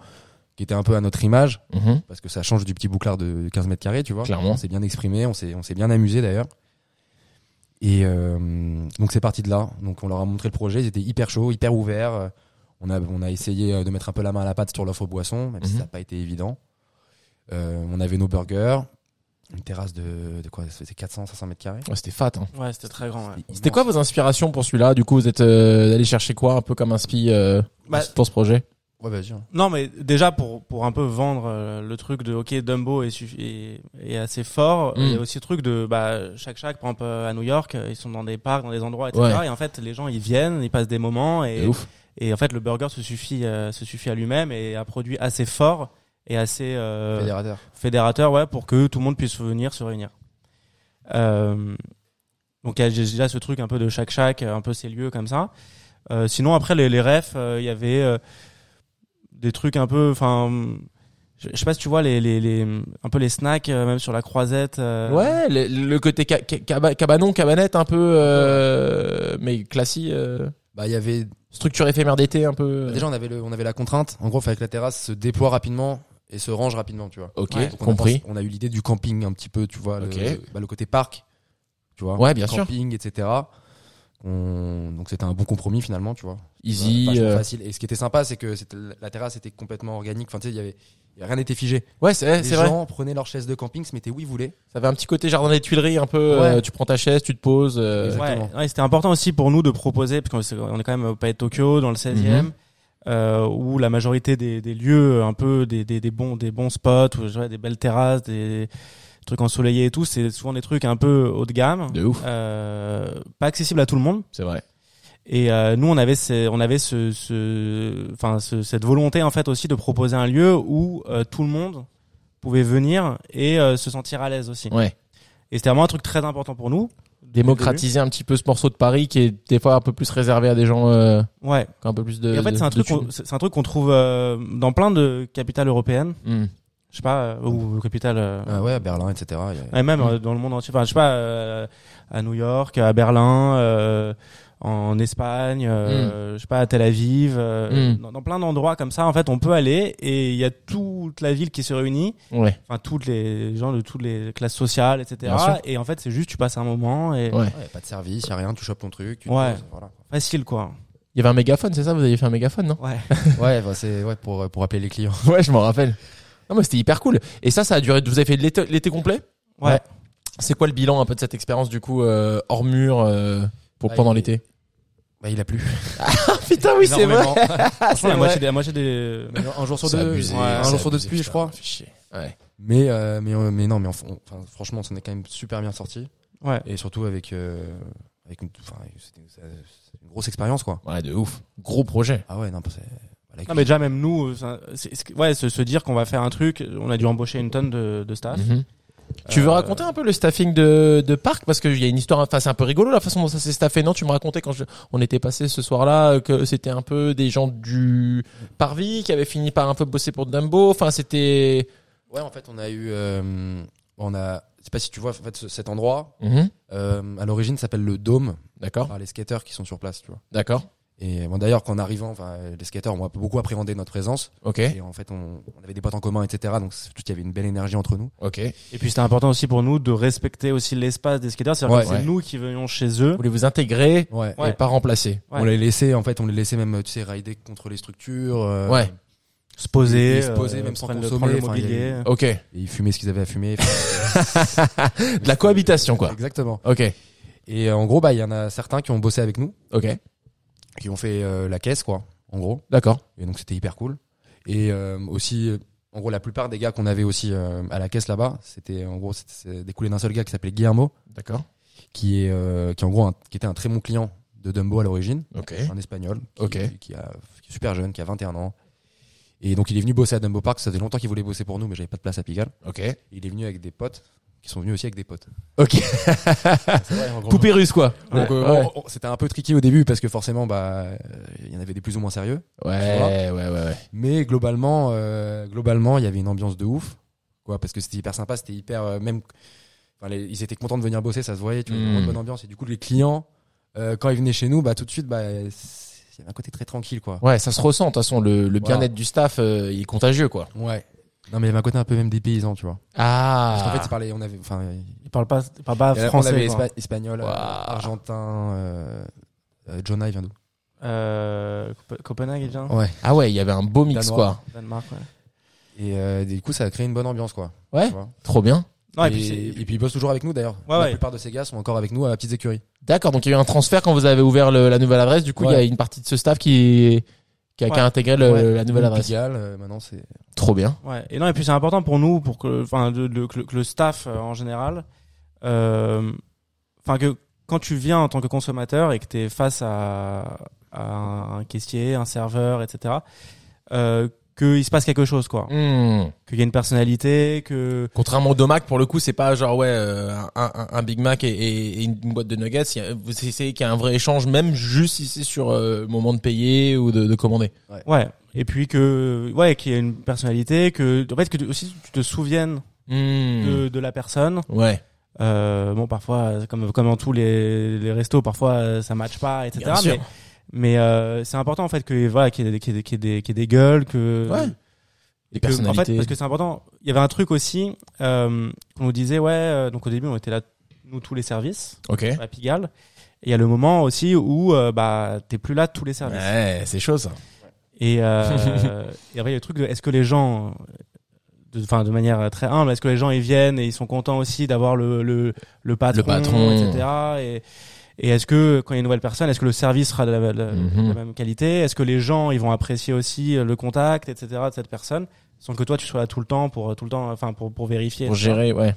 C: qui était un peu à notre image
A: Mhm.
C: parce que ça change du petit bouclard de 15 mètres carrés, tu vois.
A: Clairement.
C: On s'est bien exprimé, on s'est, on s'est bien amusé d'ailleurs. Et euh, donc c'est parti de là. Donc on leur a montré le projet, ils étaient hyper chauds, hyper ouverts. Euh, On a, on a essayé euh, de mettre un peu la main à la pâte sur l'offre boisson, même si
A: Mhm.
C: ça n'a pas été évident. Euh, on avait nos burgers, une terrasse de, de quoi ça faisait 400, 500 mètres carrés.
A: Ouais, c'était fat. hein.
B: Ouais, c'était très grand. ouais.
A: C'était quoi vos inspirations pour celui-là Du coup, vous êtes euh, allé chercher quoi un peu comme inspi euh,
B: Bah,
A: pour ce projet
C: Ouais, vas-y. hein.
B: Non, mais déjà pour pour un peu vendre euh, le truc de ok Dumbo est, suffi- est, est assez fort.
A: Mm.
B: Il y a aussi le truc de bah chaque chaque par exemple euh, à New York euh, ils sont dans des parcs, dans des endroits etc.
A: Ouais.
B: Et en fait les gens ils viennent, ils passent des moments
A: C'est
B: et
A: ouf.
B: et en fait le burger se suffit euh, se suffit à lui-même et un produit assez fort et assez euh,
C: Fédérateur.
B: fédérateur ouais pour que tout le monde puisse venir se réunir. Euh, donc il y a déjà ce truc un peu de chaque chaque un peu ces lieux comme ça. Euh, sinon après les les refs euh, il y avait euh, des trucs un peu enfin je, je sais pas si tu vois les les, les un peu les snacks euh, même sur la croisette euh,
A: Ouais, le, le côté ca- ca- caba- cabanon, cabanette un peu, euh, mais classique, euh,
C: Bah, il y avait
A: structure éphémère d'été un peu.
C: déjà on avait le, on avait la contrainte. En gros, il fallait que la terrasse se déploie rapidement et se range rapidement, tu vois.
A: ok,
B: Ouais,
C: Donc, on a
A: euh, compris.
C: pensé- On a, eu l'idée du camping un petit peu, tu vois,
A: Ok.
C: le, bah, le côté parc, tu vois.
A: Ouais, bien sûr.
C: camping, etc. On- Donc c'était un bon compromis finalement, tu vois.
B: bah,
A: Easy.
C: Vachement
A: euh,
C: facile. Et ce qui était sympa, c'est que c'était- la terrasse était complètement organique. Enfin, tu sais, il y avait il y avait- rien n'était figé.
A: Ouais, c'est
C: Les
A: c'est vrai.
C: gens prenaient leur chaise de camping, se mettaient où ils voulaient.
A: Ça avait un petit côté jardin des Tuileries un peu. euh,
C: Ouais.
A: tu prends ta chaise, tu te poses. euh,
C: Exactement.
A: Mhm.
B: Ouais, ouais, c'était important aussi pour nous de proposer, parce qu'on est- on est quand même au Palais de Tokyo, dans le 16e. euh, où la majorité des, des lieux, un peu des, des, des bons, des bons spots, où, je vois, des belles terrasses, des trucs ensoleillés et tout, c'est souvent des trucs un peu haut de gamme,
A: De ouf.
B: euh, pas accessibles à tout le monde.
A: C'est vrai.
B: Et euh, nous, on avait, ces- on avait ce, ce- enfin, ce- cette volonté en fait aussi de proposer un lieu où euh, tout le monde pouvait venir et euh, se sentir à l'aise aussi.
A: Ouais.
B: Et c'était vraiment un truc très important pour nous.
A: Démocratiser un petit peu ce morceau de Paris qui est des fois un peu plus réservé à des gens euh,
B: Ouais.
A: qui ont un peu plus de.
B: Et en fait,
A: de-
B: c'est un
A: de
B: truc, qu'on-
A: thunes.
B: c'est c'est un truc qu'on trouve euh, dans plein de capitales européennes.
A: Hmm.
B: Je sais pas, euh, ou capitales. euh,
C: Ah ouais, à Berlin, etc. il y a-
B: et même
A: Mm.
B: euh, dans le monde entier. Enfin, je sais pas, euh, à New York, à Berlin, euh, en Espagne, euh, je sais pas, à Tel Aviv, euh,
A: Mm.
B: dans, dans plein d'endroits comme ça. En fait, on peut aller et il y a toute la ville qui se réunit.
A: Ouais.
B: Enfin, toutes les gens de toutes les classes sociales, etc.
A: Bien sûr.
B: Et en fait, c'est juste, tu passes un moment et
A: Ouais.
C: Ouais, y a pas de service, y a rien, tu chopes ton truc. Tu
B: Ouais.
C: te poses, voilà.
B: facile, quoi.
A: Il y avait un mégaphone, c'est ça Vous aviez fait un mégaphone, non
B: Ouais.
C: ouais, bah, c'est ouais, pour, pour appeler les clients.
A: Ouais, je m'en rappelle. Non, mais c'était hyper cool. Et ça, ça a duré. Vous avez fait de l'été l'été complet
B: Ouais.
A: C'est quoi le bilan un peu de cette expérience du coup euh, hors mur euh, pour
C: Bah,
A: pendant
C: il-
A: l'été
C: Bah, il a plu.
A: Putain, oui, Ah, c'est vrai.
B: Franchement, la
A: vrai.
B: moitié des, la moitié des-
C: un jour sur
A: C'est
C: deux.
A: abusé,
C: ouais, un
A: c'est
C: jour sur deux
A: abusé,
C: depuis, je
A: putain,
C: crois.
A: fait chier. Ouais.
C: Mais, euh, mais, euh, mais non, mais enfin, on- enfin, franchement, on s'en est quand même super bien sorti.
B: ouais.
C: Et surtout avec, euh, avec une, enfin, c'était- ça- c'est une grosse expérience, quoi.
A: Ouais, de ouf. Gros projet.
C: Ah ouais, non, c'est. bah, la
B: Non
C: cuisine,
B: mais déjà même nous, euh, ça- c'est- c'est- ouais, se, se dire qu'on va faire un truc, on a dû embaucher une tonne de, de
C: Ah.
B: staff.
A: Mhm. Tu veux
B: Euh,
A: raconter un peu le staffing de, de Parc parce qu'il y a une histoire, enfin c'est un peu rigolo la façon dont ça s'est staffé. Non, tu me racontais quand je- on était passé ce soir-là euh, que c'était un peu des gens du Parvis qui avaient fini par un peu bosser pour Dumbo. Enfin c'était.
C: Ouais, en fait, on a eu. euh, on a. Je sais pas si tu vois, en fait, ce- cet endroit,
A: Mhm.
C: euh, à l'origine, s'appelle le Dôme,
A: D'accord,
C: par les skateurs qui sont sur place, tu vois.
A: d'accord,
C: Et bon, d'ailleurs, qu'en arrivant, enfin, les skateurs ont beaucoup appréhendé notre présence.
A: ok,
C: Et en fait, on, on avait des potes en commun, etc. Donc, c'est- tout- il y avait une belle énergie entre nous.
A: ok.
B: Et puis c'était important aussi pour nous de respecter aussi l'espace des skateurs, c'est-à-dire
C: Ouais.
B: que c'est
A: Ouais.
B: nous qui venions chez eux.
A: Vous voulez vous intégrer
C: Ouais.
A: et pas remplacer.
B: Ouais.
C: On les laissait, en fait, on les laissait même, tu sais, rider contre les structures. euh,
A: Ouais.
B: se poser,
C: Ils se posaient,
B: euh,
C: même sans
B: prendre le-
C: consommer,
B: prendre le
C: enfin, il y a
B: mobilier.
A: Ok.
C: Et ils fumaient ce qu'ils avaient à fumer. euh,
A: De la cohabitation quoi.
C: Exactement.
A: Ok,
C: Et euh, en gros, bah, il y en a certains qui ont bossé avec nous,
A: ok,
C: qui ont fait euh, la caisse, quoi, en gros.
A: d'accord.
C: Et donc, c'était hyper cool. Et euh, aussi, euh, en gros, la plupart des gars qu'on avait aussi euh, à la caisse là-bas, c'était, en gros, c'était- c'est découlé d'un seul gars qui s'appelait Guillermo,
A: D'accord.
C: qui est, euh, qui est en gros, un- qui était un très bon client de Dumbo à l'origine.
A: Ok.
C: un espagnol qui,
A: Ok.
C: qui a, qui est super jeune, qui a 21 ans. Et donc il est venu bosser à Dumbo Park, ça faisait longtemps qu'il voulait bosser pour nous, mais j'avais pas de place à Pigalle.
A: Ok.
C: Et il est venu avec des potes, qui sont venus aussi avec des potes.
A: Ok.
C: C'est vrai, en gros.
A: Poupée russe quoi.
C: Donc, euh,
A: Ouais.
C: on- on- c'était un peu tricky au début parce que forcément, bah, euh, il y en avait des plus ou moins sérieux.
A: Ouais, ouais, ouais, ouais.
C: Mais globalement, euh, globalement, il y avait une ambiance de ouf, quoi, parce que c'était hyper sympa, c'était hyper euh, même. enfin, les- ils étaient contents de venir bosser, ça se voyait, tu vois,
A: Mm.
C: vraiment une bonne ambiance. Et du coup, les clients, euh, quand ils venaient chez nous, bah tout de suite, bah, c'est- il y avait un côté très tranquille, quoi.
A: Ouais, ça se ressent. De toute façon, le, le
C: Voilà.
A: bien-être du staff, euh, il est contagieux, quoi.
C: Ouais. Non, mais il y avait un côté un peu même des paysans, tu vois. Parce qu'en
A: Ah.
C: fait, ils parlaient, on avait, enfin, il-
B: Il parle pas, il parle pas
C: il y avait- on
B: Ah, français.
C: avait
B: quoi.
C: espa- espagnol, euh,
A: Waouh.
C: argentin, euh, euh, Jonah, il vient d'où
B: Euh, Cope- Copenhague, il vient.
C: Ouais.
A: Ah ouais, il y avait un beau mix,
C: Danois.
A: quoi.
B: Danemark. Ouais.
C: Et euh, du coup, ça a créé une bonne ambiance, quoi.
A: Ouais.
C: Tu vois.
A: Trop bien.
B: Non, et,
C: et,
B: puis c'est-
C: et puis, ils bossent toujours avec nous, d'ailleurs.
B: Ouais,
C: la
B: ouais.
C: plupart de ces gars sont encore avec nous à la petite écurie.
A: D'accord. Donc il y a eu un transfert quand vous avez ouvert le- la nouvelle adresse. Du coup, il y a
C: Ouais.
A: une partie de ce staff qui qui a, qui a
B: Ouais.
A: intégré le-
C: Ouais.
A: Euh, la nouvelle
C: Nous,
A: adresse.
C: Pigalle, euh, maintenant, c'est.
A: Trop bien.
B: ouais. Et non, et puis c'est important pour nous, pour que, enfin, de- de- que le- que le staff euh, en général, euh, enfin que quand tu viens en tant que consommateur et que tu es face à, à un caissier, un serveur, etc. Euh, qu'il se passe quelque chose quoi
A: Hmm.
B: qu'il y a une personnalité que
A: Contrairement au Domac, pour le coup, c'est pas genre ouais euh, un, un- un Big Mac et, et- et une boîte de nuggets. Il y a- Vous essayez qu'il y a un vrai échange, même juste si c'est sur euh, le moment de payer ou de, de commander.
B: ouais et puis que ouais qu'il y ait une personnalité que en fait que tu, aussi tu te souviennes
A: Hmm.
B: de, de la personne.
A: Ouais.
B: Euh, bon, parfois, euh, comme, comme dans tous les, les restos, parfois euh, ça matche pas, etc.
A: Bien sûr.
B: Mais, mais euh, c'est important en fait que voilà qu'il y ait des- qu'il y ait des- qu'il y ait des qu'il y ait des gueules, que
A: Ouais. Des
B: euh, et que, en fait
A: personnalités.
B: parce que c'est important. Il y avait un truc aussi euh, qu'on nous disait ouais. euh, donc au début on était là nous tous les services
A: Ok.
B: à Pigalle. Et il y a le moment aussi où euh, bah t'es plus là tous les services.
A: Ouais, c'est chaud ça.
B: Et, euh, et après, il y a le truc de est-ce que les gens, de, enfin, de manière très humble, est-ce que les gens ils viennent et ils sont contents aussi d'avoir le, le, le patron,
A: patron.
B: etc. Et est-ce que quand il y a une nouvelle personne, est-ce que le service sera de la, de la-
A: Mhm.
B: de la même qualité Est-ce que les gens ils vont apprécier aussi euh, le contact, etc. de cette personne sans que toi tu sois là tout le temps pour euh, tout le temps, enfin pour pour vérifier.
A: Pour
B: etc.
A: gérer, ouais.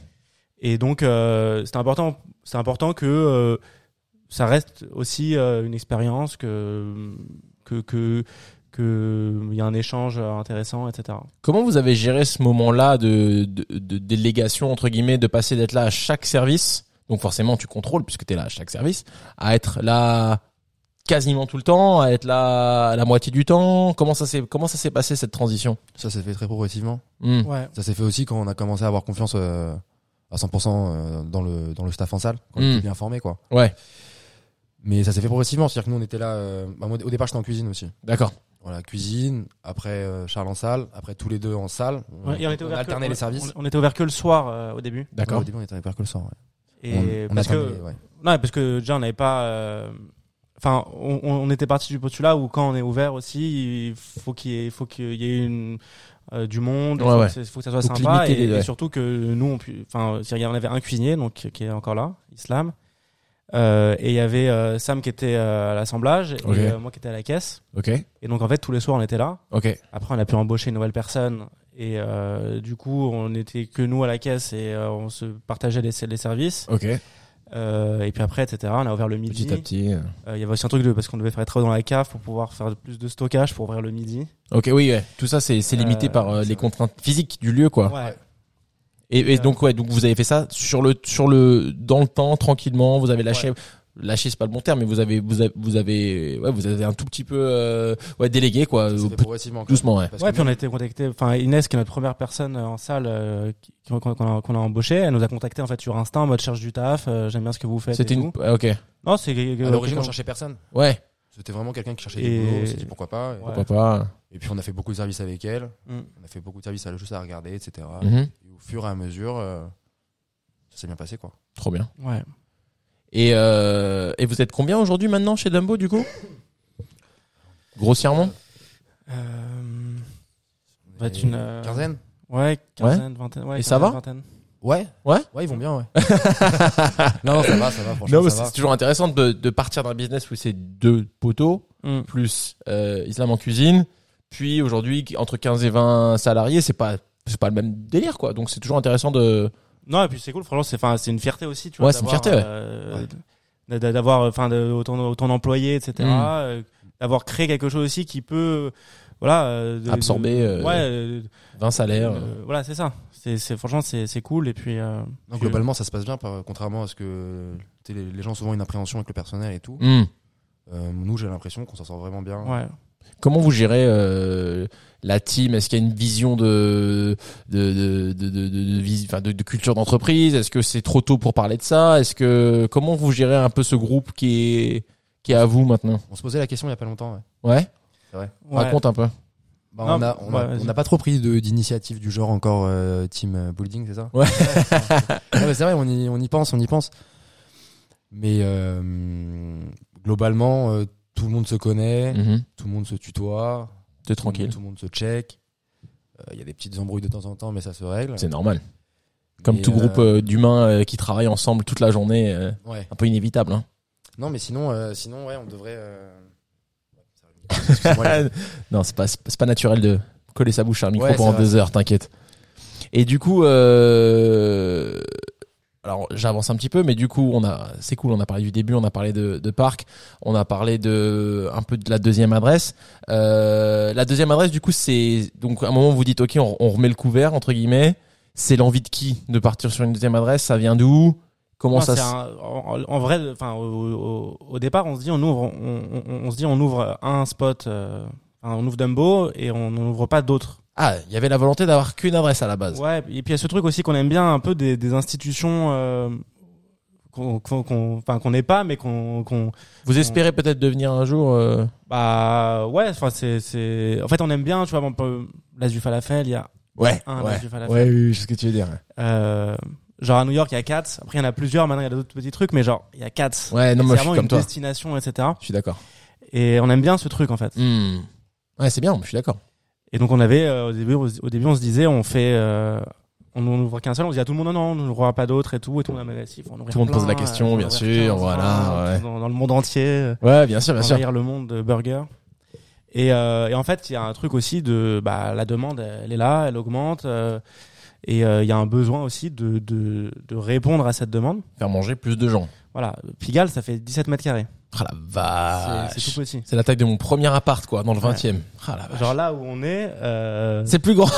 B: Et donc euh, c'est important, c'est important que euh, ça reste aussi euh, une expérience que que que que il y a un échange euh, intéressant, etc.
A: Comment vous avez géré ce moment-là de, de, de délégation, entre guillemets, de passer d'être là à chaque service Donc forcément, tu contrôles, puisque tu es là à chaque service, à être là quasiment tout le temps, à être là à la moitié du temps. Comment ça s'est comment ça s'est passé cette transition
C: Ça s'est fait très progressivement.
A: Hmm.
B: Ouais.
C: Ça s'est fait aussi quand on a commencé à avoir confiance euh, à 100% euh, dans le dans le staff en salle, quand on
A: Mm.
C: était bien formé quoi.
A: Ouais.
C: Mais ça s'est fait progressivement, c'est-à-dire que nous on était là. euh, bah, moi, au départ j'étais en cuisine aussi.
A: D'accord.
C: Voilà, cuisine. Après euh, Charles en salle. Après tous les deux en salle. On,
B: Ouais, et on était
C: on
B: ouvert que-
C: alternait
B: on-
C: les services.
B: On, on était ouvert que le soir euh, au début.
A: D'accord.
C: Ouais, au début on était ouvert que le soir. ouais.
B: Et
C: On- on
B: parce que
C: alternait, ouais.
B: Non, parce que déjà, on n'avait pas. euh, Enfin, on, on on était parti du postulat où quand on est ouvert aussi, il faut qu'il y ait, faut qu'il y ait une, euh, du monde, il
A: Ouais,
B: faut,
A: ouais.
B: Que, c'est- faut que ça soit
A: Faut
B: sympa et,
A: limiter les-
B: et
A: ouais.
B: surtout que nous, on, pu- enfin, euh, c'est-à-dire, on avait un cuisinier donc qui- qui est encore là, Islam, Euh, et il y avait euh, Sam qui était euh, à l'assemblage
A: Ok.
B: et euh, moi qui était à la caisse.
A: Ok.
B: Et donc en fait, tous les soirs, on était là.
A: Ok.
B: Après, on a pu embaucher une nouvelle personne. Et euh, du coup, on n'était que nous à la caisse et euh, on se partageait les, les services.
A: Ok.
B: Euh, et puis après, etc., on a ouvert le midi.
A: Petit à petit. euh.
B: Euh, Il y avait aussi un truc de parce qu'on devait faire être dans la cave pour pouvoir faire plus de stockage pour ouvrir le midi.
A: Ok. Oui. ouais. Tout ça, c'est c'est limité
B: Euh,
A: par euh, les contraintes physiques du lieu, quoi.
B: Ouais.
A: Et, et
B: Euh,
A: donc ouais, donc vous avez fait ça sur le sur le dans le temps tranquillement. Vous avez lâché. Lâché, c'est pas le bon terme, mais vous avez, vous avez, vous avez, ouais, vous avez un tout petit peu, euh, ouais, délégué quoi,
C: Ça
A: au-
C: s'est fait progressivement. quand même.
A: doucement, ouais.
C: Parce
B: Ouais,
C: que
B: puis on a été contacté. Enfin, Inès, qui est notre première personne euh, en salle euh, qui- qu'on qu'on a, qu'on a embauchée, elle nous a contacté en fait sur Insta en mode cherche du taf. euh, J'aime bien ce que vous faites.
A: C'était
B: et
A: une,
B: tout.
A: ah, ok,
B: Non, c'est
C: à l'origine on cherchait personne.
A: ouais,
C: C'était vraiment quelqu'un qui cherchait
B: Et-
C: du boulot. On s'est dit pourquoi pas. Et-
B: Ouais.
A: pourquoi pas.
C: Et puis on a fait beaucoup de services avec elle.
B: Mm.
C: On a fait beaucoup de services à juste à regarder, etc.
A: Mhm.
C: Et au fur et à mesure, euh, ça s'est bien passé quoi.
A: Trop bien.
B: Ouais.
A: Et, euh, et vous êtes combien aujourd'hui maintenant chez Dumbo du coup Grossièrement
B: Euh,
C: On
A: Bah,
B: va être
C: est
B: une, euh,
C: quinzaine.
B: ouais, quinzaine, vingtaine. Ouais,
A: Et ça va
B: quinzaine, vingtaine.
C: Ouais.
A: Ouais
C: Ouais, ils vont bien. Ouais. non, non, ça va, ça va. Franchement,
A: Non, mais
C: ça
A: c'est
C: va.
A: toujours intéressant de, de partir d'un business où c'est deux poteaux,
B: Mm.
A: plus euh, Islam en cuisine, puis aujourd'hui entre 15 et 20 salariés, c'est pas c'est pas le même délire quoi. Donc c'est toujours intéressant de
B: Non, et puis c'est cool, franchement, c'est enfin, c'est une fierté aussi, tu vois.
A: Ouais, c'est une
B: d'avoir,
A: fierté, ouais.
B: euh, d- d- D'avoir enfin de- autant, autant d'employés, etc.
A: Mm.
B: euh, D'avoir créé quelque chose aussi qui peut. Voilà. euh, de-
A: Absorber,
B: de-
A: euh,
B: ouais. euh,
A: 20 salaires. euh.
B: euh, voilà, c'est ça. C'est c'est- franchement, c'est c'est cool. Et puis. euh,
C: Non, globalement, ça se passe bien, par- contrairement à ce que tu sais, les, les gens ont souvent une appréhension avec le personnel et tout.
A: Hmm.
C: Euh, nous, j'ai l'impression qu'on s'en sort vraiment bien.
B: Ouais.
A: Comment vous gérez euh, la team Est-ce qu'il y a une vision de de de de de, de- de vis- enfin, de- de culture d'entreprise Est-ce que c'est trop tôt pour parler de ça Est-ce que comment vous gérez un peu ce groupe qui est qui est à vous maintenant
C: On se posait la question il y a pas longtemps. ouais.
A: Ouais,
B: Ouais.
A: raconte un peu.
C: Bah,
B: Non,
C: on a- on a-
B: ouais, vas-y.
C: on n'a pas trop pris de- d'initiative du genre encore euh, team building, c'est ça
A: Ouais.
C: Ouais, mais c'est vrai, on y, on y pense, on y pense. Mais euh, globalement, euh, tout le monde se connaît,
A: Mhm.
C: tout le monde se tutoie,
A: T'es tranquille,
C: tout le monde se check. Euh, Il y a des petites embrouilles de temps en temps, mais ça se règle.
A: c'est normal. Comme
C: Mais,
A: tout
C: euh,
A: groupe euh, d'humains euh, qui travaillent ensemble toute la journée, euh,
C: ouais.
A: un peu inévitable. Hein.
C: Non, mais sinon, euh, sinon, ouais, on devrait. euh, Oh, ouais, ça va, excuse-moi, les gars.
A: Non, c'est pas, c'est pas naturel de coller sa bouche à un micro
C: Ouais,
A: pendant
C: c'est vrai.
A: deux heures, t'inquiète. Et du coup, euh... alors j'avance un petit peu, mais du coup, on a, c'est cool, on a parlé du début, on a parlé de, de Parc, on a parlé de un peu de la deuxième adresse. Euh, la deuxième adresse, du coup, c'est donc à un moment vous dites, ok, on, on remet le couvert entre guillemets. C'est l'envie de qui de partir sur une deuxième adresse Ça vient d'où Comment
B: Non,
A: ça
B: c'est
A: se...
B: un- en, en vrai, enfin, au, au- au départ, on se dit on ouvre, on, on- on se dit on ouvre un spot, euh, enfin, on ouvre Dumbo et on n'ouvre pas d'autres.
A: Ah, il y avait la volonté d'avoir qu'une adresse à la base.
B: Ouais, et puis il y a ce truc aussi qu'on aime bien, un peu des, des institutions euh, qu'on qu'on qu'on- enfin, qu'on n'est pas, mais qu'on... qu'on
A: Vous espérez peut-être devenir un jour. euh,
B: bah ouais, enfin c'est... c'est- En fait, on aime bien, tu vois, on peut- l'As du Falafel, il y a
A: Ouais,
B: un
A: ouais.
B: L'As du Falafel.
A: Ouais, oui, oui, je sais ce que tu veux dire.
B: Euh, genre à New York, il y a Katz. Après, il y en a plusieurs, maintenant, il y a d'autres petits trucs, mais genre, il y a Katz.
A: Ouais, non,
B: c'est
A: moi je suis
B: vraiment
A: comme
B: une
A: toi.
B: destination, etc.
A: Je suis d'accord.
B: Et on aime bien ce truc, en fait.
A: Ouais, Hmm. c'est bien, je suis d'accord.
B: Et donc on avait euh, au début, au début on se disait on fait euh, on n'en ouvre qu'un seul, on dit à tout le monde non, non, on n'ouvrira pas d'autres et tout, et tout le monde a mal à s'y- faut en ouvrir
A: Tout le monde pose
B: plein,
A: la question,
B: faut en
A: bien
B: ouvrir
A: sûr,
B: 15,
A: voilà,
B: vingt,
A: ouais.
B: Dans, dans le monde entier. euh,
A: Ouais, bien sûr, bien sûr.
B: envahir le monde de burger. Et, euh, et en fait, il y a un truc aussi de bah, la demande, elle est là, elle augmente. euh, et euh, il y a un besoin aussi de, de, de répondre à cette demande.
A: Faire manger plus de gens.
B: Voilà, Pigalle, ça fait 17 mètres carrés.
A: Ah la
B: C'est-
A: vache.
B: c'est tout petit.
A: C'est la taille de mon premier appart, quoi, dans le
B: Ouais.
A: 20 e Ah la vache.
B: Genre là où on est, euh,
A: C'est plus grand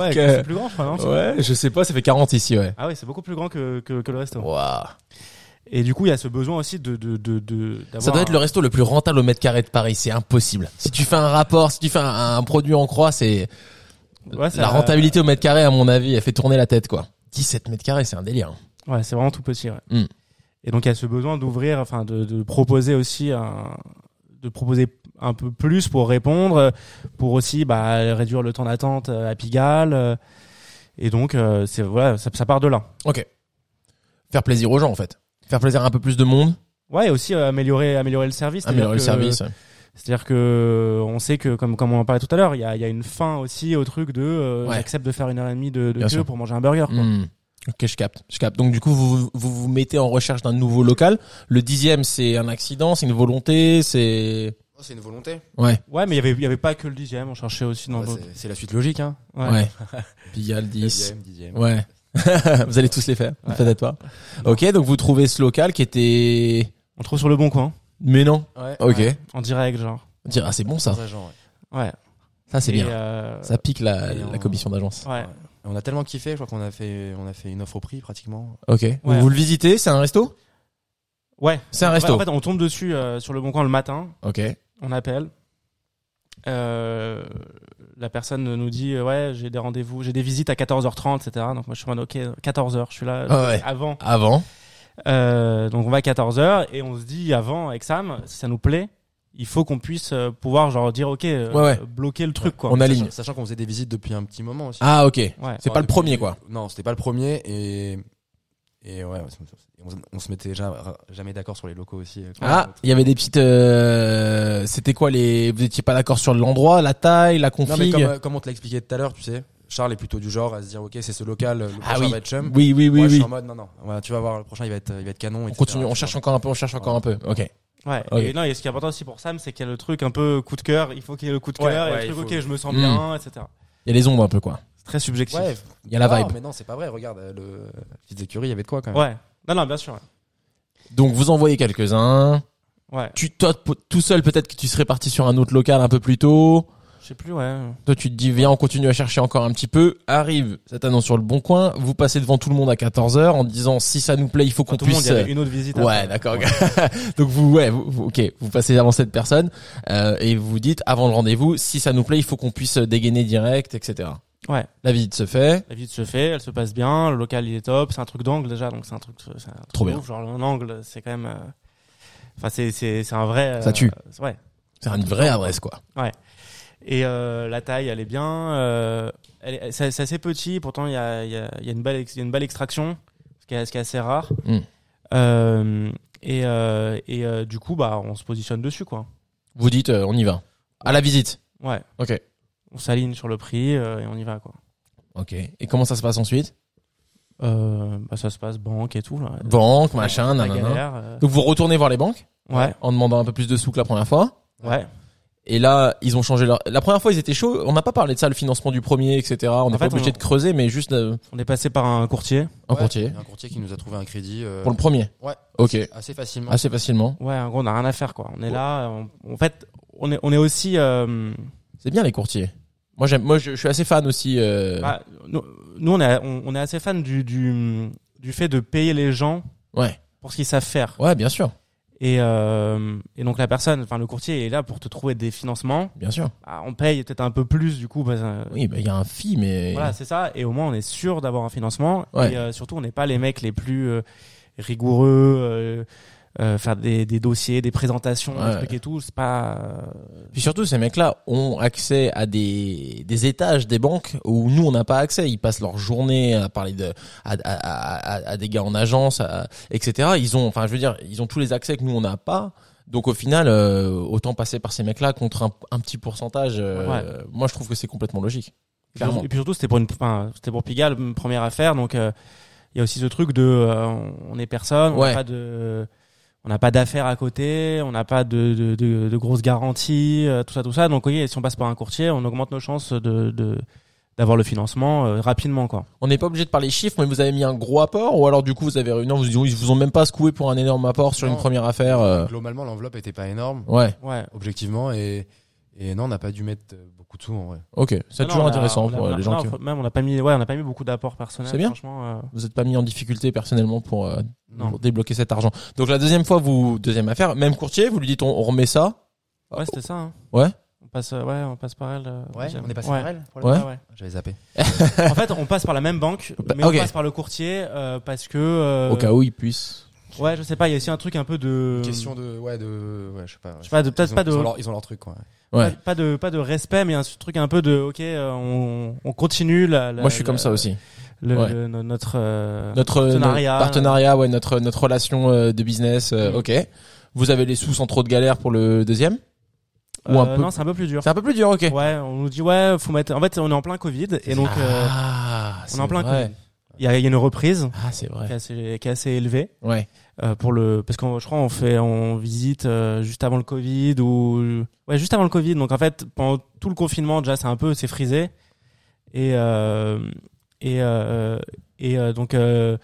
B: ouais,
A: que-
B: c'est plus grand, je crois. non
A: Ouais, je sais pas, ça fait 40 ici, ouais.
B: Ah oui, c'est beaucoup plus grand que, que, que le resto.
A: Waouh.
B: Et du coup, il y a ce besoin aussi de de de, de d'avoir
A: Ça doit être
B: un-
A: le resto le plus rentable au mètre carré de Paris, c'est impossible. Si tu fais un rapport, si tu fais un, un produit en croix, c'est
B: Ouais, ça-
A: la rentabilité au mètre carré, à mon avis, elle fait tourner la tête, quoi. 17 mètres carrés, c'est un délire.
B: Ouais, c'est vraiment tout petit. ouais.
A: Mm.
B: Et donc il y a ce besoin d'ouvrir, enfin de, de proposer aussi un, de proposer un peu plus pour répondre, pour aussi bah, réduire le temps d'attente euh, à Pigalle. euh, Et donc euh, c'est voilà, ça, ça part de là.
A: Ok. Faire plaisir aux gens, en fait. Faire plaisir à un peu plus de monde,
B: Ouais, et aussi euh, améliorer améliorer le service. c'est-à-dire
A: améliorer le
B: que-
A: service. ouais.
B: C'est-à-dire que euh, on sait que comme comme on en parlait tout à l'heure, il y a, il y a une fin aussi au truc de euh,
A: Ouais.
B: j'accepte de faire une heure et demie de, de
A: Bien
B: queue
A: sûr.
B: pour manger un burger. quoi.
A: Hmm. Ok, je capte, je capte. Donc du coup, vous vous, vous mettez en recherche d'un nouveau local. Le dixième, c'est un accident, c'est une volonté, c'est
E: Oh, c'est une volonté.
A: ouais,
B: Ouais, mais il y avait il y avait pas que le dixième, on cherchait aussi dans
A: Ah
C: Ouais,
B: d'autres.
C: c'est- C'est la suite logique, hein.
A: ouais.
B: Ouais.
A: Pigalle 10.
C: Dixième, dixième.
A: Ouais. vous allez tous les faire, peut-être pas. Ok, donc vous trouvez ce local qui était.
B: On trouve sur le bon coin,
A: Mais non.
C: Ouais.
A: Ok.
C: Ouais.
B: en direct genre.
A: Dire ah c'est bon ça.
C: Sans agent, ouais.
B: Ouais.
A: Ça c'est
B: Et,
A: bien.
B: euh,
A: Ça pique la,
C: et
A: la
C: on-
A: commission d'agence.
B: Ouais.
C: Et On a tellement kiffé, je crois qu'on a fait, on a fait une offre au prix pratiquement.
A: Ok. Vous, vous le visitez, c'est un resto
B: Ouais.
A: C'est un resto.
B: Ouais, en fait, on tombe dessus euh, sur le bon coin le matin.
A: Ok.
B: On appelle. Euh, la personne nous dit euh, ouais j'ai des rendez-vous j'ai des visites à 14h30 etc donc moi je suis en mode ok 14h je suis là
A: Ah ouais.
B: avant
A: Avant.
B: Euh, donc on va à 14h et on se dit avant avec Sam si ça nous plaît il faut qu'on puisse euh, pouvoir genre dire ok euh,
A: Ouais, ouais.
B: bloquer le truc quoi
A: On aligne.
C: Sachant, sachant qu'on faisait des visites depuis un petit moment aussi.
A: Ah ok.
B: ouais
A: C'est
C: Ouais,
A: pas le
C: depuis-
A: premier quoi.
C: Non, c'était pas le premier et et ouais, ouais, on, se- on se mettait déjà jamais d'accord sur les locaux aussi. euh, quand
A: Ah,
C: on-
A: il y avait des petites. euh, C'était quoi les Vous étiez pas d'accord sur l'endroit, la taille, la
C: Non mais
A: config.
C: comme, euh, comme on te l'a expliqué tout à l'heure, tu sais, Charles est plutôt du genre à se dire ok c'est ce local, euh, le
A: Ah
C: prochain
A: oui.
C: va être chum.
A: Oui oui oui
C: Moi, je
A: oui.
C: suis en mode non non, ouais, tu vas voir le prochain il va être il va être canon.
A: On
C: etc.
A: continue, on cherche encore un peu, on cherche encore un peu. Ok.
B: Ouais.
A: Ok.
B: Et non, et ce qui est important aussi pour Sam, c'est qu'il y a le truc un peu coup de cœur. Il faut qu'il y ait le coup de
C: Ouais,
B: cœur.
C: ouais,
B: et le
C: il
B: truc,
C: faut-
B: ok, je me sens
A: Mm.
B: bien, etc.
A: Il y a les ondes un peu quoi.
B: C'est très subjectif.
C: Ouais,
B: Ouais.
A: Il y a la
C: Ah,
A: vibe.
C: Mais non c'est pas vrai. Regarde euh, le petite écurie il y avait de quoi quand même.
B: Non, non, bien sûr.
A: Donc vous envoyez quelques uns.
B: Ouais.
A: Tu totes po- tout seul peut-être que tu serais parti sur un autre local un peu plus tôt.
B: Je sais plus, ouais.
A: Toi, tu te dis, viens, on continue à chercher encore un petit peu. Arrive cette annonce sur le bon coin. Vous passez devant tout le monde à 14h en disant, si ça nous plaît, il faut qu'on
B: Enfin, tout le monde,
A: puisse. euh,
B: il y avait une autre visite. après.
A: Ouais, d'accord. Donc vous, ouais, vous, vous- ok, vous passez avant cette personne euh, et vous dites avant le rendez-vous, si ça nous plaît, il faut qu'on puisse dégainer direct, etc.
B: Ouais.
A: La visite se fait.
B: La visite se fait, elle se passe bien, le local il est top, c'est un truc d'angle déjà, donc c'est un truc, c'est un truc
A: Trop
B: de
A: bien.
B: ouf, genre un angle, c'est quand même, euh, enfin c'est c'est c'est un vrai, euh,
A: Ça tue.
B: c'est- ouais.
A: C'est une vraie adresse, quoi.
B: Et euh, la taille elle est bien, euh, elle est- c'est c'est assez petit, pourtant il y a il y a, il y a une belle ex- il y a une belle extraction, ce qui est, ce qui est assez rare.
A: Mm.
B: Euh, et euh, et euh, du coup bah on se positionne dessus quoi.
A: Vous dites, euh, on y va. À la visite.
B: Ouais.
A: Ok.
B: On s'aligne sur le prix euh, et on y va quoi.
A: Ok. Et comment ça se passe ensuite
B: Euh, bah, ça se passe banque et tout là.
A: Banque, machin,
B: La
A: nanana.
B: galère, euh,
A: Donc vous retournez voir les banques
B: ouais
A: en demandant un peu plus de sous que la première fois.
B: ouais.
A: Et là, ils ont changé leur. La première fois, ils étaient chauds. On n'a pas parlé de ça, le financement du premier, etc. On n'est pas
B: En fait,
A: obligé
B: on-
A: de creuser, mais juste euh,
B: On est passé par un courtier.
A: un
C: Ouais,
A: courtier
C: il
B: Euh,
C: y a Un courtier qui nous a trouvé un crédit. euh,
A: pour le premier.
C: Ouais.
A: Ok.
C: Assez facilement.
A: Assez facilement.
B: Ouais, en gros, on n'a rien à faire, quoi. On est là. on- en fait, on est, on est aussi. euh,
A: C'est bien les courtiers. Moi, j'aime. Moi, je, je suis assez fan aussi. euh,
B: bah, nous, nous, on est, on, on est assez fan du, du, du fait de payer les gens
A: Ouais.
B: pour ce qu'ils savent faire.
A: Ouais, bien sûr,
B: Et, euh, et donc, la personne, enfin, le courtier est là pour te trouver des financements.
A: bien sûr.
B: Bah, on paye peut-être un peu plus, du coup. parce que- euh,
A: Oui, bah, il y a un fee, mais
B: Voilà, c'est ça. Et au moins, on est sûr d'avoir un financement.
A: Ouais.
B: Et euh, surtout, on n'est pas les mecs les plus euh, rigoureux. euh, euh, faire des, des dossiers, des présentations,
A: Ouais.
B: des trucs et tout, c'est pas. euh,
A: puis surtout, ces mecs-là ont accès à des des étages des banques où nous on n'a pas accès. Ils passent leur journée à parler de à à, à, à- à des gars en agence, à- etc. Ils ont, enfin, je veux dire, ils ont tous les accès que nous on n'a pas. Donc au final, euh, autant passer par ces mecs-là contre un, un petit pourcentage. euh, Moi, je trouve que c'est complètement logique. Clairement.
B: Et puis surtout, c'était pour une, enfin, c'était pour Pigalle, une première affaire, donc euh, il y a aussi ce truc de, euh, on est personne, on
A: Ouais.
B: n'a pas de, on n'a pas d'affaires à côté, on n'a pas de, de, de- de grosses garanties, euh, tout ça, tout ça. Donc, vous voyez, si on passe par un courtier, on augmente nos chances de, de d'avoir le financement euh, rapidement, quoi.
A: On n'est pas obligé de parler chiffres, mais vous avez mis un gros apport, ou alors du coup vous avez réuni, non, vous- ils vous ont même pas secoué pour un énorme apport sur
F: Non.
A: une première affaire. euh,
F: Globalement, l'enveloppe était pas énorme,
A: Ouais,
B: Ouais.
F: objectivement, et, et non, on n'a pas dû mettre euh, beaucoup de sous en vrai.
A: ok, c'est
B: Non,
A: toujours
B: on a-
A: intéressant
B: on a-
A: pour euh, les gens.
B: non,
A: qui...
B: faut- Même on n'a pas mis, ouais, on n'a pas mis beaucoup d'apports personnels.
A: C'est bien.
B: Franchement, euh,
A: Vous êtes pas mis en difficulté personnellement pour, euh,
B: non.
A: pour débloquer cet argent. Donc la deuxième fois, vous deuxième affaire, même courtier, vous lui dites on, on remet ça.
B: Ouais, c'était ça. hein.
A: Ouais.
B: On passe, euh, ouais, on passe par elle. euh, deuxième. Ouais.
F: elle
A: Ouais.
B: ouais.
F: J'avais zappé.
B: en fait, on passe par la même banque,
A: Bah,
B: mais
A: ok.
B: on passe par le courtier euh, parce que. euh,
A: Au cas où ils puissent.
B: Ouais, je sais pas. Il y a aussi un truc un peu de.
A: Euh,
F: Question de. Ouais, de. Ouais, je sais pas.
B: Je sais pas, de- peut-être
F: Ils ont-
B: pas de-
F: Ils ont leur, ils ont leur truc, quoi.
B: Pas,
A: Ouais.
B: pas de pas de respect, mais un truc un peu de. Ok, euh, on, on continue. La, la-
A: Moi, je suis
B: la-
A: comme ça aussi.
B: le-
A: Ouais.
B: le- no- notre. euh,
A: Notre euh,
B: partenariat.
A: notre partenariat, ouais, notre notre relation euh, de business. euh,
B: Mm.
A: Ok. Vous avez les sous sans trop de galère pour le deuxième. Ou un
B: euh,
A: peu-
B: Non, c'est un peu plus dur.
A: C'est un peu plus dur, ok.
B: Ouais, on nous dit ouais, faut mettre. En fait, on est en plein Covid et donc euh,
A: ah,
B: on est en plein
A: vrai.
B: Covid. Il y a, il y a une reprise
A: Ah, c'est
B: qui
A: vrai.
B: est assez, qui est assez élevée.
A: Ouais.
B: euh, pour le parce qu'on je crois on fait on visite euh, juste avant le Covid ou ouais juste avant le Covid donc en fait pendant tout le confinement déjà c'est un peu c'est frisé et euh, et euh, et euh, donc euh,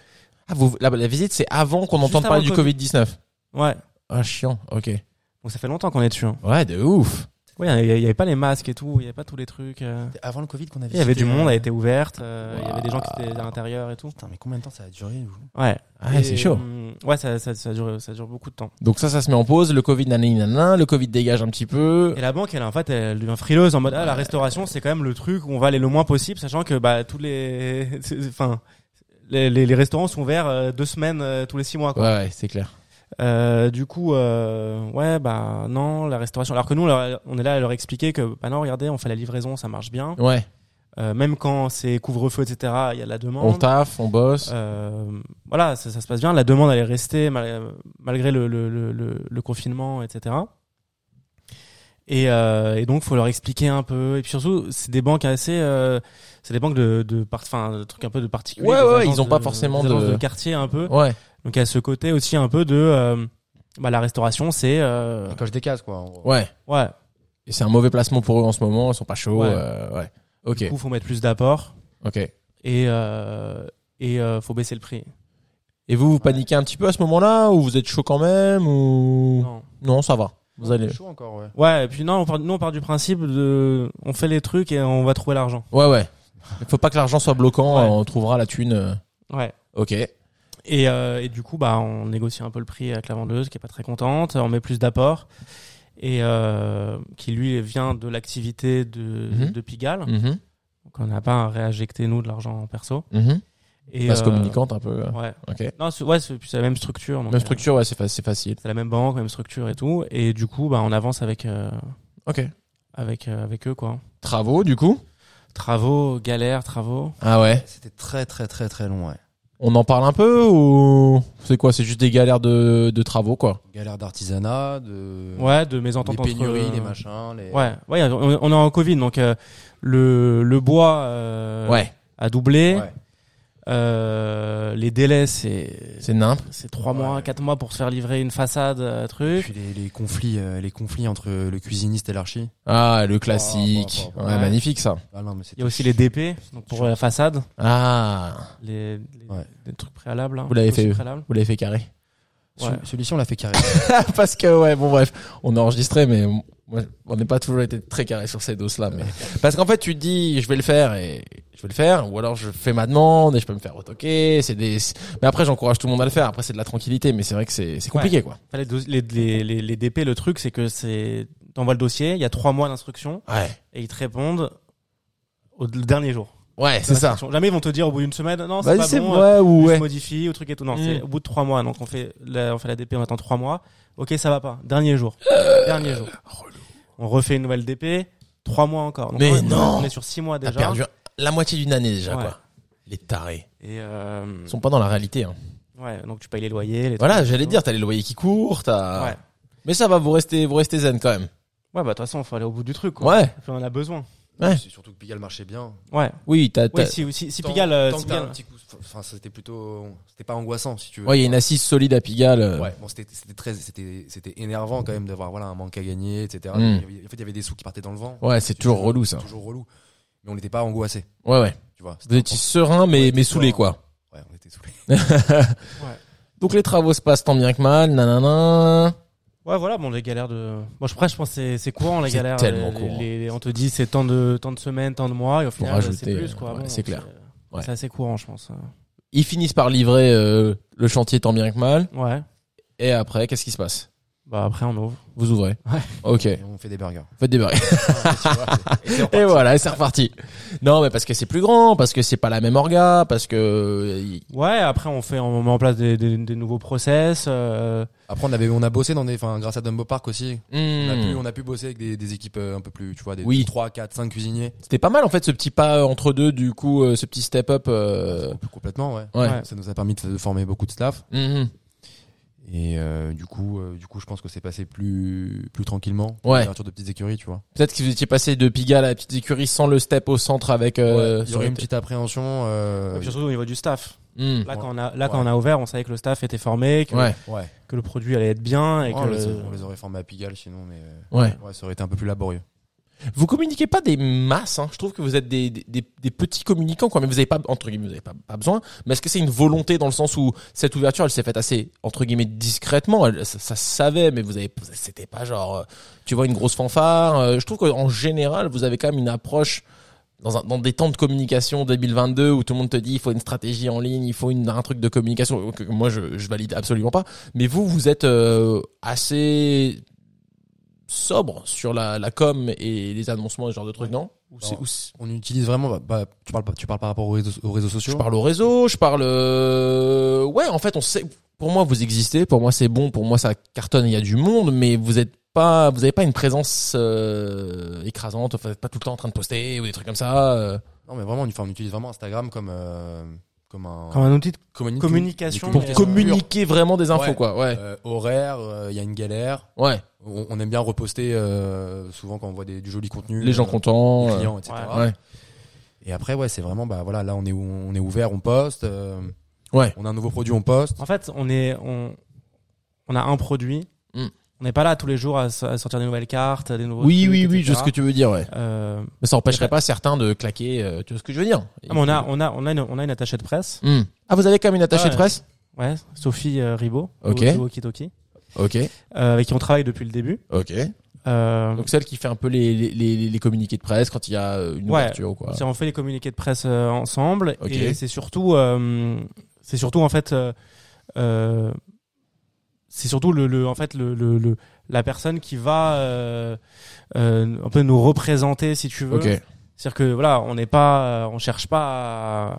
A: Ah, vous, la, la visite, c'est avant qu'on
B: Juste
A: entende parler
B: avant
A: du
B: le
A: Covid-19.
B: ouais
A: Ah, chiant, ok.
B: donc ça fait longtemps qu'on est dessus hein.
A: Ouais, de ouf.
B: ouais il y, a- il y avait pas les masques et tout il y avait pas tous les trucs euh.
F: Avant le Covid qu'on avait
B: il y avait
F: visité,
B: du monde
F: euh,
B: elle était ouverte euh, il y avait des gens qui étaient à l'intérieur et tout
F: Putain, mais combien de temps ça a duré vous
B: ouais
A: Ah,
B: Et,
A: c'est chaud.
B: euh, ouais ça ça ça dure ça dure beaucoup de temps
A: Donc ça, ça se met en pause. Le Covid, nanani, nanana, le Covid dégage un petit peu.
B: Et la banque, elle, en fait, elle devient frileuse en mode, ah, la restauration, c'est quand même le truc où on va aller le moins possible, sachant que, bah, tous les, c'est- enfin, les, les, les restaurants sont ouverts euh, deux semaines euh, tous les six mois, quoi.
A: Ouais, ouais, c'est clair.
B: Euh, du coup, euh, ouais, bah, non, la restauration. Alors que nous, on leur- on est là à leur expliquer que, bah non, regardez, on fait la livraison, ça marche bien.
A: Ouais.
B: Euh, même quand c'est couvre-feu, etc., il y a de la
A: On
B: demande.
A: taffe, on bosse.
B: Euh, voilà, ça, ça se passe bien. La demande, elle est restée mal- malgré le, le, le, le- le confinement, etc. Et, euh, et donc, faut leur expliquer un peu. Et puis surtout, c'est des banques assez, euh, c'est des banques de, de, par- enfin, de trucs un peu de particuliers.
A: Ouais,
B: des
A: ouais,
B: agences
A: ils ont pas
B: de-
A: forcément
B: des agences
A: de-
B: quartier un peu.
A: Ouais.
B: Donc, à ce côté aussi un peu de, euh, bah, la restauration, c'est, euh,
F: Quand je décase, quoi. en gros.
A: Ouais.
B: ouais.
A: Et c'est un mauvais placement pour eux en ce moment. Ils sont pas chauds.
B: Ouais.
A: euh, ouais. Ok.
B: Du coup, faut mettre plus d'apports
A: Ok.
B: et euh, et euh, faut baisser le prix.
A: Et vous, vous paniquez un petit peu à ce moment-là ou vous êtes chaud quand même ou
B: Non.
A: non, ça va. Vous allez.
F: C'est chaud encore, ouais.
B: Ouais, et puis non, on part, nous on part du principe de, on fait les trucs et on va trouver l'argent.
A: Ouais, ouais. Faut pas que l'argent soit bloquant.
B: Ouais.
A: euh, On trouvera la thune. euh.
B: Ouais.
A: Ok.
B: Et, euh, et du coup, bah, on négocie un peu le prix avec la vendeuse qui est pas très contente. On met plus d'apports et euh, qui lui vient de l'activité de,
A: Mhm.
B: de Pigalle.
A: Mhm.
B: Donc on n'a pas à réinjecter nous de l'argent en perso.
A: Mhm.
B: Et
A: Passe
B: euh,
A: communicante un peu. euh.
B: Ouais.
A: Ok.
B: Non, c'est- ouais, c'est puis c'est la même structure. donc,
A: Même
B: euh,
A: structure, ouais, c'est fa- c'est facile.
B: C'est la même banque, même structure et tout. Et du coup, bah, on avance avec euh,
A: Ok.
B: avec euh, avec eux quoi.
A: Travaux, du coup.
B: Travaux, galères, travaux.
A: Ah ouais.
F: C'était très, très, très, très long, ouais.
A: On en parle un peu ou c'est quoi C'est juste des galères de, de travaux quoi.
F: Galère d'artisanat, de.
A: Euh,
B: Ouais, de mésententes
F: Les
B: entre
F: pénuries, les machins, les.
B: euh, Ouais, ouais, on on est en Covid, donc euh, le le bois euh,
A: ouais,
B: a doublé.
F: Ouais.
B: Euh, les délais, c'est
A: c'est nimp.
B: c'est trois mois, quatre mois pour se faire livrer une façade, euh,
F: Et
B: truc.
F: puis les, les conflits, euh, les conflits entre le cuisiniste et l'archi.
A: Ah, le classique.
F: bah, bah,
A: Ouais,
B: ouais.
A: magnifique ça.
F: Ah non, mais c'était
B: Il y a aussi les DP donc pour la façade,
A: Ah,
B: les, les-
F: Ouais.
B: les trucs préalables. hein,
A: Vous l'avez
B: dossiers
A: fait, euh.
B: préalables.
A: vous l'avez fait carré.
B: Ouais.
F: Celui- Celui-ci, on l'a fait carré.
A: Parce que ouais, bon bref, on a enregistré mais moi, on n'est pas toujours été très carré sur ces doses là mais parce qu'en fait tu te dis je vais le faire et je vais le faire ou alors je fais ma demande et je peux me faire retoquer, c'est des mais après j'encourage tout le monde à le faire, après c'est de la tranquillité mais c'est vrai que c'est c'est compliqué quoi.
B: Enfin, Les, dos- les, les, les- les DP, le truc, c'est que c'est t'envoies le dossier, il y a trois mois d'instruction
A: Ouais.
B: et ils te répondent au le dernier jour.
A: Ouais,
B: de
A: c'est ça.
B: l'instruction. Jamais ils vont te dire au bout d'une semaine, non, c'est
A: Vas-y,
B: pas
A: c'est hein.
B: bon.
A: ouais
B: euh,
A: ou
B: juste
A: ouais.
B: modifier ou truc et tout. Non,
A: Mm.
B: c'est au bout de trois mois. Donc on fait la, on fait la DP, on attend trois mois. Ok, ça va pas. Dernier jour. Dernier jour. On refait une nouvelle DP. Trois mois encore. Donc,
A: Mais
B: on est-
A: non
B: On est sur six mois
A: T'as
B: déjà.
A: perdu la moitié d'une année déjà
B: Ouais.
A: quoi. Les tarés.
B: Et euh,
A: Ils sont pas dans la réalité. Hein.
B: ouais, donc tu payes les loyers. Les
A: Voilà,
B: trucs et
A: j'allais
B: tout.
A: dire, t'as les loyers qui courent, t'as.
B: Ouais.
A: Mais ça va, vous restez, vous restez zen quand même.
B: Ouais, bah de toute façon, faut aller au bout du truc. Quoi.
A: Ouais.
B: On en a besoin.
A: Ouais.
C: C'est surtout que Pigalle marchait bien.
B: Ouais.
A: Oui, t'as, t'as-
B: Oui, si, si, si
C: Tant-
B: Pigalle, euh,
C: tant
B: si
C: que t'as
B: Pigalle-
C: un petit coup- Enfin, c'était plutôt. C'était pas angoissant, si tu veux.
A: ouais, il y a une assise solide à Pigalle. euh.
C: Ouais, bon, c'était c'était très, c'était c'était énervant quand même d'avoir voilà un manque à gagner, etc.
A: Mm.
C: Il y avait- En fait, il y avait des sous qui partaient dans le vent.
A: Ouais, c'est toujours relou ça.
C: Toujours relou. Mais on n'était pas angoissé,
A: Ouais, ouais.
C: tu vois.
A: Vous étiez serein, mais,
C: Ouais,
A: mais saoulé,
C: serein.
A: quoi.
C: Ouais, on était saoulés.
A: Donc les travaux se passent tant bien que mal, nanana.
B: Ouais, voilà, bon, les galères de. Moi, je, après, je pense que c'est- c'est courant, les
A: C'est
B: galères.
A: tellement
B: Les-
A: courant.
B: les- les- on te dit, c'est tant de, tant de semaines, tant de mois, et au final, bah,
A: rajouter,
B: c'est plus, quoi.
A: ouais,
B: Bon,
A: c'est clair.
B: c'est-
A: Ouais.
B: C'est assez courant, je pense.
A: Ils finissent par livrer euh, le chantier tant bien que mal.
B: Ouais.
A: Et après, qu'est-ce qui se passe
B: Bah, après, on ouvre.
A: Vous ouvrez.
B: Ouais.
A: Ok.
C: Et on fait des burgers.
A: Faites des barres.
C: Tu vois, c'est- et
A: Et voilà, et c'est reparti. Non, mais parce que c'est plus grand, parce que c'est pas la même orga, parce que euh, y-
B: Ouais, après, on fait, on met en place des, des, des nouveaux process. euh,
C: Après, on avait, on a bossé dans des, enfin, grâce à Dumbo Park aussi. On a pu,
A: Hmm.
C: on a pu bosser avec des, des équipes euh, un peu plus, tu vois, des
A: Oui.
C: 3, 4, 5 cuisiniers.
A: c'était pas mal en fait ce petit pas euh, entre deux, du coup, euh, ce petit step up. euh,
C: Complètement, ouais.
A: Ouais.
B: Ouais.
C: Ça nous a permis de, de former beaucoup de staff.
A: Mhm.
C: Et euh, du coup, euh, du coup, je pense que c'est passé plus, plus tranquillement.
A: Ouais.
C: L'ouverture de petites écuries, tu vois.
A: Peut-être que vous étiez passé de Pigalle à la petite écurie sans le step au centre avec. euh,
C: Ouais, il y
A: sur
C: aurait
A: les-
C: une petite appréhension.
B: et
C: euh,
B: puis surtout au niveau du staff.
A: Hmm.
B: Là,
C: Ouais.
B: quand on a, là,
C: Ouais.
B: quand on a ouvert, on savait que le staff était formé,
C: euh,
B: que,
A: Ouais,
C: ouais.
B: que le produit allait être bien, et que.
C: Oh,
A: euh,
C: on, les,
B: le-
C: on les aurait formés à Pigalle, sinon, mais euh,
A: ouais.
C: ouais, ça aurait été un peu plus laborieux.
A: Vous communiquez pas des masses, hein. je trouve que vous êtes des, des, des- des petits communicants, quoi. Mais vous avez pas, entre guillemets, vous avez pas, pas besoin. Mais est-ce que c'est une volonté dans le sens où cette ouverture, elle s'est faite assez, entre guillemets, discrètement elle, ça, ça se savait, mais vous avez, c'était pas genre, euh, tu vois, une grosse fanfare. Euh, Je trouve qu'en général, vous avez quand même une approche dans, un- dans des temps de communication 2022 où tout le monde te dit il faut une stratégie en ligne, il faut une, un truc de communication que que moi je, je valide absolument pas. Mais vous, vous êtes euh, assez sobre sur la, la com et les annoncements, ce genre de trucs, non Ou c'est- ou c'est-
C: On utilise vraiment. bah, bah, tu parles, pas- tu parles par rapport aux réseaux, aux réseaux sociaux.
A: Je parle au réseau, je parle. euh, Ouais, en fait, on sait. Pour moi, vous existez. Pour moi, c'est bon. Pour moi, ça cartonne. Il y a du monde, mais vous êtes pas. Vous avez pas une présence euh, écrasante. Vous n'êtes pas tout le temps en train de poster ou des trucs comme ça. euh.
C: Non, mais vraiment, on, enfin, on utilise vraiment Instagram comme, euh, comme un.
B: Comme un outil de
C: comme une-
B: communication.
C: une
A: pour
B: mais, euh,
A: communiquer vraiment des infos,
C: Ouais.
A: quoi. Ouais,
C: Euh, horaire, euh, il y a une galère.
A: ouais.
C: On, on aime bien reposter euh, souvent quand on voit des, du joli contenu.
A: Les gens
C: euh,
A: contents.
C: des
A: euh,
C: clients, etc.
B: Ouais.
A: Ouais.
C: Et après, ouais, c'est vraiment, bah voilà, là, on est, on est ouvert, on poste. euh,
A: Ouais.
C: On a un nouveau produit, on poste.
B: En fait, on est, on, on a un produit.
A: Mm.
B: On n'est pas là tous les jours à, s- à sortir des nouvelles cartes, des nouveaux.
A: Oui,
B: trucs,
A: oui, oui.
B: etc..
A: Je sais ce que tu veux dire. Ouais.
B: Euh,
A: Mais ça
B: Y
A: empêcherait
B: a
A: pas certains de claquer. euh, tu vois ce que je veux dire
B: ah, mais on a, on a, on a une, on a une attachée de presse.
A: Hmm. Ah, vous avez quand même une attachée
B: Ouais.
A: de presse.
B: Ouais, Sophie euh, Ribaud.
A: Ok.
B: de Walkie-Talkie,
A: Ok.
B: euh, avec qui on travaille depuis le début.
A: Ok.
B: Euh,
A: Donc celle qui fait un peu les les, les, les communiqués de presse quand il y a euh, une
B: Ouais.
A: ouverture ou quoi.
B: c'est- on fait les communiqués de presse euh, ensemble.
A: Ok.
B: Et c'est surtout, euh, c'est surtout en fait, euh, euh, c'est surtout le, le- en fait le, le- le- la personne qui va euh, euh, un peu nous représenter, si tu veux.
A: Ok.
B: C'est-à-dire que voilà, on n'est pas, euh, on cherche pas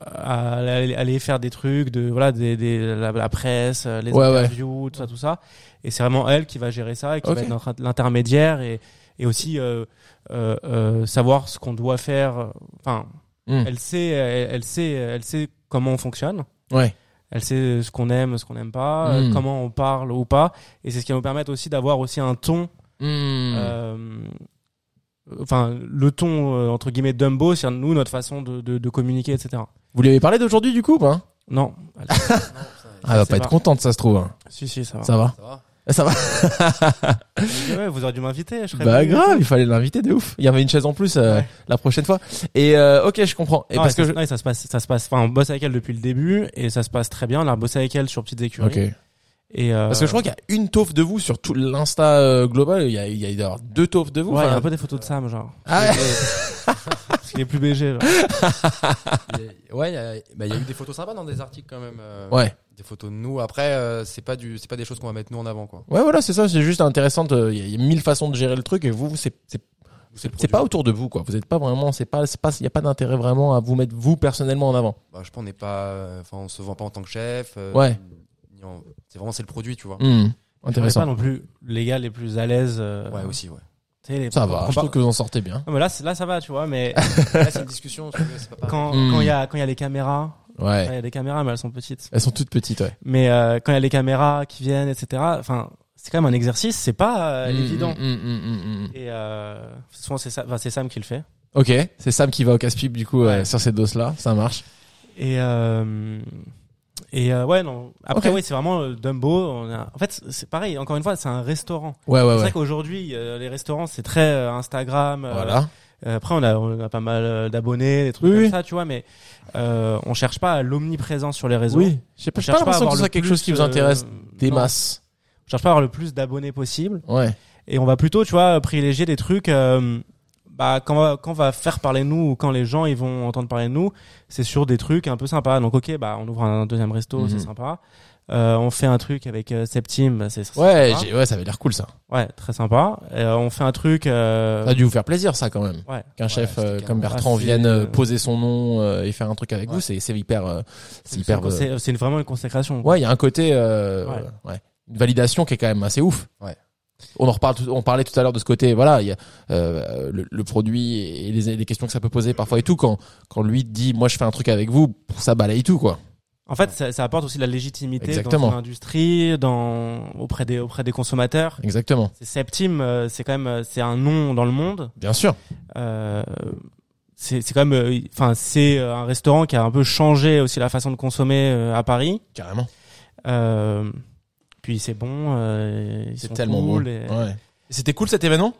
B: à, à aller aller faire des trucs de voilà des, des- la, la presse, euh, les
A: Ouais, ouais.
B: interviews, tout ça, tout ça. Et c'est vraiment elle qui va gérer ça et qui
A: Ok.
B: va être notre- l'intermédiaire et et aussi euh, euh, euh, savoir ce qu'on doit faire. Enfin,
A: Hmm.
B: elle sait, elle, elle sait, elle sait comment on fonctionne.
A: Ouais.
B: Elle sait ce qu'on aime, ce qu'on n'aime pas, euh,
A: Hmm.
B: comment on parle ou pas. Et c'est ce qui va nous permettre aussi d'avoir aussi un ton
A: Hmm.
B: euh, enfin le ton euh, entre guillemets Dumbo c'est nous notre façon de, de, de communiquer etc
A: Vous lui avez parlé d'aujourd'hui du coup ou pas
B: non
A: Ah, elle va
B: sais
A: pas être
B: pas.
A: contente, ça se trouve. hein.
B: si si ça va,
A: Ça va.
C: Ça va
A: Ah, Ça va.
B: Ouais, vous auriez dû m'inviter je serais
A: Bah
B: venu.
A: grave, il fallait l'inviter de ouf. Il y avait une chaise en plus euh,
B: Ouais.
A: la prochaine fois. Et euh, ok, je comprends. Et
B: Non,
A: parce
B: ça,
A: que je...
B: non, ça se passe ça se passe enfin on bosse avec elle depuis le début et ça se passe très bien on a bossé avec elle sur petites écuries
A: Ok.
B: et euh,
A: Parce que je crois qu'il y a une taufe de vous sur tout l'insta euh, global. Il y a, il y a d'ailleurs deux taufes de vous.
B: ouais, il y a
A: Enfin,
B: un peu des photos de Sam genre
A: Ah ouais.
B: parce qu'il est plus BG genre.
C: Et- Ouais, il y a- bah, il y a eu des photos sympas dans des articles quand même. euh,
A: ouais.
C: Des photos de nous. Après, euh, c'est pas du, c'est pas des choses qu'on va mettre nous en avant, quoi.
A: Ouais, voilà, c'est ça. C'est juste intéressant. de- Il y, a- il y a mille façons de gérer le truc et vous, vous, c'est c'est-
C: C'est le
A: c'est
C: produit.
A: pas autour de vous quoi. Vous êtes pas vraiment. C'est pas. C'est pas. Il y a pas d'intérêt vraiment à vous mettre vous personnellement en avant.
C: Bah, je pense qu'on n'est pas, euh, enfin, on se vend pas en tant que chef. euh,
A: Ouais.
C: ni en- C'est vraiment c'est le produit, tu vois.
A: Hmm.
B: on est pas
A: Intéressant.
B: non plus les gars les plus à l'aise euh,
C: Ouais, aussi, ouais.
B: tu sais, les-
A: Ça
B: on
A: va.
B: prend
A: Je
B: pas-
A: trouve que vous en sortez bien.
B: Non, mais là c'est- là ça va tu vois mais
C: Là, c'est une discussion. si tu veux, c'est pas pareil.
B: quand
A: Hmm.
B: quand il y a quand il y a les caméras quand il
A: Ouais.
B: y a des caméras mais elles sont petites
A: Elles sont toutes petites. Ouais.
B: Mais euh, quand il y a les caméras qui viennent, etc. Enfin, c'est quand même un exercice, c'est pas euh,
A: Mm,
B: évident.
A: mm, mm, mm, mm, mm.
B: Et euh, souvent, c'est Sa- enfin, c'est Sam qui le fait.
A: Ok, c'est Sam qui va au casse-pipe du coup euh, sur ces doses-là, ça marche.
B: Et euh, et euh, ouais non. Après
A: Ok.
B: oui, c'est vraiment euh, Dumbo. On a... En fait, c'est pareil. Encore une fois, c'est un restaurant.
A: Ouais, ouais,
B: c'est vrai
A: ouais.
B: qu'aujourd'hui, euh, les restaurants, c'est très euh, Instagram. euh,
A: Voilà.
B: euh, après, on a on a pas mal euh, d'abonnés, des trucs
A: Oui,
B: comme
A: oui.
B: ça, tu vois. Mais euh, on cherche pas à l'omniprésence sur les réseaux.
A: Oui, j'ai pas,
B: On
A: j'ai pas
B: cherche
A: l'impression
B: avoir
A: que ce
B: le
A: soit quelque
B: plus,
A: chose qui vous
B: euh,
A: intéresse des
B: non.
A: masses.
B: On cherche pas à avoir le plus d'abonnés possible.
A: Ouais.
B: Et on va plutôt, tu vois, privilégier des trucs. euh, bah, quand, on va- quand on va faire parler de nous ou quand les gens ils vont entendre parler de nous, c'est sur des trucs un peu sympas. Donc ok, bah on ouvre un deuxième resto,
A: Mhm.
B: c'est sympa. Euh, on fait un truc avec euh, Septime, bah, c'est c'est Euh,
A: Ouais,
B: sympa.
A: j'ai- ouais, ça avait l'air cool ça.
B: ouais, très sympa. Euh, on fait un truc, euh,
A: Ça a dû vous faire plaisir ça quand même.
B: ouais,
A: Qu'un chef euh, comme Bertrand
B: Ah, c'est,
A: vienne euh,
B: euh,
A: poser son nom euh, et faire un truc avec vous, c'est c'est hyper, euh, c'est
B: c'est
A: hyper. euh,
B: c'est- c'est vraiment une consécration.
A: Ouais, il y a un côté, euh,
B: Ouais.
A: ouais. une validation qui est quand même assez ouf.
C: Ouais.
A: On en reparle, tout- on parlait tout à l'heure de ce côté, voilà, il y a, euh, le, le produit et les, les questions que ça peut poser parfois et tout. Quand, quand lui te dit, moi je fais un truc avec vous, ça balaye tout quoi.
B: En fait, ça, ça apporte aussi de la légitimité
A: Exactement.
B: dans l'industrie, dans auprès des auprès des consommateurs.
A: Exactement.
B: C'est Septime, euh, c'est quand même euh, c'est un nom dans le monde.
A: Bien sûr.
B: Euh, c'est c'est quand même euh, y- enfin c'est euh, un restaurant qui a un peu changé aussi la façon de consommer euh, à Paris
A: Carrément.
B: Euh, puis c'est bon euh, ils
A: C'est
B: sont
A: tellement
B: cool
A: bon.
B: et- ouais.
A: Ouais. C'était cool cet événement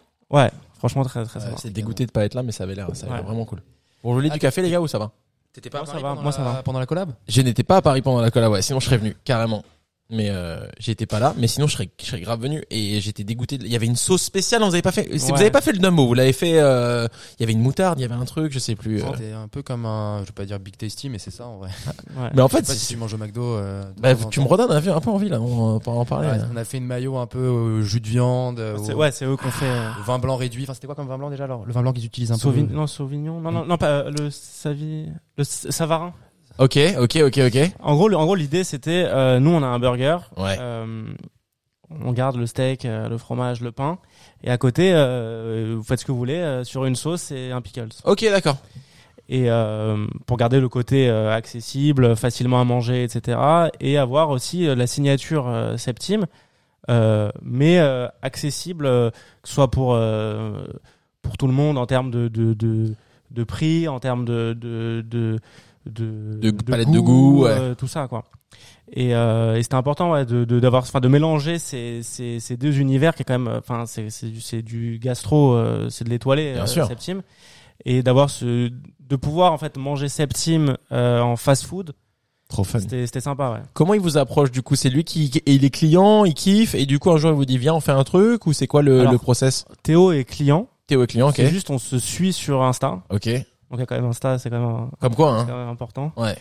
B: franchement très très sympa.
A: C'est dégoûté de pas être là, mais ça avait l'air, ça avait l'air
B: Ouais.
A: vraiment cool. Ah, Bon, je voulais du café les gars ou ça va
E: T'étais pas
B: Moi,
E: à
B: ça
E: Paris
B: va,
E: pendant
B: moi,
E: la-
B: ça va.
C: Pendant la collab
A: Je n'étais pas à Paris pendant la collab, ouais, sinon je serais venu, carrément. Mais euh, j'étais pas là, mais sinon je serais, je serais grave venu et j'étais dégoûté. de- Il y avait une sauce spéciale, vous avez pas fait, c'est- vous
B: Ouais.
A: avez pas fait le Dumbo, vous l'avez fait. euh, il y avait une moutarde, il y avait un truc, je sais plus. euh.
F: C'était un peu comme un, je vais pas dire big tasty, mais c'est ça en vrai.
B: Ouais. Bah,
A: Mais en
F: Je
A: fait,
F: sais pas si
A: c'est-
F: tu manges au McDo. euh, de
A: bah,
F: temps en
A: tu me
F: temps.
A: redonnes un un peu envie là, on va pas en parler. hein.
F: Ouais,
A: là.
F: On a fait une maillot un peu au jus de viande,
A: Ah,
F: euh,
B: C'est-
F: au-
B: ouais c'est eux qu'on fait euh,
F: au vin blanc réduit. Enfin, c'était quoi comme vin blanc déjà alors Le vin blanc qu'ils utilisent un
B: Sauvign-
F: peu.
B: non Sauvignon non non non pas euh, le Savi le S- Savarin
A: Ok, ok, ok, ok.
B: en gros le- en gros l'idée c'était euh, nous on a un burger
A: Ouais.
B: Euh, on garde le steak, euh, le fromage, le pain, et à côté, euh, vous faites ce que vous voulez euh, sur une sauce et un pickles.
A: Ok, d'accord.
B: et euh, pour garder le côté euh, accessible, facilement à manger, etc. Et avoir aussi euh, la signature euh, Septime, euh, mais euh, accessible, euh, que ce soit pour euh, pour tout le monde en termes de de, de, de prix, en termes de de de de,
A: De palette de goût, ouais.
B: euh, tout ça quoi. Et, euh, et c'était important ouais, de de- d'avoir, enfin de mélanger ces, ces ces deux univers qui est quand même, euh, enfin c'est c'est du c'est du gastro, euh, c'est de l'étoilé,
A: Bien
B: euh,
A: sûr.
B: Septime et d'avoir ce de pouvoir en fait manger Septime euh, en fast food
A: Trop fun.
B: c'était c'était sympa ouais
A: Comment il vous approche du coup C'est lui qui, qui- et il est client, il kiffe et du coup un jour il vous dit viens on fait un truc ou c'est quoi le,
B: Alors-
A: le process
B: Théo est client
A: Théo est client, ok.
B: c'est juste on se suit sur Insta
A: Ok.
B: donc il y a quand même Insta c'est quand même un-
A: Comme quoi
B: c'est
A: hein
B: quand même important
A: Ouais.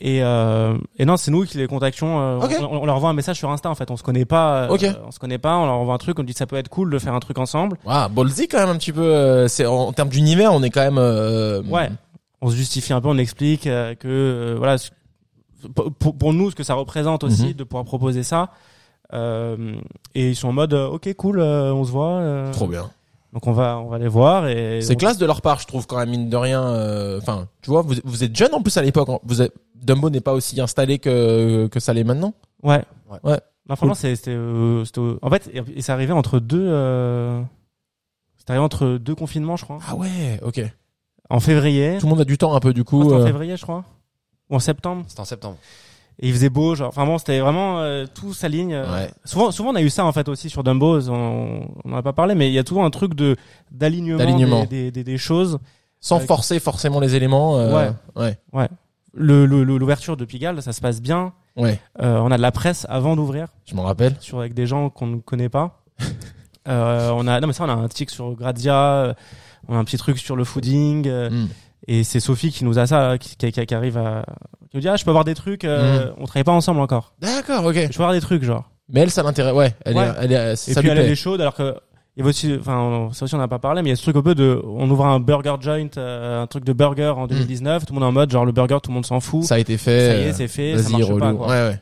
B: et euh, et non c'est nous qui les contactions euh,
A: Ok.
B: on, on leur envoie un message sur Insta en fait on se connaît pas euh,
A: Ok.
B: on se connaît pas on leur envoie un truc on dit ça peut être cool de faire un truc ensemble
A: Waouh, ballsy Ah, quand même un petit peu. euh, C'est en, en termes d'univers, on est quand même. euh,
B: ouais on se justifie un peu on explique euh, que euh, voilà ce- pour, pour- pour nous ce que ça représente aussi
A: Mhm.
B: de pouvoir proposer ça Euh, et ils sont en mode euh, ok cool euh, on se voit euh,
A: Trop bien.
B: Donc on va on va les voir et
A: C'est
B: on-
A: classe de leur part, je trouve quand même mine de rien. euh, Enfin, tu vois, vous, vous êtes jeune en plus à l'époque. hein. Vous êtes- Dumbo n'est pas aussi installé que que ça l'est maintenant.
B: Ouais.
F: Ouais.
A: Ouais.
B: Non, franchement, c'est- c'était euh, c'était, euh, en fait et et c'est arrivé entre deux euh, c'est arrivé entre deux confinements je crois.
A: Ah ouais, ok.
B: En février.
A: Tout le monde a du temps un peu du
B: Je
A: coup.
B: crois que c'était en
A: euh,
B: février je crois. Ou en septembre
F: C'était en septembre.
B: et il faisait beau genre enfin bon c'était vraiment euh, tout s'aligne euh.
A: Ouais.
B: souvent souvent on a eu ça en fait aussi sur Dumbo on on en a pas parlé mais il y a toujours un truc de d'alignement
A: D'alignement.
B: des, des, des, des choses
A: Sans
B: Avec-
A: forcer forcément les éléments. euh, Ouais.
B: le le- le- l'ouverture de Pigalle ça se passe bien
A: Ouais.
B: Euh, on a de la presse avant d'ouvrir
A: Je m'en rappelle.
B: sur avec des gens qu'on ne connaît pas. Euh, on a non mais ça on a un tic sur Grazia, euh, on a un petit truc sur le fooding euh,
A: Mm.
B: et c'est Sophie qui nous a ça euh, qui, qui- qui- qui arrive à qui nous dit ah je peux avoir des trucs euh, on travaille pas ensemble encore.
A: D'accord, ok.
B: Je peux avoir des trucs genre.
A: Mais elle, ça l'intéresse. Ouais. Elle
B: Ouais.
A: est, elle est,
B: et
A: ça
B: puis
A: lui
B: elle a
A: plaît.
B: des chaudes alors que il y avait aussi enfin on- ça aussi on n'a pas parlé mais il y a ce truc un peu de on ouvre un burger joint euh, un truc de burger en 2019 tout le monde est en mode genre le burger tout le monde s'en fout.
A: Mm. Ça a été fait.
B: Ça y est,
A: euh,
B: c'est fait, ça
A: Vas-y,
B: marche pas.
A: relou.
B: quoi.
A: Ouais, ouais.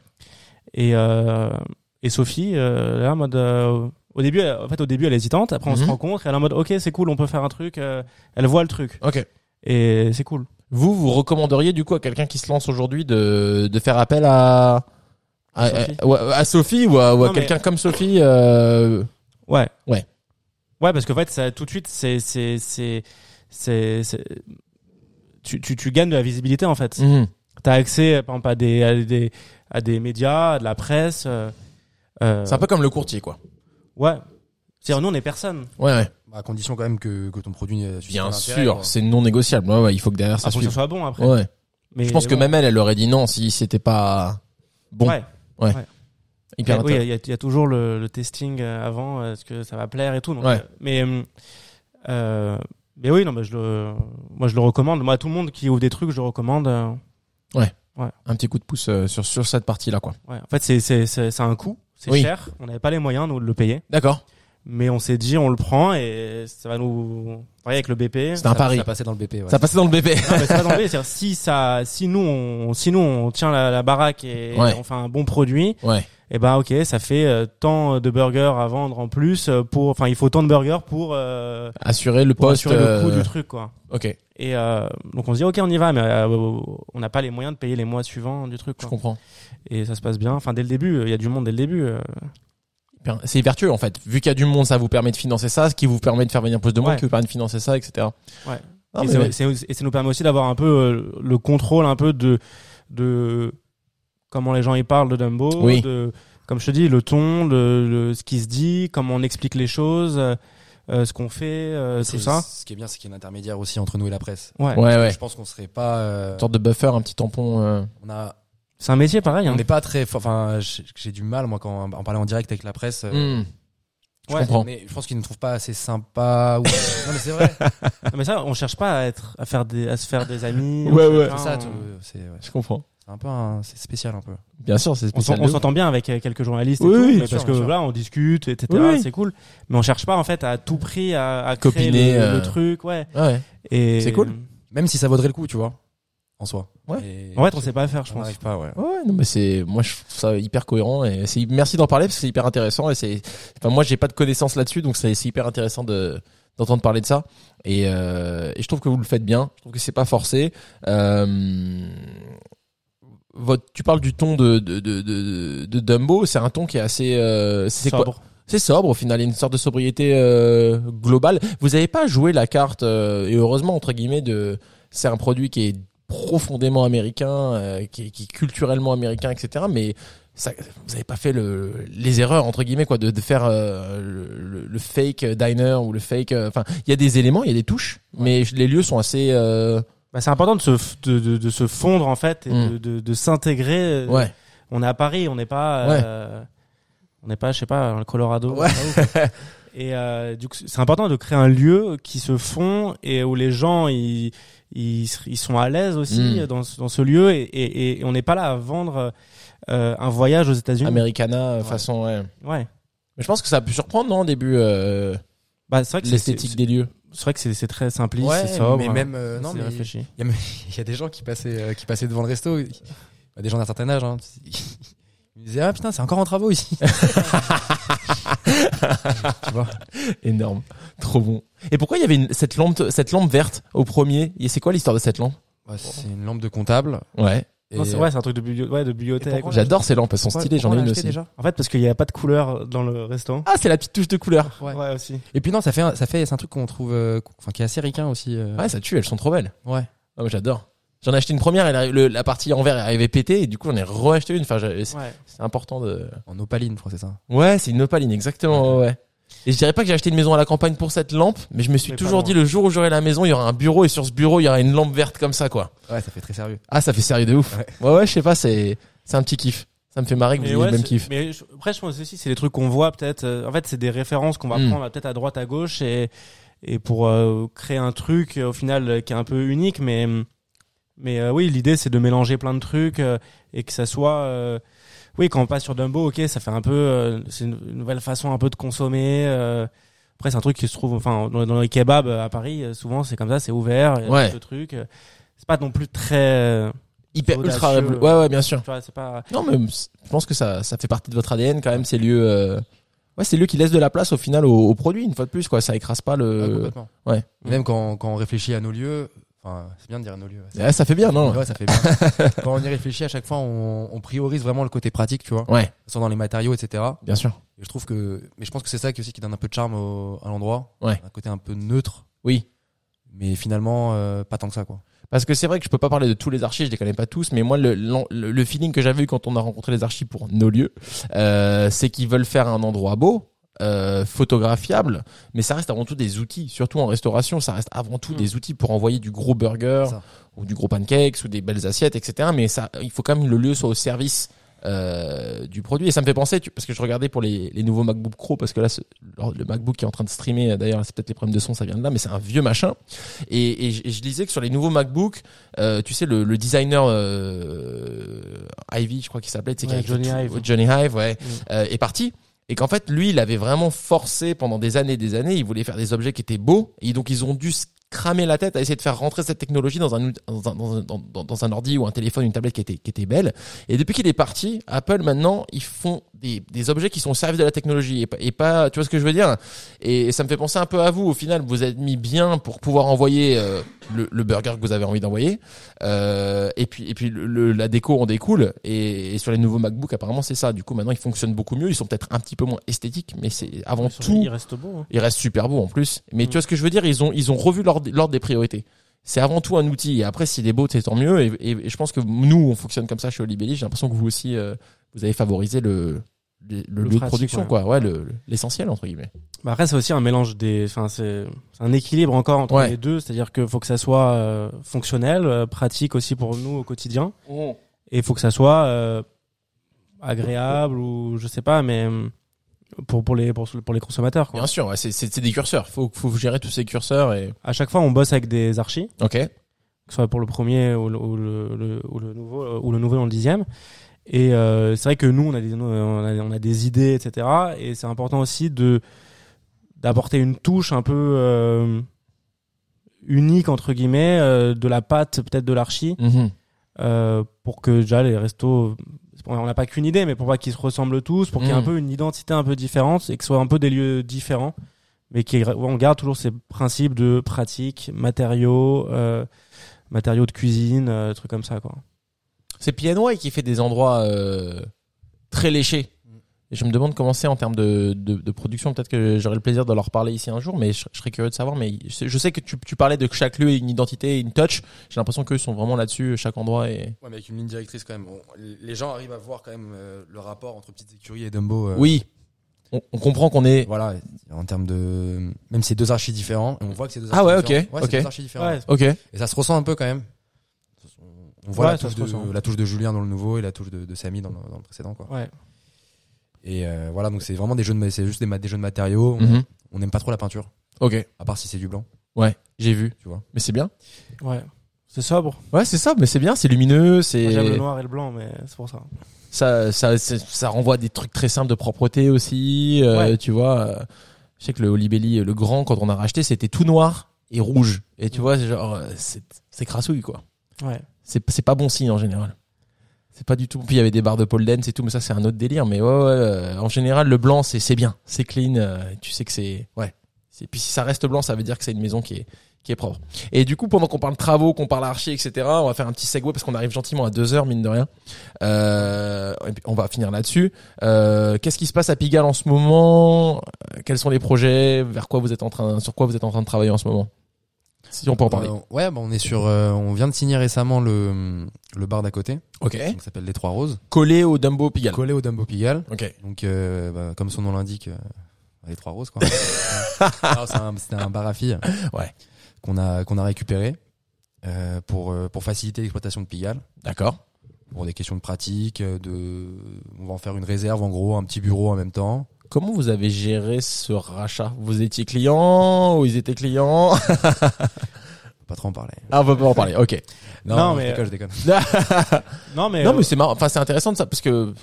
B: Et, euh, et Sophie, euh, là, en mode. euh, au début, elle- en fait, au début, elle est hésitante. Après, on se
A: Mhm.
B: rencontre. Elle est en mode, ok, c'est cool, on peut faire un truc. euh, elle voit le truc.
A: Ok.
B: Et c'est cool.
A: Vous, vous recommanderiez du coup à quelqu'un qui se lance aujourd'hui de, de faire appel à, à, à-
B: Sophie.
A: ou à- à Sophie ou à, ou à
B: Non, mais-
A: quelqu'un comme Sophie euh,
B: Ouais.
A: Ouais.
B: Ouais, parce qu'en fait, ça, tout de suite, c'est, c'est, c'est, c'est, c'est- tu, tu, tu gagnes de la visibilité, en fait.
A: mhm.
B: T'as accès, euh, par exemple, à des, à des, à des médias, à de la presse. euh, euh,
A: C'est un peu comme le courtier, quoi.
B: Ouais. C'est-à-dire, nous, on est personne.
A: Ouais, ouais.
C: Bah, À condition quand même que, que ton produit euh, suscite un
A: Bien
C: intérêt,
A: sûr,
C: quoi.
A: c'est non négociable. Ouais, ouais, il faut que derrière ça
B: Ah, faut que
A: suive.
B: ça soit bon après.
A: Ouais.
B: Mais
A: Je pense que
B: bon.
A: même elle, elle aurait dit non si c'était pas bon.
B: Ouais.
A: Hyper
B: Eh oui,
A: intéressant.
B: il y, a- il y a toujours le, le testing euh, avant, euh, est-ce que ça va plaire et tout. donc,
A: Ouais.
B: euh, mais, euh, euh, mais oui, non, mais je le, moi je le recommande. Moi, à tout le monde qui ouvre des trucs, je le recommande. euh,
A: Un petit coup de pouce euh, sur, sur cette partie-là, quoi.
B: ouais. En fait, c'est, c'est, c'est, c'est un coût, c'est
A: Oui.
B: cher. On n'avait pas les moyens nous, de le payer,
A: D'accord.
B: mais on s'est dit, on le prend et ça va nous. Pareil avec le E. BP.
A: C'était un
C: Ça-
A: pari.
C: Ça passait dans le BP. ouais.
A: Ça passait dans le BP.
B: Non, mais Ah, bah, c'est pas dans le BP, c'est-à-dire, si ça, si nous, on, si nous on tient la, la baraque et
A: Ouais.
B: on fait un bon produit,
A: Ouais.
B: eh ben ok, ça fait euh, tant de burgers à vendre en plus euh, pour, enfin il faut tant de burgers pour, euh,
A: Assurer le
B: pour
A: poste.
B: assurer le coût
A: euh,
B: du truc quoi.
A: Ok,
B: Et euh, donc on se dit ok on y va, mais euh, on n'a pas les moyens de payer les mois suivants du truc.
A: je
B: Quoi.
A: comprends.
B: Et ça se passe bien. Enfin dès le début, il y a du monde dès le début. euh.
A: Bien. C'est vertueux, en fait. Vu qu'il y a du monde, ça vous permet de financer ça, ce qui vous permet de faire venir plus de monde,
B: Ouais.
A: qui vous permet de financer ça, etc.
B: Ouais.
A: Ah,
B: et,
A: mais-
B: c'est- c'est- et ça nous permet aussi d'avoir un peu euh, le contrôle un peu de de comment les gens y parlent de Dumbo,
A: Oui.
B: de comme je te dis le ton, le, le- ce qui se dit, comment on explique les choses, euh, euh, ce qu'on fait, euh,
C: C'est-
B: tout ça.
C: Ce qui est bien, c'est qu'il y a un intermédiaire aussi entre nous et la presse.
B: Ouais.
A: Ouais, ouais.
C: Je pense qu'on serait pas. euh,
A: Une sorte de buffer, un petit tampon. euh,
C: on a.
B: C'est un métier pareil.
C: On
B: Hein.
C: n'est pas très. Enfin, j'ai j'ai du mal moi quand en parler en direct avec la presse. euh,
A: hmm. Je
B: Ouais,
A: comprends.
C: Mais je pense qu'ils ne trouvent pas assez sympa. ou- non mais c'est vrai.
B: Non, mais ça, on cherche pas à être, à faire des, à se faire des amis.
A: Ouais,
B: on cherche
A: ouais.
B: pas,
C: C'est ça, tout-
B: on-
C: c'est ouais,
A: Je comprends.
C: c'est un peu un- c'est spécial un peu.
A: Bien sûr, c'est
B: on s'en-
A: spécial.
B: on s'entend bien avec euh, quelques journalistes et
A: Oui,
B: tout,
A: oui,
B: mais
A: bien
B: parce
A: sûr,
B: que
A: bien sûr.
B: là, on discute, etc.
A: Oui, oui.
B: C'est cool. Mais on cherche pas, en fait, à tout prix à, à
A: Copiner,
B: créer le, le
A: euh,
B: truc, ouais.
A: Ouais.
B: Et
A: C'est cool.
C: Même si ça vaudrait le coup, tu vois, en soi.
A: Ouais.
B: En fait, on sait pas faire, je
C: on
B: pense.
C: n'arrive pas, ouais.
A: Ouais, non, mais c'est, moi, je trouve ça hyper cohérent et c'est, merci d'en parler parce que c'est hyper intéressant et c'est, enfin, moi, j'ai pas de connaissances là-dessus, donc c'est, c'est hyper intéressant de, d'entendre parler de ça. Et, euh, et je trouve que vous le faites bien. Je trouve que c'est pas forcé. Euh, votre, tu parles du ton de, de, de, de, de Dumbo. C'est un ton qui est assez, euh, c'est quoi?
B: Sobre.
A: C'est sobre au final, il y a une sorte de sobriété euh, globale. Vous n'avez pas joué la carte euh, et heureusement entre guillemets de c'est un produit qui est profondément américain, euh, qui, est, qui est culturellement américain, etc. Mais ça, vous n'avez pas fait le, les erreurs entre guillemets quoi de, de faire euh, le, le- le fake diner ou le fake. euh, Enfin, il y a des éléments, il y a des touches, mais les lieux sont assez. euh,
B: Bah, c'est important de se, f- de, de, de se fondre, en fait, et
A: Mm.
B: de, de, de s'intégrer. euh,
A: ouais.
B: On est à Paris, on n'est pas,
A: Ouais.
B: euh, on n'est pas, je sais pas, dans le Colorado.
A: Ouais.
B: je sais pas où. et euh, du coup, c'est important de créer un lieu qui se fond et où les gens ils ils, se- ils sont à l'aise aussi
A: Mm.
B: dans, ce- dans ce lieu et, et, et on n'est pas là à vendre euh, un voyage aux États-Unis.
A: Americana façon. Ouais.
B: Ouais.
A: Mais je pense que ça a pu surprendre non au début euh,
B: Bah c'est vrai que c'est-
A: l'esthétique
B: c'est
A: des lieux.
B: c'est vrai que c'est c'est très simpliste,
C: Ouais,
B: c'est sobre. hein.
C: mais même euh, non,
B: c'est
C: mais il
B: réfléchi.
C: y, a- il y a des gens qui passaient, euh, qui passaient devant le resto, ils- bah, des gens d'un certain âge, hein, ils me disaient ah putain c'est encore en travaux ici. tu vois.
A: Énorme, trop bon. Et pourquoi il y avait une- cette lampe, cette lampe verte au premier Et c'est quoi l'histoire de cette lampe
C: Bah, c'est une lampe de comptable.
A: Ouais.
C: Et
B: Non, c'est ouais, c'est un truc de, biblio- ouais, de bibliothèque.
C: pourquoi
A: J'adore ces lampes, elles sont
C: Pourquoi-
A: stylées. J'en
C: pourquoi
A: ai
C: on
A: une
C: l'a
A: aussi.
C: acheté déjà
B: En fait, parce qu'il n'y a pas de couleur dans le restaurant.
A: Ah, c'est la petite touche de couleur.
C: Ouais.
B: Ouais aussi.
C: Et puis non, ça fait, un- ça fait, c'est un truc qu'on trouve, euh, qu'on- enfin qui est assez ricain aussi. euh.
A: Ouais, ça tue. Elles sont trop belles.
C: Ouais.
A: Ah, moi, j'adore. J'en ai acheté une première. Elle, arrive- le- la partie en verre elle arrivait pétée et du coup on est reacheté une. Enfin, j'ai- c'est
B: Ouais.
A: c'est important de.
C: En opaline, je crois que c'est ça.
A: Ouais, c'est une opaline exactement. Ouais. ouais. Et je dirais pas que j'ai acheté une maison à la campagne pour cette lampe, mais je me suis
B: Mais pas
A: toujours
B: loin.
A: dit le jour où j'aurai la maison, il y aura un bureau et sur ce bureau il y aura une lampe verte comme ça quoi.
C: Ouais, ça fait très sérieux.
A: Ah, ça fait sérieux de ouf. Ouais, ouais, je sais pas, c'est c'est un petit kiff. Ça me fait marrer que vous
B: Mais
A: ayez
B: ouais,
A: le même
B: c'est-
A: kiff.
B: mais je- après, je pense aussi, c'est des trucs qu'on voit peut-être. euh, en fait, c'est des références qu'on va
A: Mm.
B: prendre euh, peut-être à droite, à gauche, et et pour euh, créer un truc euh, au final euh, qui est un peu unique. Mais mais euh, oui, l'idée c'est de mélanger plein de trucs euh, et que ça soit. euh, oui, quand on passe sur Dumbo, ok, ça fait un peu. euh, c'est une une nouvelle façon un peu de consommer. euh, après, c'est un truc qui se trouve. Enfin, dans, dans les kebabs euh, à Paris, euh, souvent c'est comme ça, c'est ouvert, il y a
A: Ouais.
B: plein de trucs. euh, C'est pas non plus très. euh,
A: hyper
B: Audacieux.
A: ultra révolu- Ouais, ouais, bien sûr.
B: tu vois, c'est pas.
A: Non, mais c- je pense que ça, ça fait partie de votre ADN quand même, ces lieux. euh, Ouais, ces lieux qui laissent de la place au final au, au produit, une fois de plus, quoi. Ça écrase pas
C: Ah,
A: le.
C: complètement.
A: Euh, ouais.
C: Même quand, quand on réfléchit à nos lieux, enfin,
F: Enfin, c'est bien de dire un lieu.
A: Eh, ça fait bien, non
F: Ouais, ça fait bien. Quand on y réfléchit, à chaque fois, on, on priorise vraiment le côté pratique, tu vois.
A: Ouais,
F: Sans dans les matériaux, etc.
A: bien sûr.
F: Et je trouve que, mais je pense que c'est ça qui aussi qui donne un peu de charme au- à l'endroit.
A: Ouais.
F: Un côté un peu neutre,
A: Oui.
F: mais finalement euh, pas tant que ça, quoi.
A: Parce que c'est vrai que je peux pas parler de tous les archis, je les connais pas tous, mais moi le, l'en- le, le feeling que j'avais eu quand on a rencontré les archis pour nos lieux, euh, c'est qu'ils veulent faire un endroit beau, euh, photographiable, mais ça reste avant tout des outils, surtout en restauration, ça reste avant
B: Mm.
A: tout des outils pour envoyer du gros burger
F: C'est ça.
A: ou du gros pancakes ou des belles assiettes, etc. Mais ça, il faut quand même que le lieu soit au service. euh, du produit et ça me fait penser tu- parce que je regardais pour les, les nouveaux MacBook Pro parce que là ce- le MacBook qui est en train de streamer d'ailleurs c'est peut-être les problèmes de son ça vient de là mais c'est un vieux machin et, et je- et je disais que sur les nouveaux MacBook, euh, tu sais, le, le designer euh, Ivy, je crois qu'il s'appelait, tu sais,
B: Ouais,
A: qui a écrit
B: Johnny
A: tout-
B: Ive.
A: Johnny Ive, ouais,
B: Mm.
A: euh, est parti. Et qu'en fait, lui, il avait vraiment forcé pendant des années et des années, il voulait faire des objets qui étaient beaux, et donc ils ont dû se cramer la tête à essayer de faire rentrer cette technologie dans un, out- dans un, dans un, dans- dans- dans un ordi ou un téléphone, une tablette qui était, qui était belle. Et depuis qu'il est parti, Apple, maintenant, ils font des, des objets qui sont au service de la technologie et, pas- et pas, tu vois ce que je veux dire et ça me fait penser un peu à vous. Au final, vous êtes mis bien pour pouvoir envoyer euh, le, le burger que vous avez envie d'envoyer. Euh, et puis, et puis le- le- la déco en découle. Et, et sur les nouveaux MacBook, apparemment, c'est ça. Du coup, maintenant, ils fonctionnent beaucoup mieux. Ils sont peut-être un petit peu moins esthétiques, mais c'est avant tout,
B: il reste beau. hein.
A: ils restent super beaux en plus. Mais
B: Mm.
A: tu vois ce que je veux dire Ils ont, ils ont revu l'ordre l'ordre des priorités. C'est avant tout un outil. Et après, s'il est beau, c'est tant mieux. Et, et- et je pense que nous, on fonctionne comme ça chez Olibelli. J'ai l'impression que vous aussi, euh, vous avez favorisé le le, le lieu de
B: pratique,
A: production,
B: ouais.
A: quoi. Ouais, le- le- l'essentiel entre guillemets.
B: Bah après, c'est aussi un mélange des. Enfin, c'est c'est un équilibre encore entre
A: Ouais.
B: les deux. C'est-à-dire que faut que ça soit euh, fonctionnel, euh, pratique aussi pour nous au quotidien, et faut que ça soit euh, agréable ou je sais pas, mais euh, pour pour les pour, pour les consommateurs. Quoi.
A: Bien sûr, ouais, c'est- c'est c'est des curseurs. Faut, faut gérer tous ces curseurs et.
B: À chaque fois, on bosse avec des archis.
A: Ok.
B: que ce soit pour le premier ou le, ou le, le- ou le nouveau euh, ou le nouveau dans le dixième. Et euh, c'est vrai que nous, on a des, on a, on a des idées, etc. Et c'est important aussi de d'apporter une touche un peu euh, unique entre guillemets euh, de la pâte peut-être de l'archi
A: Mhm.
B: euh, pour que déjà les restos on n'a pas qu'une idée mais pour pas qu'ils se ressemblent tous pour qu'il y ait
A: Mhm.
B: un peu une identité un peu différente et que ce soit un peu des lieux différents mais qui on garde toujours ces principes de pratique matériaux euh, matériaux de cuisine euh, trucs comme ça quoi
A: C'est PNY qui fait des endroits euh, très léchés. Et je me demande comment c'est en termes de, de, de production. Peut-être que j'aurai le plaisir de leur parler ici un jour, mais je, je serais curieux de savoir. Mais je sais- je sais que tu, tu parlais de que chaque lieu a une identité, une touch. J'ai l'impression qu'eux sont vraiment là-dessus, chaque endroit. Et...
C: Ouais, mais avec une ligne directrice quand même. On- les gens arrivent à voir quand même euh, le rapport entre Petite Écurie et Dumbo. euh,
A: Oui, on, on comprend qu'on est.
C: Voilà, en termes de. Même si c'est deux archis différents, on voit que c'est deux
A: Ah
C: archis
A: ouais,
C: différents.
A: ok,
C: Ouais,
A: ok.
C: c'est deux archis différents.
A: Ok.
C: Et ça se ressent un peu quand même. On voit
B: Ouais,
C: la,
B: ça
C: touche
B: se ressent.
C: de, la touche de Julien dans le nouveau et la touche de, de Samy dans le, dans le précédent. Quoi.
B: ouais
C: Et euh, voilà, donc c'est vraiment des jeux de, ma- c'est juste des, ma- des jeux de matériaux. On-
A: Mhm.
C: On n'aime pas trop la peinture,
A: Ok.
C: à part si c'est du blanc.
A: Ouais. J'ai vu.
C: Tu vois.
A: Mais c'est bien.
B: ouais c'est sobre
A: Ouais, c'est ça. Mais c'est bien. C'est lumineux.
B: Moi, j'aime le
A: C'est
B: noir et le blanc mais c'est pour ça
A: ça, ça, c'est- ça renvoie à des trucs très simples de propreté aussi. euh,
B: Ouais.
A: Tu vois, euh, je sais que le Olibelli, le grand, quand on a racheté, c'était tout noir et rouge. Et tu vois, c'est genre, euh, c'est c'est crassouille quoi.
B: ouais
A: C'est c'est pas bon signe en général. C'est pas du tout. Puis il y avait des barres de pole dance et tout, mais ça c'est un autre délire. Mais ouais, ouais, euh, en général, le blanc c'est c'est bien, c'est clean. euh, tu sais que c'est ouais. C'est- Puis si ça reste blanc, ça veut dire que c'est une maison qui est qui est propre. Et du coup, pendant qu'on parle travaux, qu'on parle archi, etc., on va faire un petit segue parce qu'on arrive gentiment à deux heures mine de rien. Euh, et puis, on va finir là-dessus. Euh, Qu'est-ce qui se passe à Pigalle en ce moment Quels sont les projets Vers quoi vous êtes en train Sur quoi vous êtes en train de travailler en ce moment Si on peut en parler.
C: Euh, ouais, bah, on est sur. euh, on vient de signer récemment le, le bar d'à côté,
A: ok.
C: qui s'appelle Les Trois Roses,
A: Collé au Dumbo Eh Pigalle.
C: collé au Dumbo Pigalle.
A: Ok.
C: Donc, euh, bah, comme son nom l'indique, euh, les trois roses, quoi. Non, c'est un- C'était un, bar à filles
A: Ouais.
C: qu'on a, qu'on a récupéré euh, pour, euh, pour faciliter l'exploitation de Pigalle,
A: D'accord.
C: pour des questions de pratique. euh, De, on va en faire une réserve, en gros, un petit bureau en même temps.
A: Comment vous avez géré ce rachat Vous étiez client ou ils étaient clients
C: On peut Pas trop en parler.
A: Ah, on peut pas en parler. Ok.
C: Non,
B: Non,
C: je
B: mais-
C: déconne, je déconne.
B: non mais
A: non,
B: euh,
A: mais c'est marrant. Enfin, c'est intéressant de ça parce que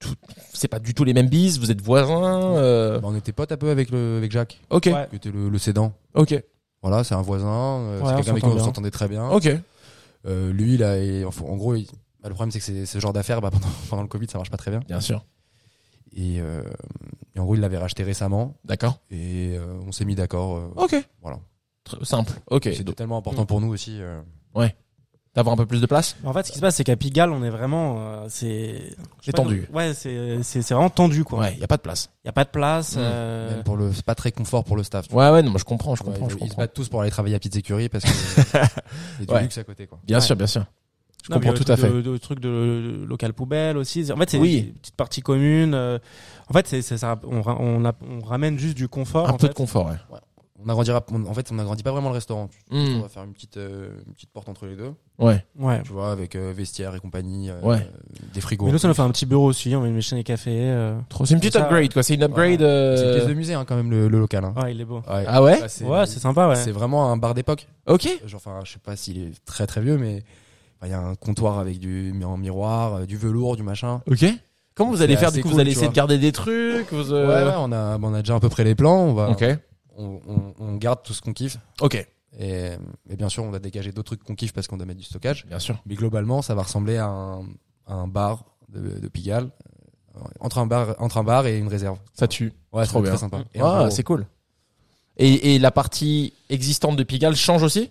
A: tout- c'est pas du tout les mêmes bises. Vous êtes voisins. euh,
C: Bah, on était potes un peu avec, le, avec Jacques,
A: Ok.
B: Ouais.
C: qui était le, le cédant.
A: Ok.
C: Voilà, c'est un voisin,
B: Ouais,
C: euh, c'est
B: on
C: quelqu'un avec qui
B: s'entend
C: on
B: bien.
C: s'entendait très bien.
A: Ok.
C: Euh, lui, là, et, en en gros, il- bah, le problème, c'est que c'est- ce genre d'affaires, bah, pendant, pendant le Covid, ça marche pas très bien.
A: Bien sûr.
C: Et, euh, et en gros, il l'avait racheté récemment.
A: D'accord.
C: Et euh, on s'est mis d'accord. euh,
A: Ok.
C: Voilà.
A: Tr- Simple. Ok.
C: C'était
A: Donc,
C: tellement important pour nous aussi. euh.
A: D'avoir un peu plus de place.
B: euh, En fait, ce qui se passe, c'est qu'à Pigalle, on est vraiment, euh, c'est
A: C'est tendu.
B: Ouais, c'est c'est c'est vraiment tendu quoi. Il
A: Ouais, il y a pas de place.
B: y a pas de place.
A: Mm.
B: euh,
C: Même pour le, c'est pas très confort pour le staff. tu
A: Ouais, ouais, non, moi je comprends, je
C: vois.
A: comprends,
C: ils,
A: je
C: ils se
A: comprends.
C: battent tous pour aller travailler à Pizza Curie parce que il y a du
A: Ouais.
C: luxe à côté, quoi.
A: Bien
B: Ouais.
A: sûr, bien sûr. Je
B: Non, mais
A: comprends
B: il y a
A: tout à
B: le
A: fait.
B: truc de- de- Le truc de, de local poubelle aussi. C'est- En fait, c'est
A: Oui.
B: une petite partie commune. euh, En fait, c'est c'est ça. On, ra- on, a- on ramène juste du confort.
A: Un
B: en
A: peu
B: fait.
A: de confort, ouais.
C: On agrandira, on- en fait, on agrandit pas vraiment le restaurant. Tu- On
A: Hmm.
C: va faire une petite, euh, une petite porte entre les deux,
A: Ouais.
B: Ouais.
C: tu vois, avec euh, vestiaire et compagnie, euh,
A: Ouais.
C: des frigos.
B: Mais nous, ça nous fait un petit bureau aussi. On met une machine à café. euh.
A: Trop- C'est une petite
B: Ça,
A: upgrade, quoi. C'est une upgrade.
C: C'est une
A: euh,
C: pièce de musée hein, quand même le, le local. hein.
B: Ouais, il est beau.
C: Ouais.
A: Ah ouais
C: Là, c'est-
B: Ouais, c'est sympa. Ouais.
C: c'est vraiment un bar d'époque.
A: Ok.
C: Genre, Enfin, je sais pas s'il est très très vieux, mais enfin, il y a un comptoir avec du mi- en miroir, euh, du velours, du machin.
A: Ok. Comment vous allez
C: C'est
A: faire du
C: assez
A: coup Vous
C: cool,
A: allez
C: tu
A: essayer
C: vois.
A: de garder des trucs vous, euh,
C: Ouais, ouais, on a, on a déjà à peu près les plans. On va,
A: Ok.
C: on, on- on garde tout ce qu'on kiffe.
A: Ok.
C: Et, et bien sûr, on va dégager d'autres trucs qu'on kiffe parce qu'on doit mettre du stockage.
A: Bien sûr.
C: Mais globalement, ça va ressembler à un, à un bar de, de Pigalle. Euh, Entre un bar, entre un bar et une réserve.
A: Ça tue.
C: Ouais,
A: Trop
C: c'est
A: bien.
C: très sympa. Et un
A: Ah,
C: bureau.
A: c'est cool. Et, et la partie existante de Pigalle change aussi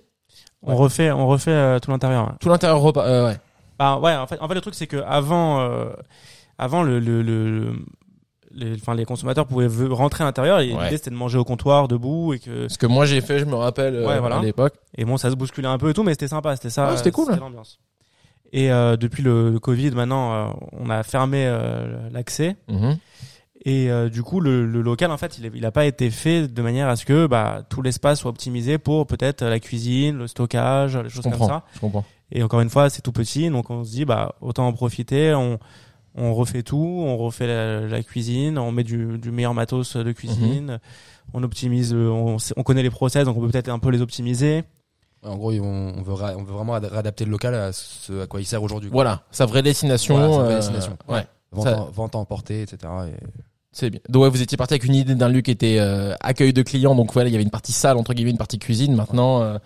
B: On refait, on refait euh, tout l'intérieur. ouais.
A: Tout l'intérieur repas. euh, ouais.
B: Bah ouais, en fait, en fait le truc c'est que avant, euh, avant le, le, le- les, enfin, les consommateurs pouvaient ve- rentrer à l'intérieur et
A: Ouais.
B: l'idée c'était de manger au comptoir debout et que
A: Ce que moi j'ai fait, je me rappelle euh,
B: Ouais, voilà.
A: à l'époque.
B: et bon ça se bousculait un peu et tout mais c'était sympa c'était ça
A: Ouais, c'était
B: euh,
A: cool.
B: l'ambiance et euh, depuis le, le Covid maintenant euh, on a fermé euh, l'accès
A: Mhm.
B: et euh, du coup le, le local en fait il, est- il a pas été fait de manière à ce que bah tout l'espace soit optimisé pour peut-être la cuisine le stockage les choses comme
A: comprends.
B: ça
A: Je comprends.
B: Et encore une fois, c'est tout petit, donc on se dit bah autant en profiter. On, on refait tout, on refait la, la cuisine, on met du, du meilleur matos de cuisine,
A: Mhm.
B: on optimise, le- on, sait- on connaît les process, donc on peut peut-être un peu les optimiser.
C: Ouais, en gros, ils vont- on, veut ra- on veut vraiment ad- réadapter le local à ce à quoi il sert aujourd'hui. quoi.
A: Voilà, sa vraie destination.
C: Voilà, sa vraie
A: euh,
C: destination.
A: Ouais.
C: Vente,
A: Ça-
C: en- vente à emporter, etc. Et-
A: C'est bien. Donc ouais, vous étiez parti avec une idée d'un lieu qui était euh, accueil de clients. Donc voilà, il y avait une partie salle entre guillemets, une partie cuisine. Maintenant, euh,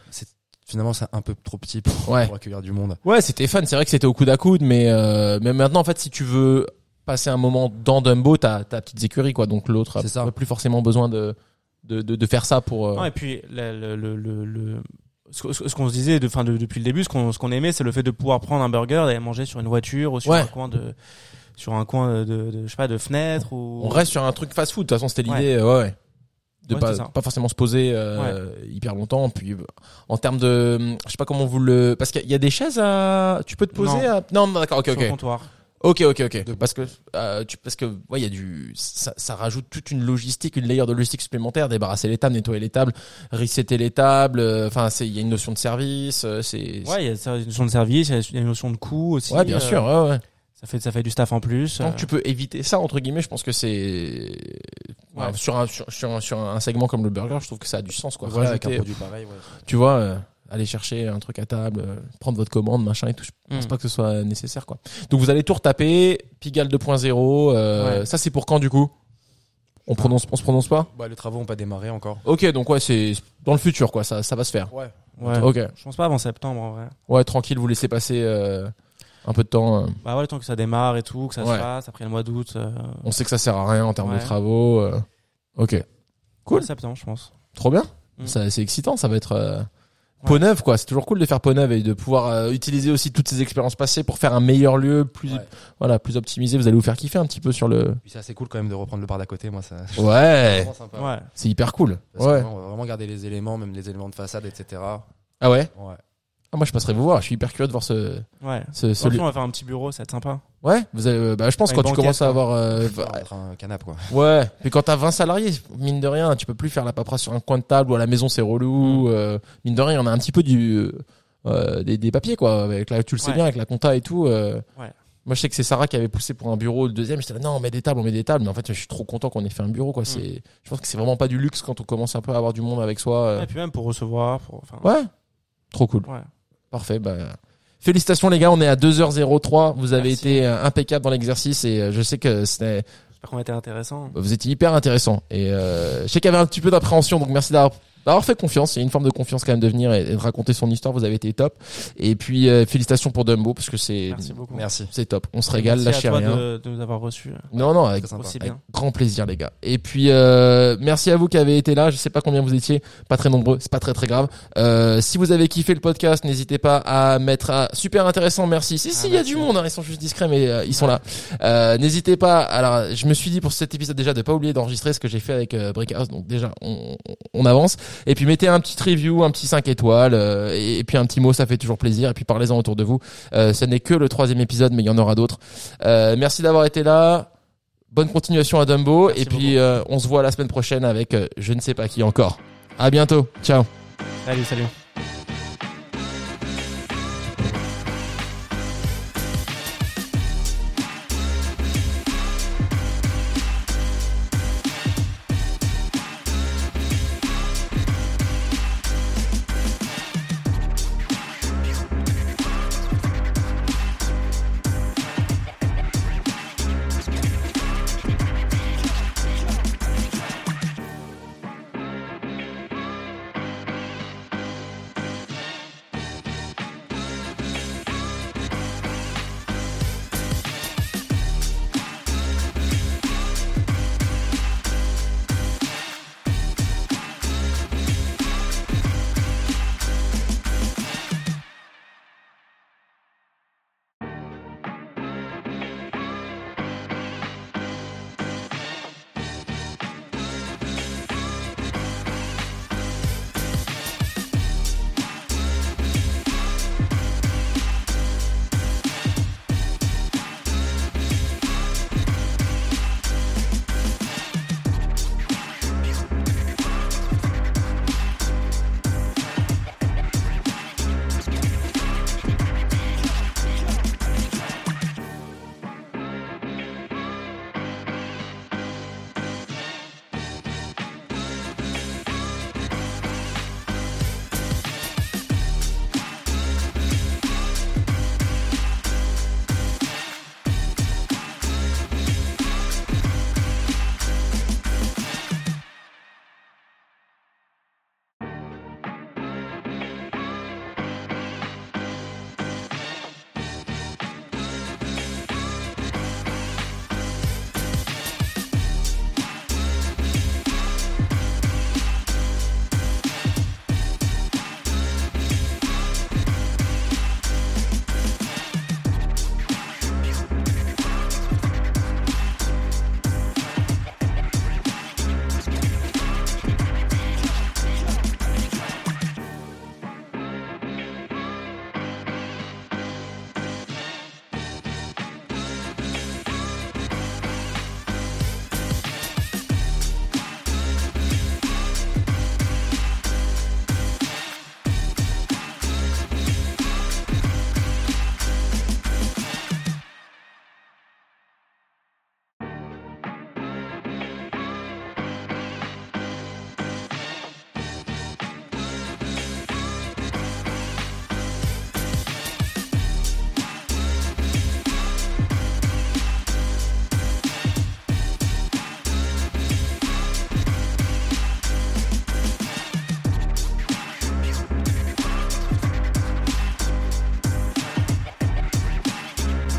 C: finalement, c'est un peu trop petit pour,
A: Ouais.
C: pour accueillir du monde.
A: ouais, c'était fun. C'est vrai que c'était au coude à coude, mais euh, mais maintenant en fait, si tu veux passer un moment dans Dumbo, t'as ta petite écurie quoi. Donc l'autre a
C: C'est ça.
A: pas plus forcément besoin de de, de, de faire ça pour. euh,
B: Non, et puis le, le, le, le- le- ce, que- ce que- ce qu'on se disait de, fin, de- depuis le début, ce qu'on ce qu'on aimait, c'est le fait de pouvoir prendre un burger, d'aller manger sur une voiture ou sur
A: Ouais.
B: un coin de sur un coin de, de- je sais pas de fenêtre ou
A: On reste sur un truc fast food. De toute façon, c'était l'idée. euh, Ouais. ouais. De
B: Ouais,
A: pas,
B: c'est ça.
A: pas forcément se poser euh, hyper longtemps. Puis euh, en termes de, hum, je sais pas comment vous le, parce qu'il y a des chaises à, tu peux te poser.
B: Non.
A: à- non, non, d'accord, ok,
B: sur
A: ok.
B: le comptoir.
A: Ok, ok, ok. Parce que euh, tu, parce que ouais, il y a du, ça, ça rajoute toute une logistique, une layer de logistique supplémentaire. Débarrasser les tables, nettoyer les tables, resetter les tables. euh, Enfin, c'est il y a une notion de service. euh, C'est
B: Ouais, il y a ça, une notion de service, il y a une notion de coût aussi.
A: Ouais, bien
B: euh,
A: sûr. Ouais, ouais.
B: Ça fait ça fait du staff en plus.
A: Tant
B: euh.
A: que tu peux éviter ça entre guillemets, je pense que c'est
B: Ouais.
A: Ouais, sur un sur, sur un sur un segment comme le burger, je trouve que ça a du sens quoi.
C: Voilà, avec
A: Rajouter-
C: un produit pareil. ouais.
A: tu vois, euh, aller chercher un truc à table, euh, prendre votre commande, machin et tout. Je pense
B: Mm.
A: pas que ce soit nécessaire quoi. Donc vous allez tout retaper, Pigalle 2.0. euh,
B: Ouais.
A: Ça c'est pour quand du coup On prononce on se prononce pas
C: Bah, les travaux n'ont pas démarré encore.
A: Ok, donc ouais, c'est dans le futur quoi. Ça ça va se faire.
C: Ouais.
B: euh, Ouais.
A: Ok,
B: Je pense pas avant septembre en vrai.
A: ouais, tranquille, vous laissez passer euh, un peu de temps. euh.
B: Bah ouais, le temps que ça démarre et tout, que ça
A: Ouais.
B: se fasse, après le mois d'août. euh,
A: On sait que ça sert à rien en termes
B: Ouais.
A: de travaux. euh. Ok. Cool.
B: en Septembre, je pense.
A: Trop bien.
B: Mm.
A: Ça, c'est excitant. Ça va être euh, peau neuve, quoi. C'est toujours cool de faire peau neuve et de pouvoir euh, utiliser aussi toutes ces expériences passées pour faire un meilleur lieu, plus,
C: Ouais.
A: voilà, plus optimisé. Vous allez vous faire kiffer un petit peu sur le.
C: Puis c'est assez cool quand même de reprendre le bar d'à côté. Moi, ça. c'est
A: Ouais.
C: vraiment sympa.
B: Ouais.
A: C'est hyper cool.
C: Parce que
A: Ouais.
C: vraiment, on va vraiment garder les éléments, même les éléments de façade, etc.
A: Ah ouais.
C: Ouais.
A: Ah, moi, je passerai vous voir. Je suis hyper curieux de voir ce,
B: Ouais.
A: ce, ce
B: Franchement,
A: lieu.
B: on va faire un petit bureau, ça va être sympa.
A: Ouais. Vous avez, euh, bah, je pense
B: Ouais,
A: quand tu
B: une
A: commences à
B: banquette, hein.
A: avoir, euh,
C: On va
A: va-
C: mettre un canapé quoi.
A: ouais. Mais quand t'as 20 salariés, mine de rien, tu peux plus faire la paperasse sur un coin de table ou à la maison, c'est relou.
B: Mm.
A: euh, mine de rien, on a un petit peu du, euh, des, des papiers, quoi. Avec la, tu le sais
B: Ouais.
A: bien, avec la compta et tout. euh,
B: Ouais.
A: Moi, je sais que c'est Sarah qui avait poussé pour un bureau le deuxième. J'étais là, non, on met des tables, on met des tables. Mais en fait, je suis trop content qu'on ait fait un bureau,
B: Mm.
A: quoi. C'est, je pense que c'est vraiment pas du luxe quand on commence un peu à avoir du monde avec soi. euh.
B: Et puis même pour recevoir, pour. Enfin,
A: Ouais. Trop cool.
B: ouais.
A: Parfait. Bah, félicitations les gars, on est à 2h03. Vous avez
B: Merci.
A: été euh, impeccable dans l'exercice et euh, je sais que c'était, bah,
B: J'espère qu'on a été intéressant.
A: vous étiez hyper intéressant. Et euh, je sais qu'il y avait un petit peu d'appréhension, donc merci d'avoir d'avoir fait confiance. Il y a une forme de confiance quand même de venir et, et de raconter son histoire. Vous avez été top. Et puis euh, félicitations pour Dumbo parce que c'est
B: Merci beaucoup.
C: Merci.
A: c'est top. On se régale, lâchez
B: Merci à toi
A: rien.
B: de, de nous avoir reçus.
A: Non non, avec,
C: Très sympa.
B: Aussi
A: avec
B: bien.
A: grand plaisir les gars. Et puis euh, merci à vous qui avez été là. Je sais pas combien vous étiez, pas très nombreux, c'est pas très très grave. Euh, si vous avez kiffé le podcast, n'hésitez pas à mettre à super intéressant. Merci. Si si, il y a
B: merci.
A: du monde, hein, ils sont juste discrets mais euh, ils sont là. Euh, n'hésitez pas. Alors je me suis dit pour cet épisode déjà de pas oublier d'enregistrer ce que j'ai fait avec euh, Brickhouse. Donc déjà on, on- on avance. Et puis mettez un petit review, un petit 5 étoiles, euh, et, et puis un petit mot, ça fait toujours plaisir. Et puis parlez-en autour de vous. Euh, ce n'est que le troisième épisode, mais il y en aura d'autres. Euh, merci d'avoir été là. Bonne continuation à Dumbo.
B: Merci
A: et puis euh, on se voit la semaine prochaine avec euh, je ne sais pas qui encore. À bientôt. Ciao.
B: Salut, salut.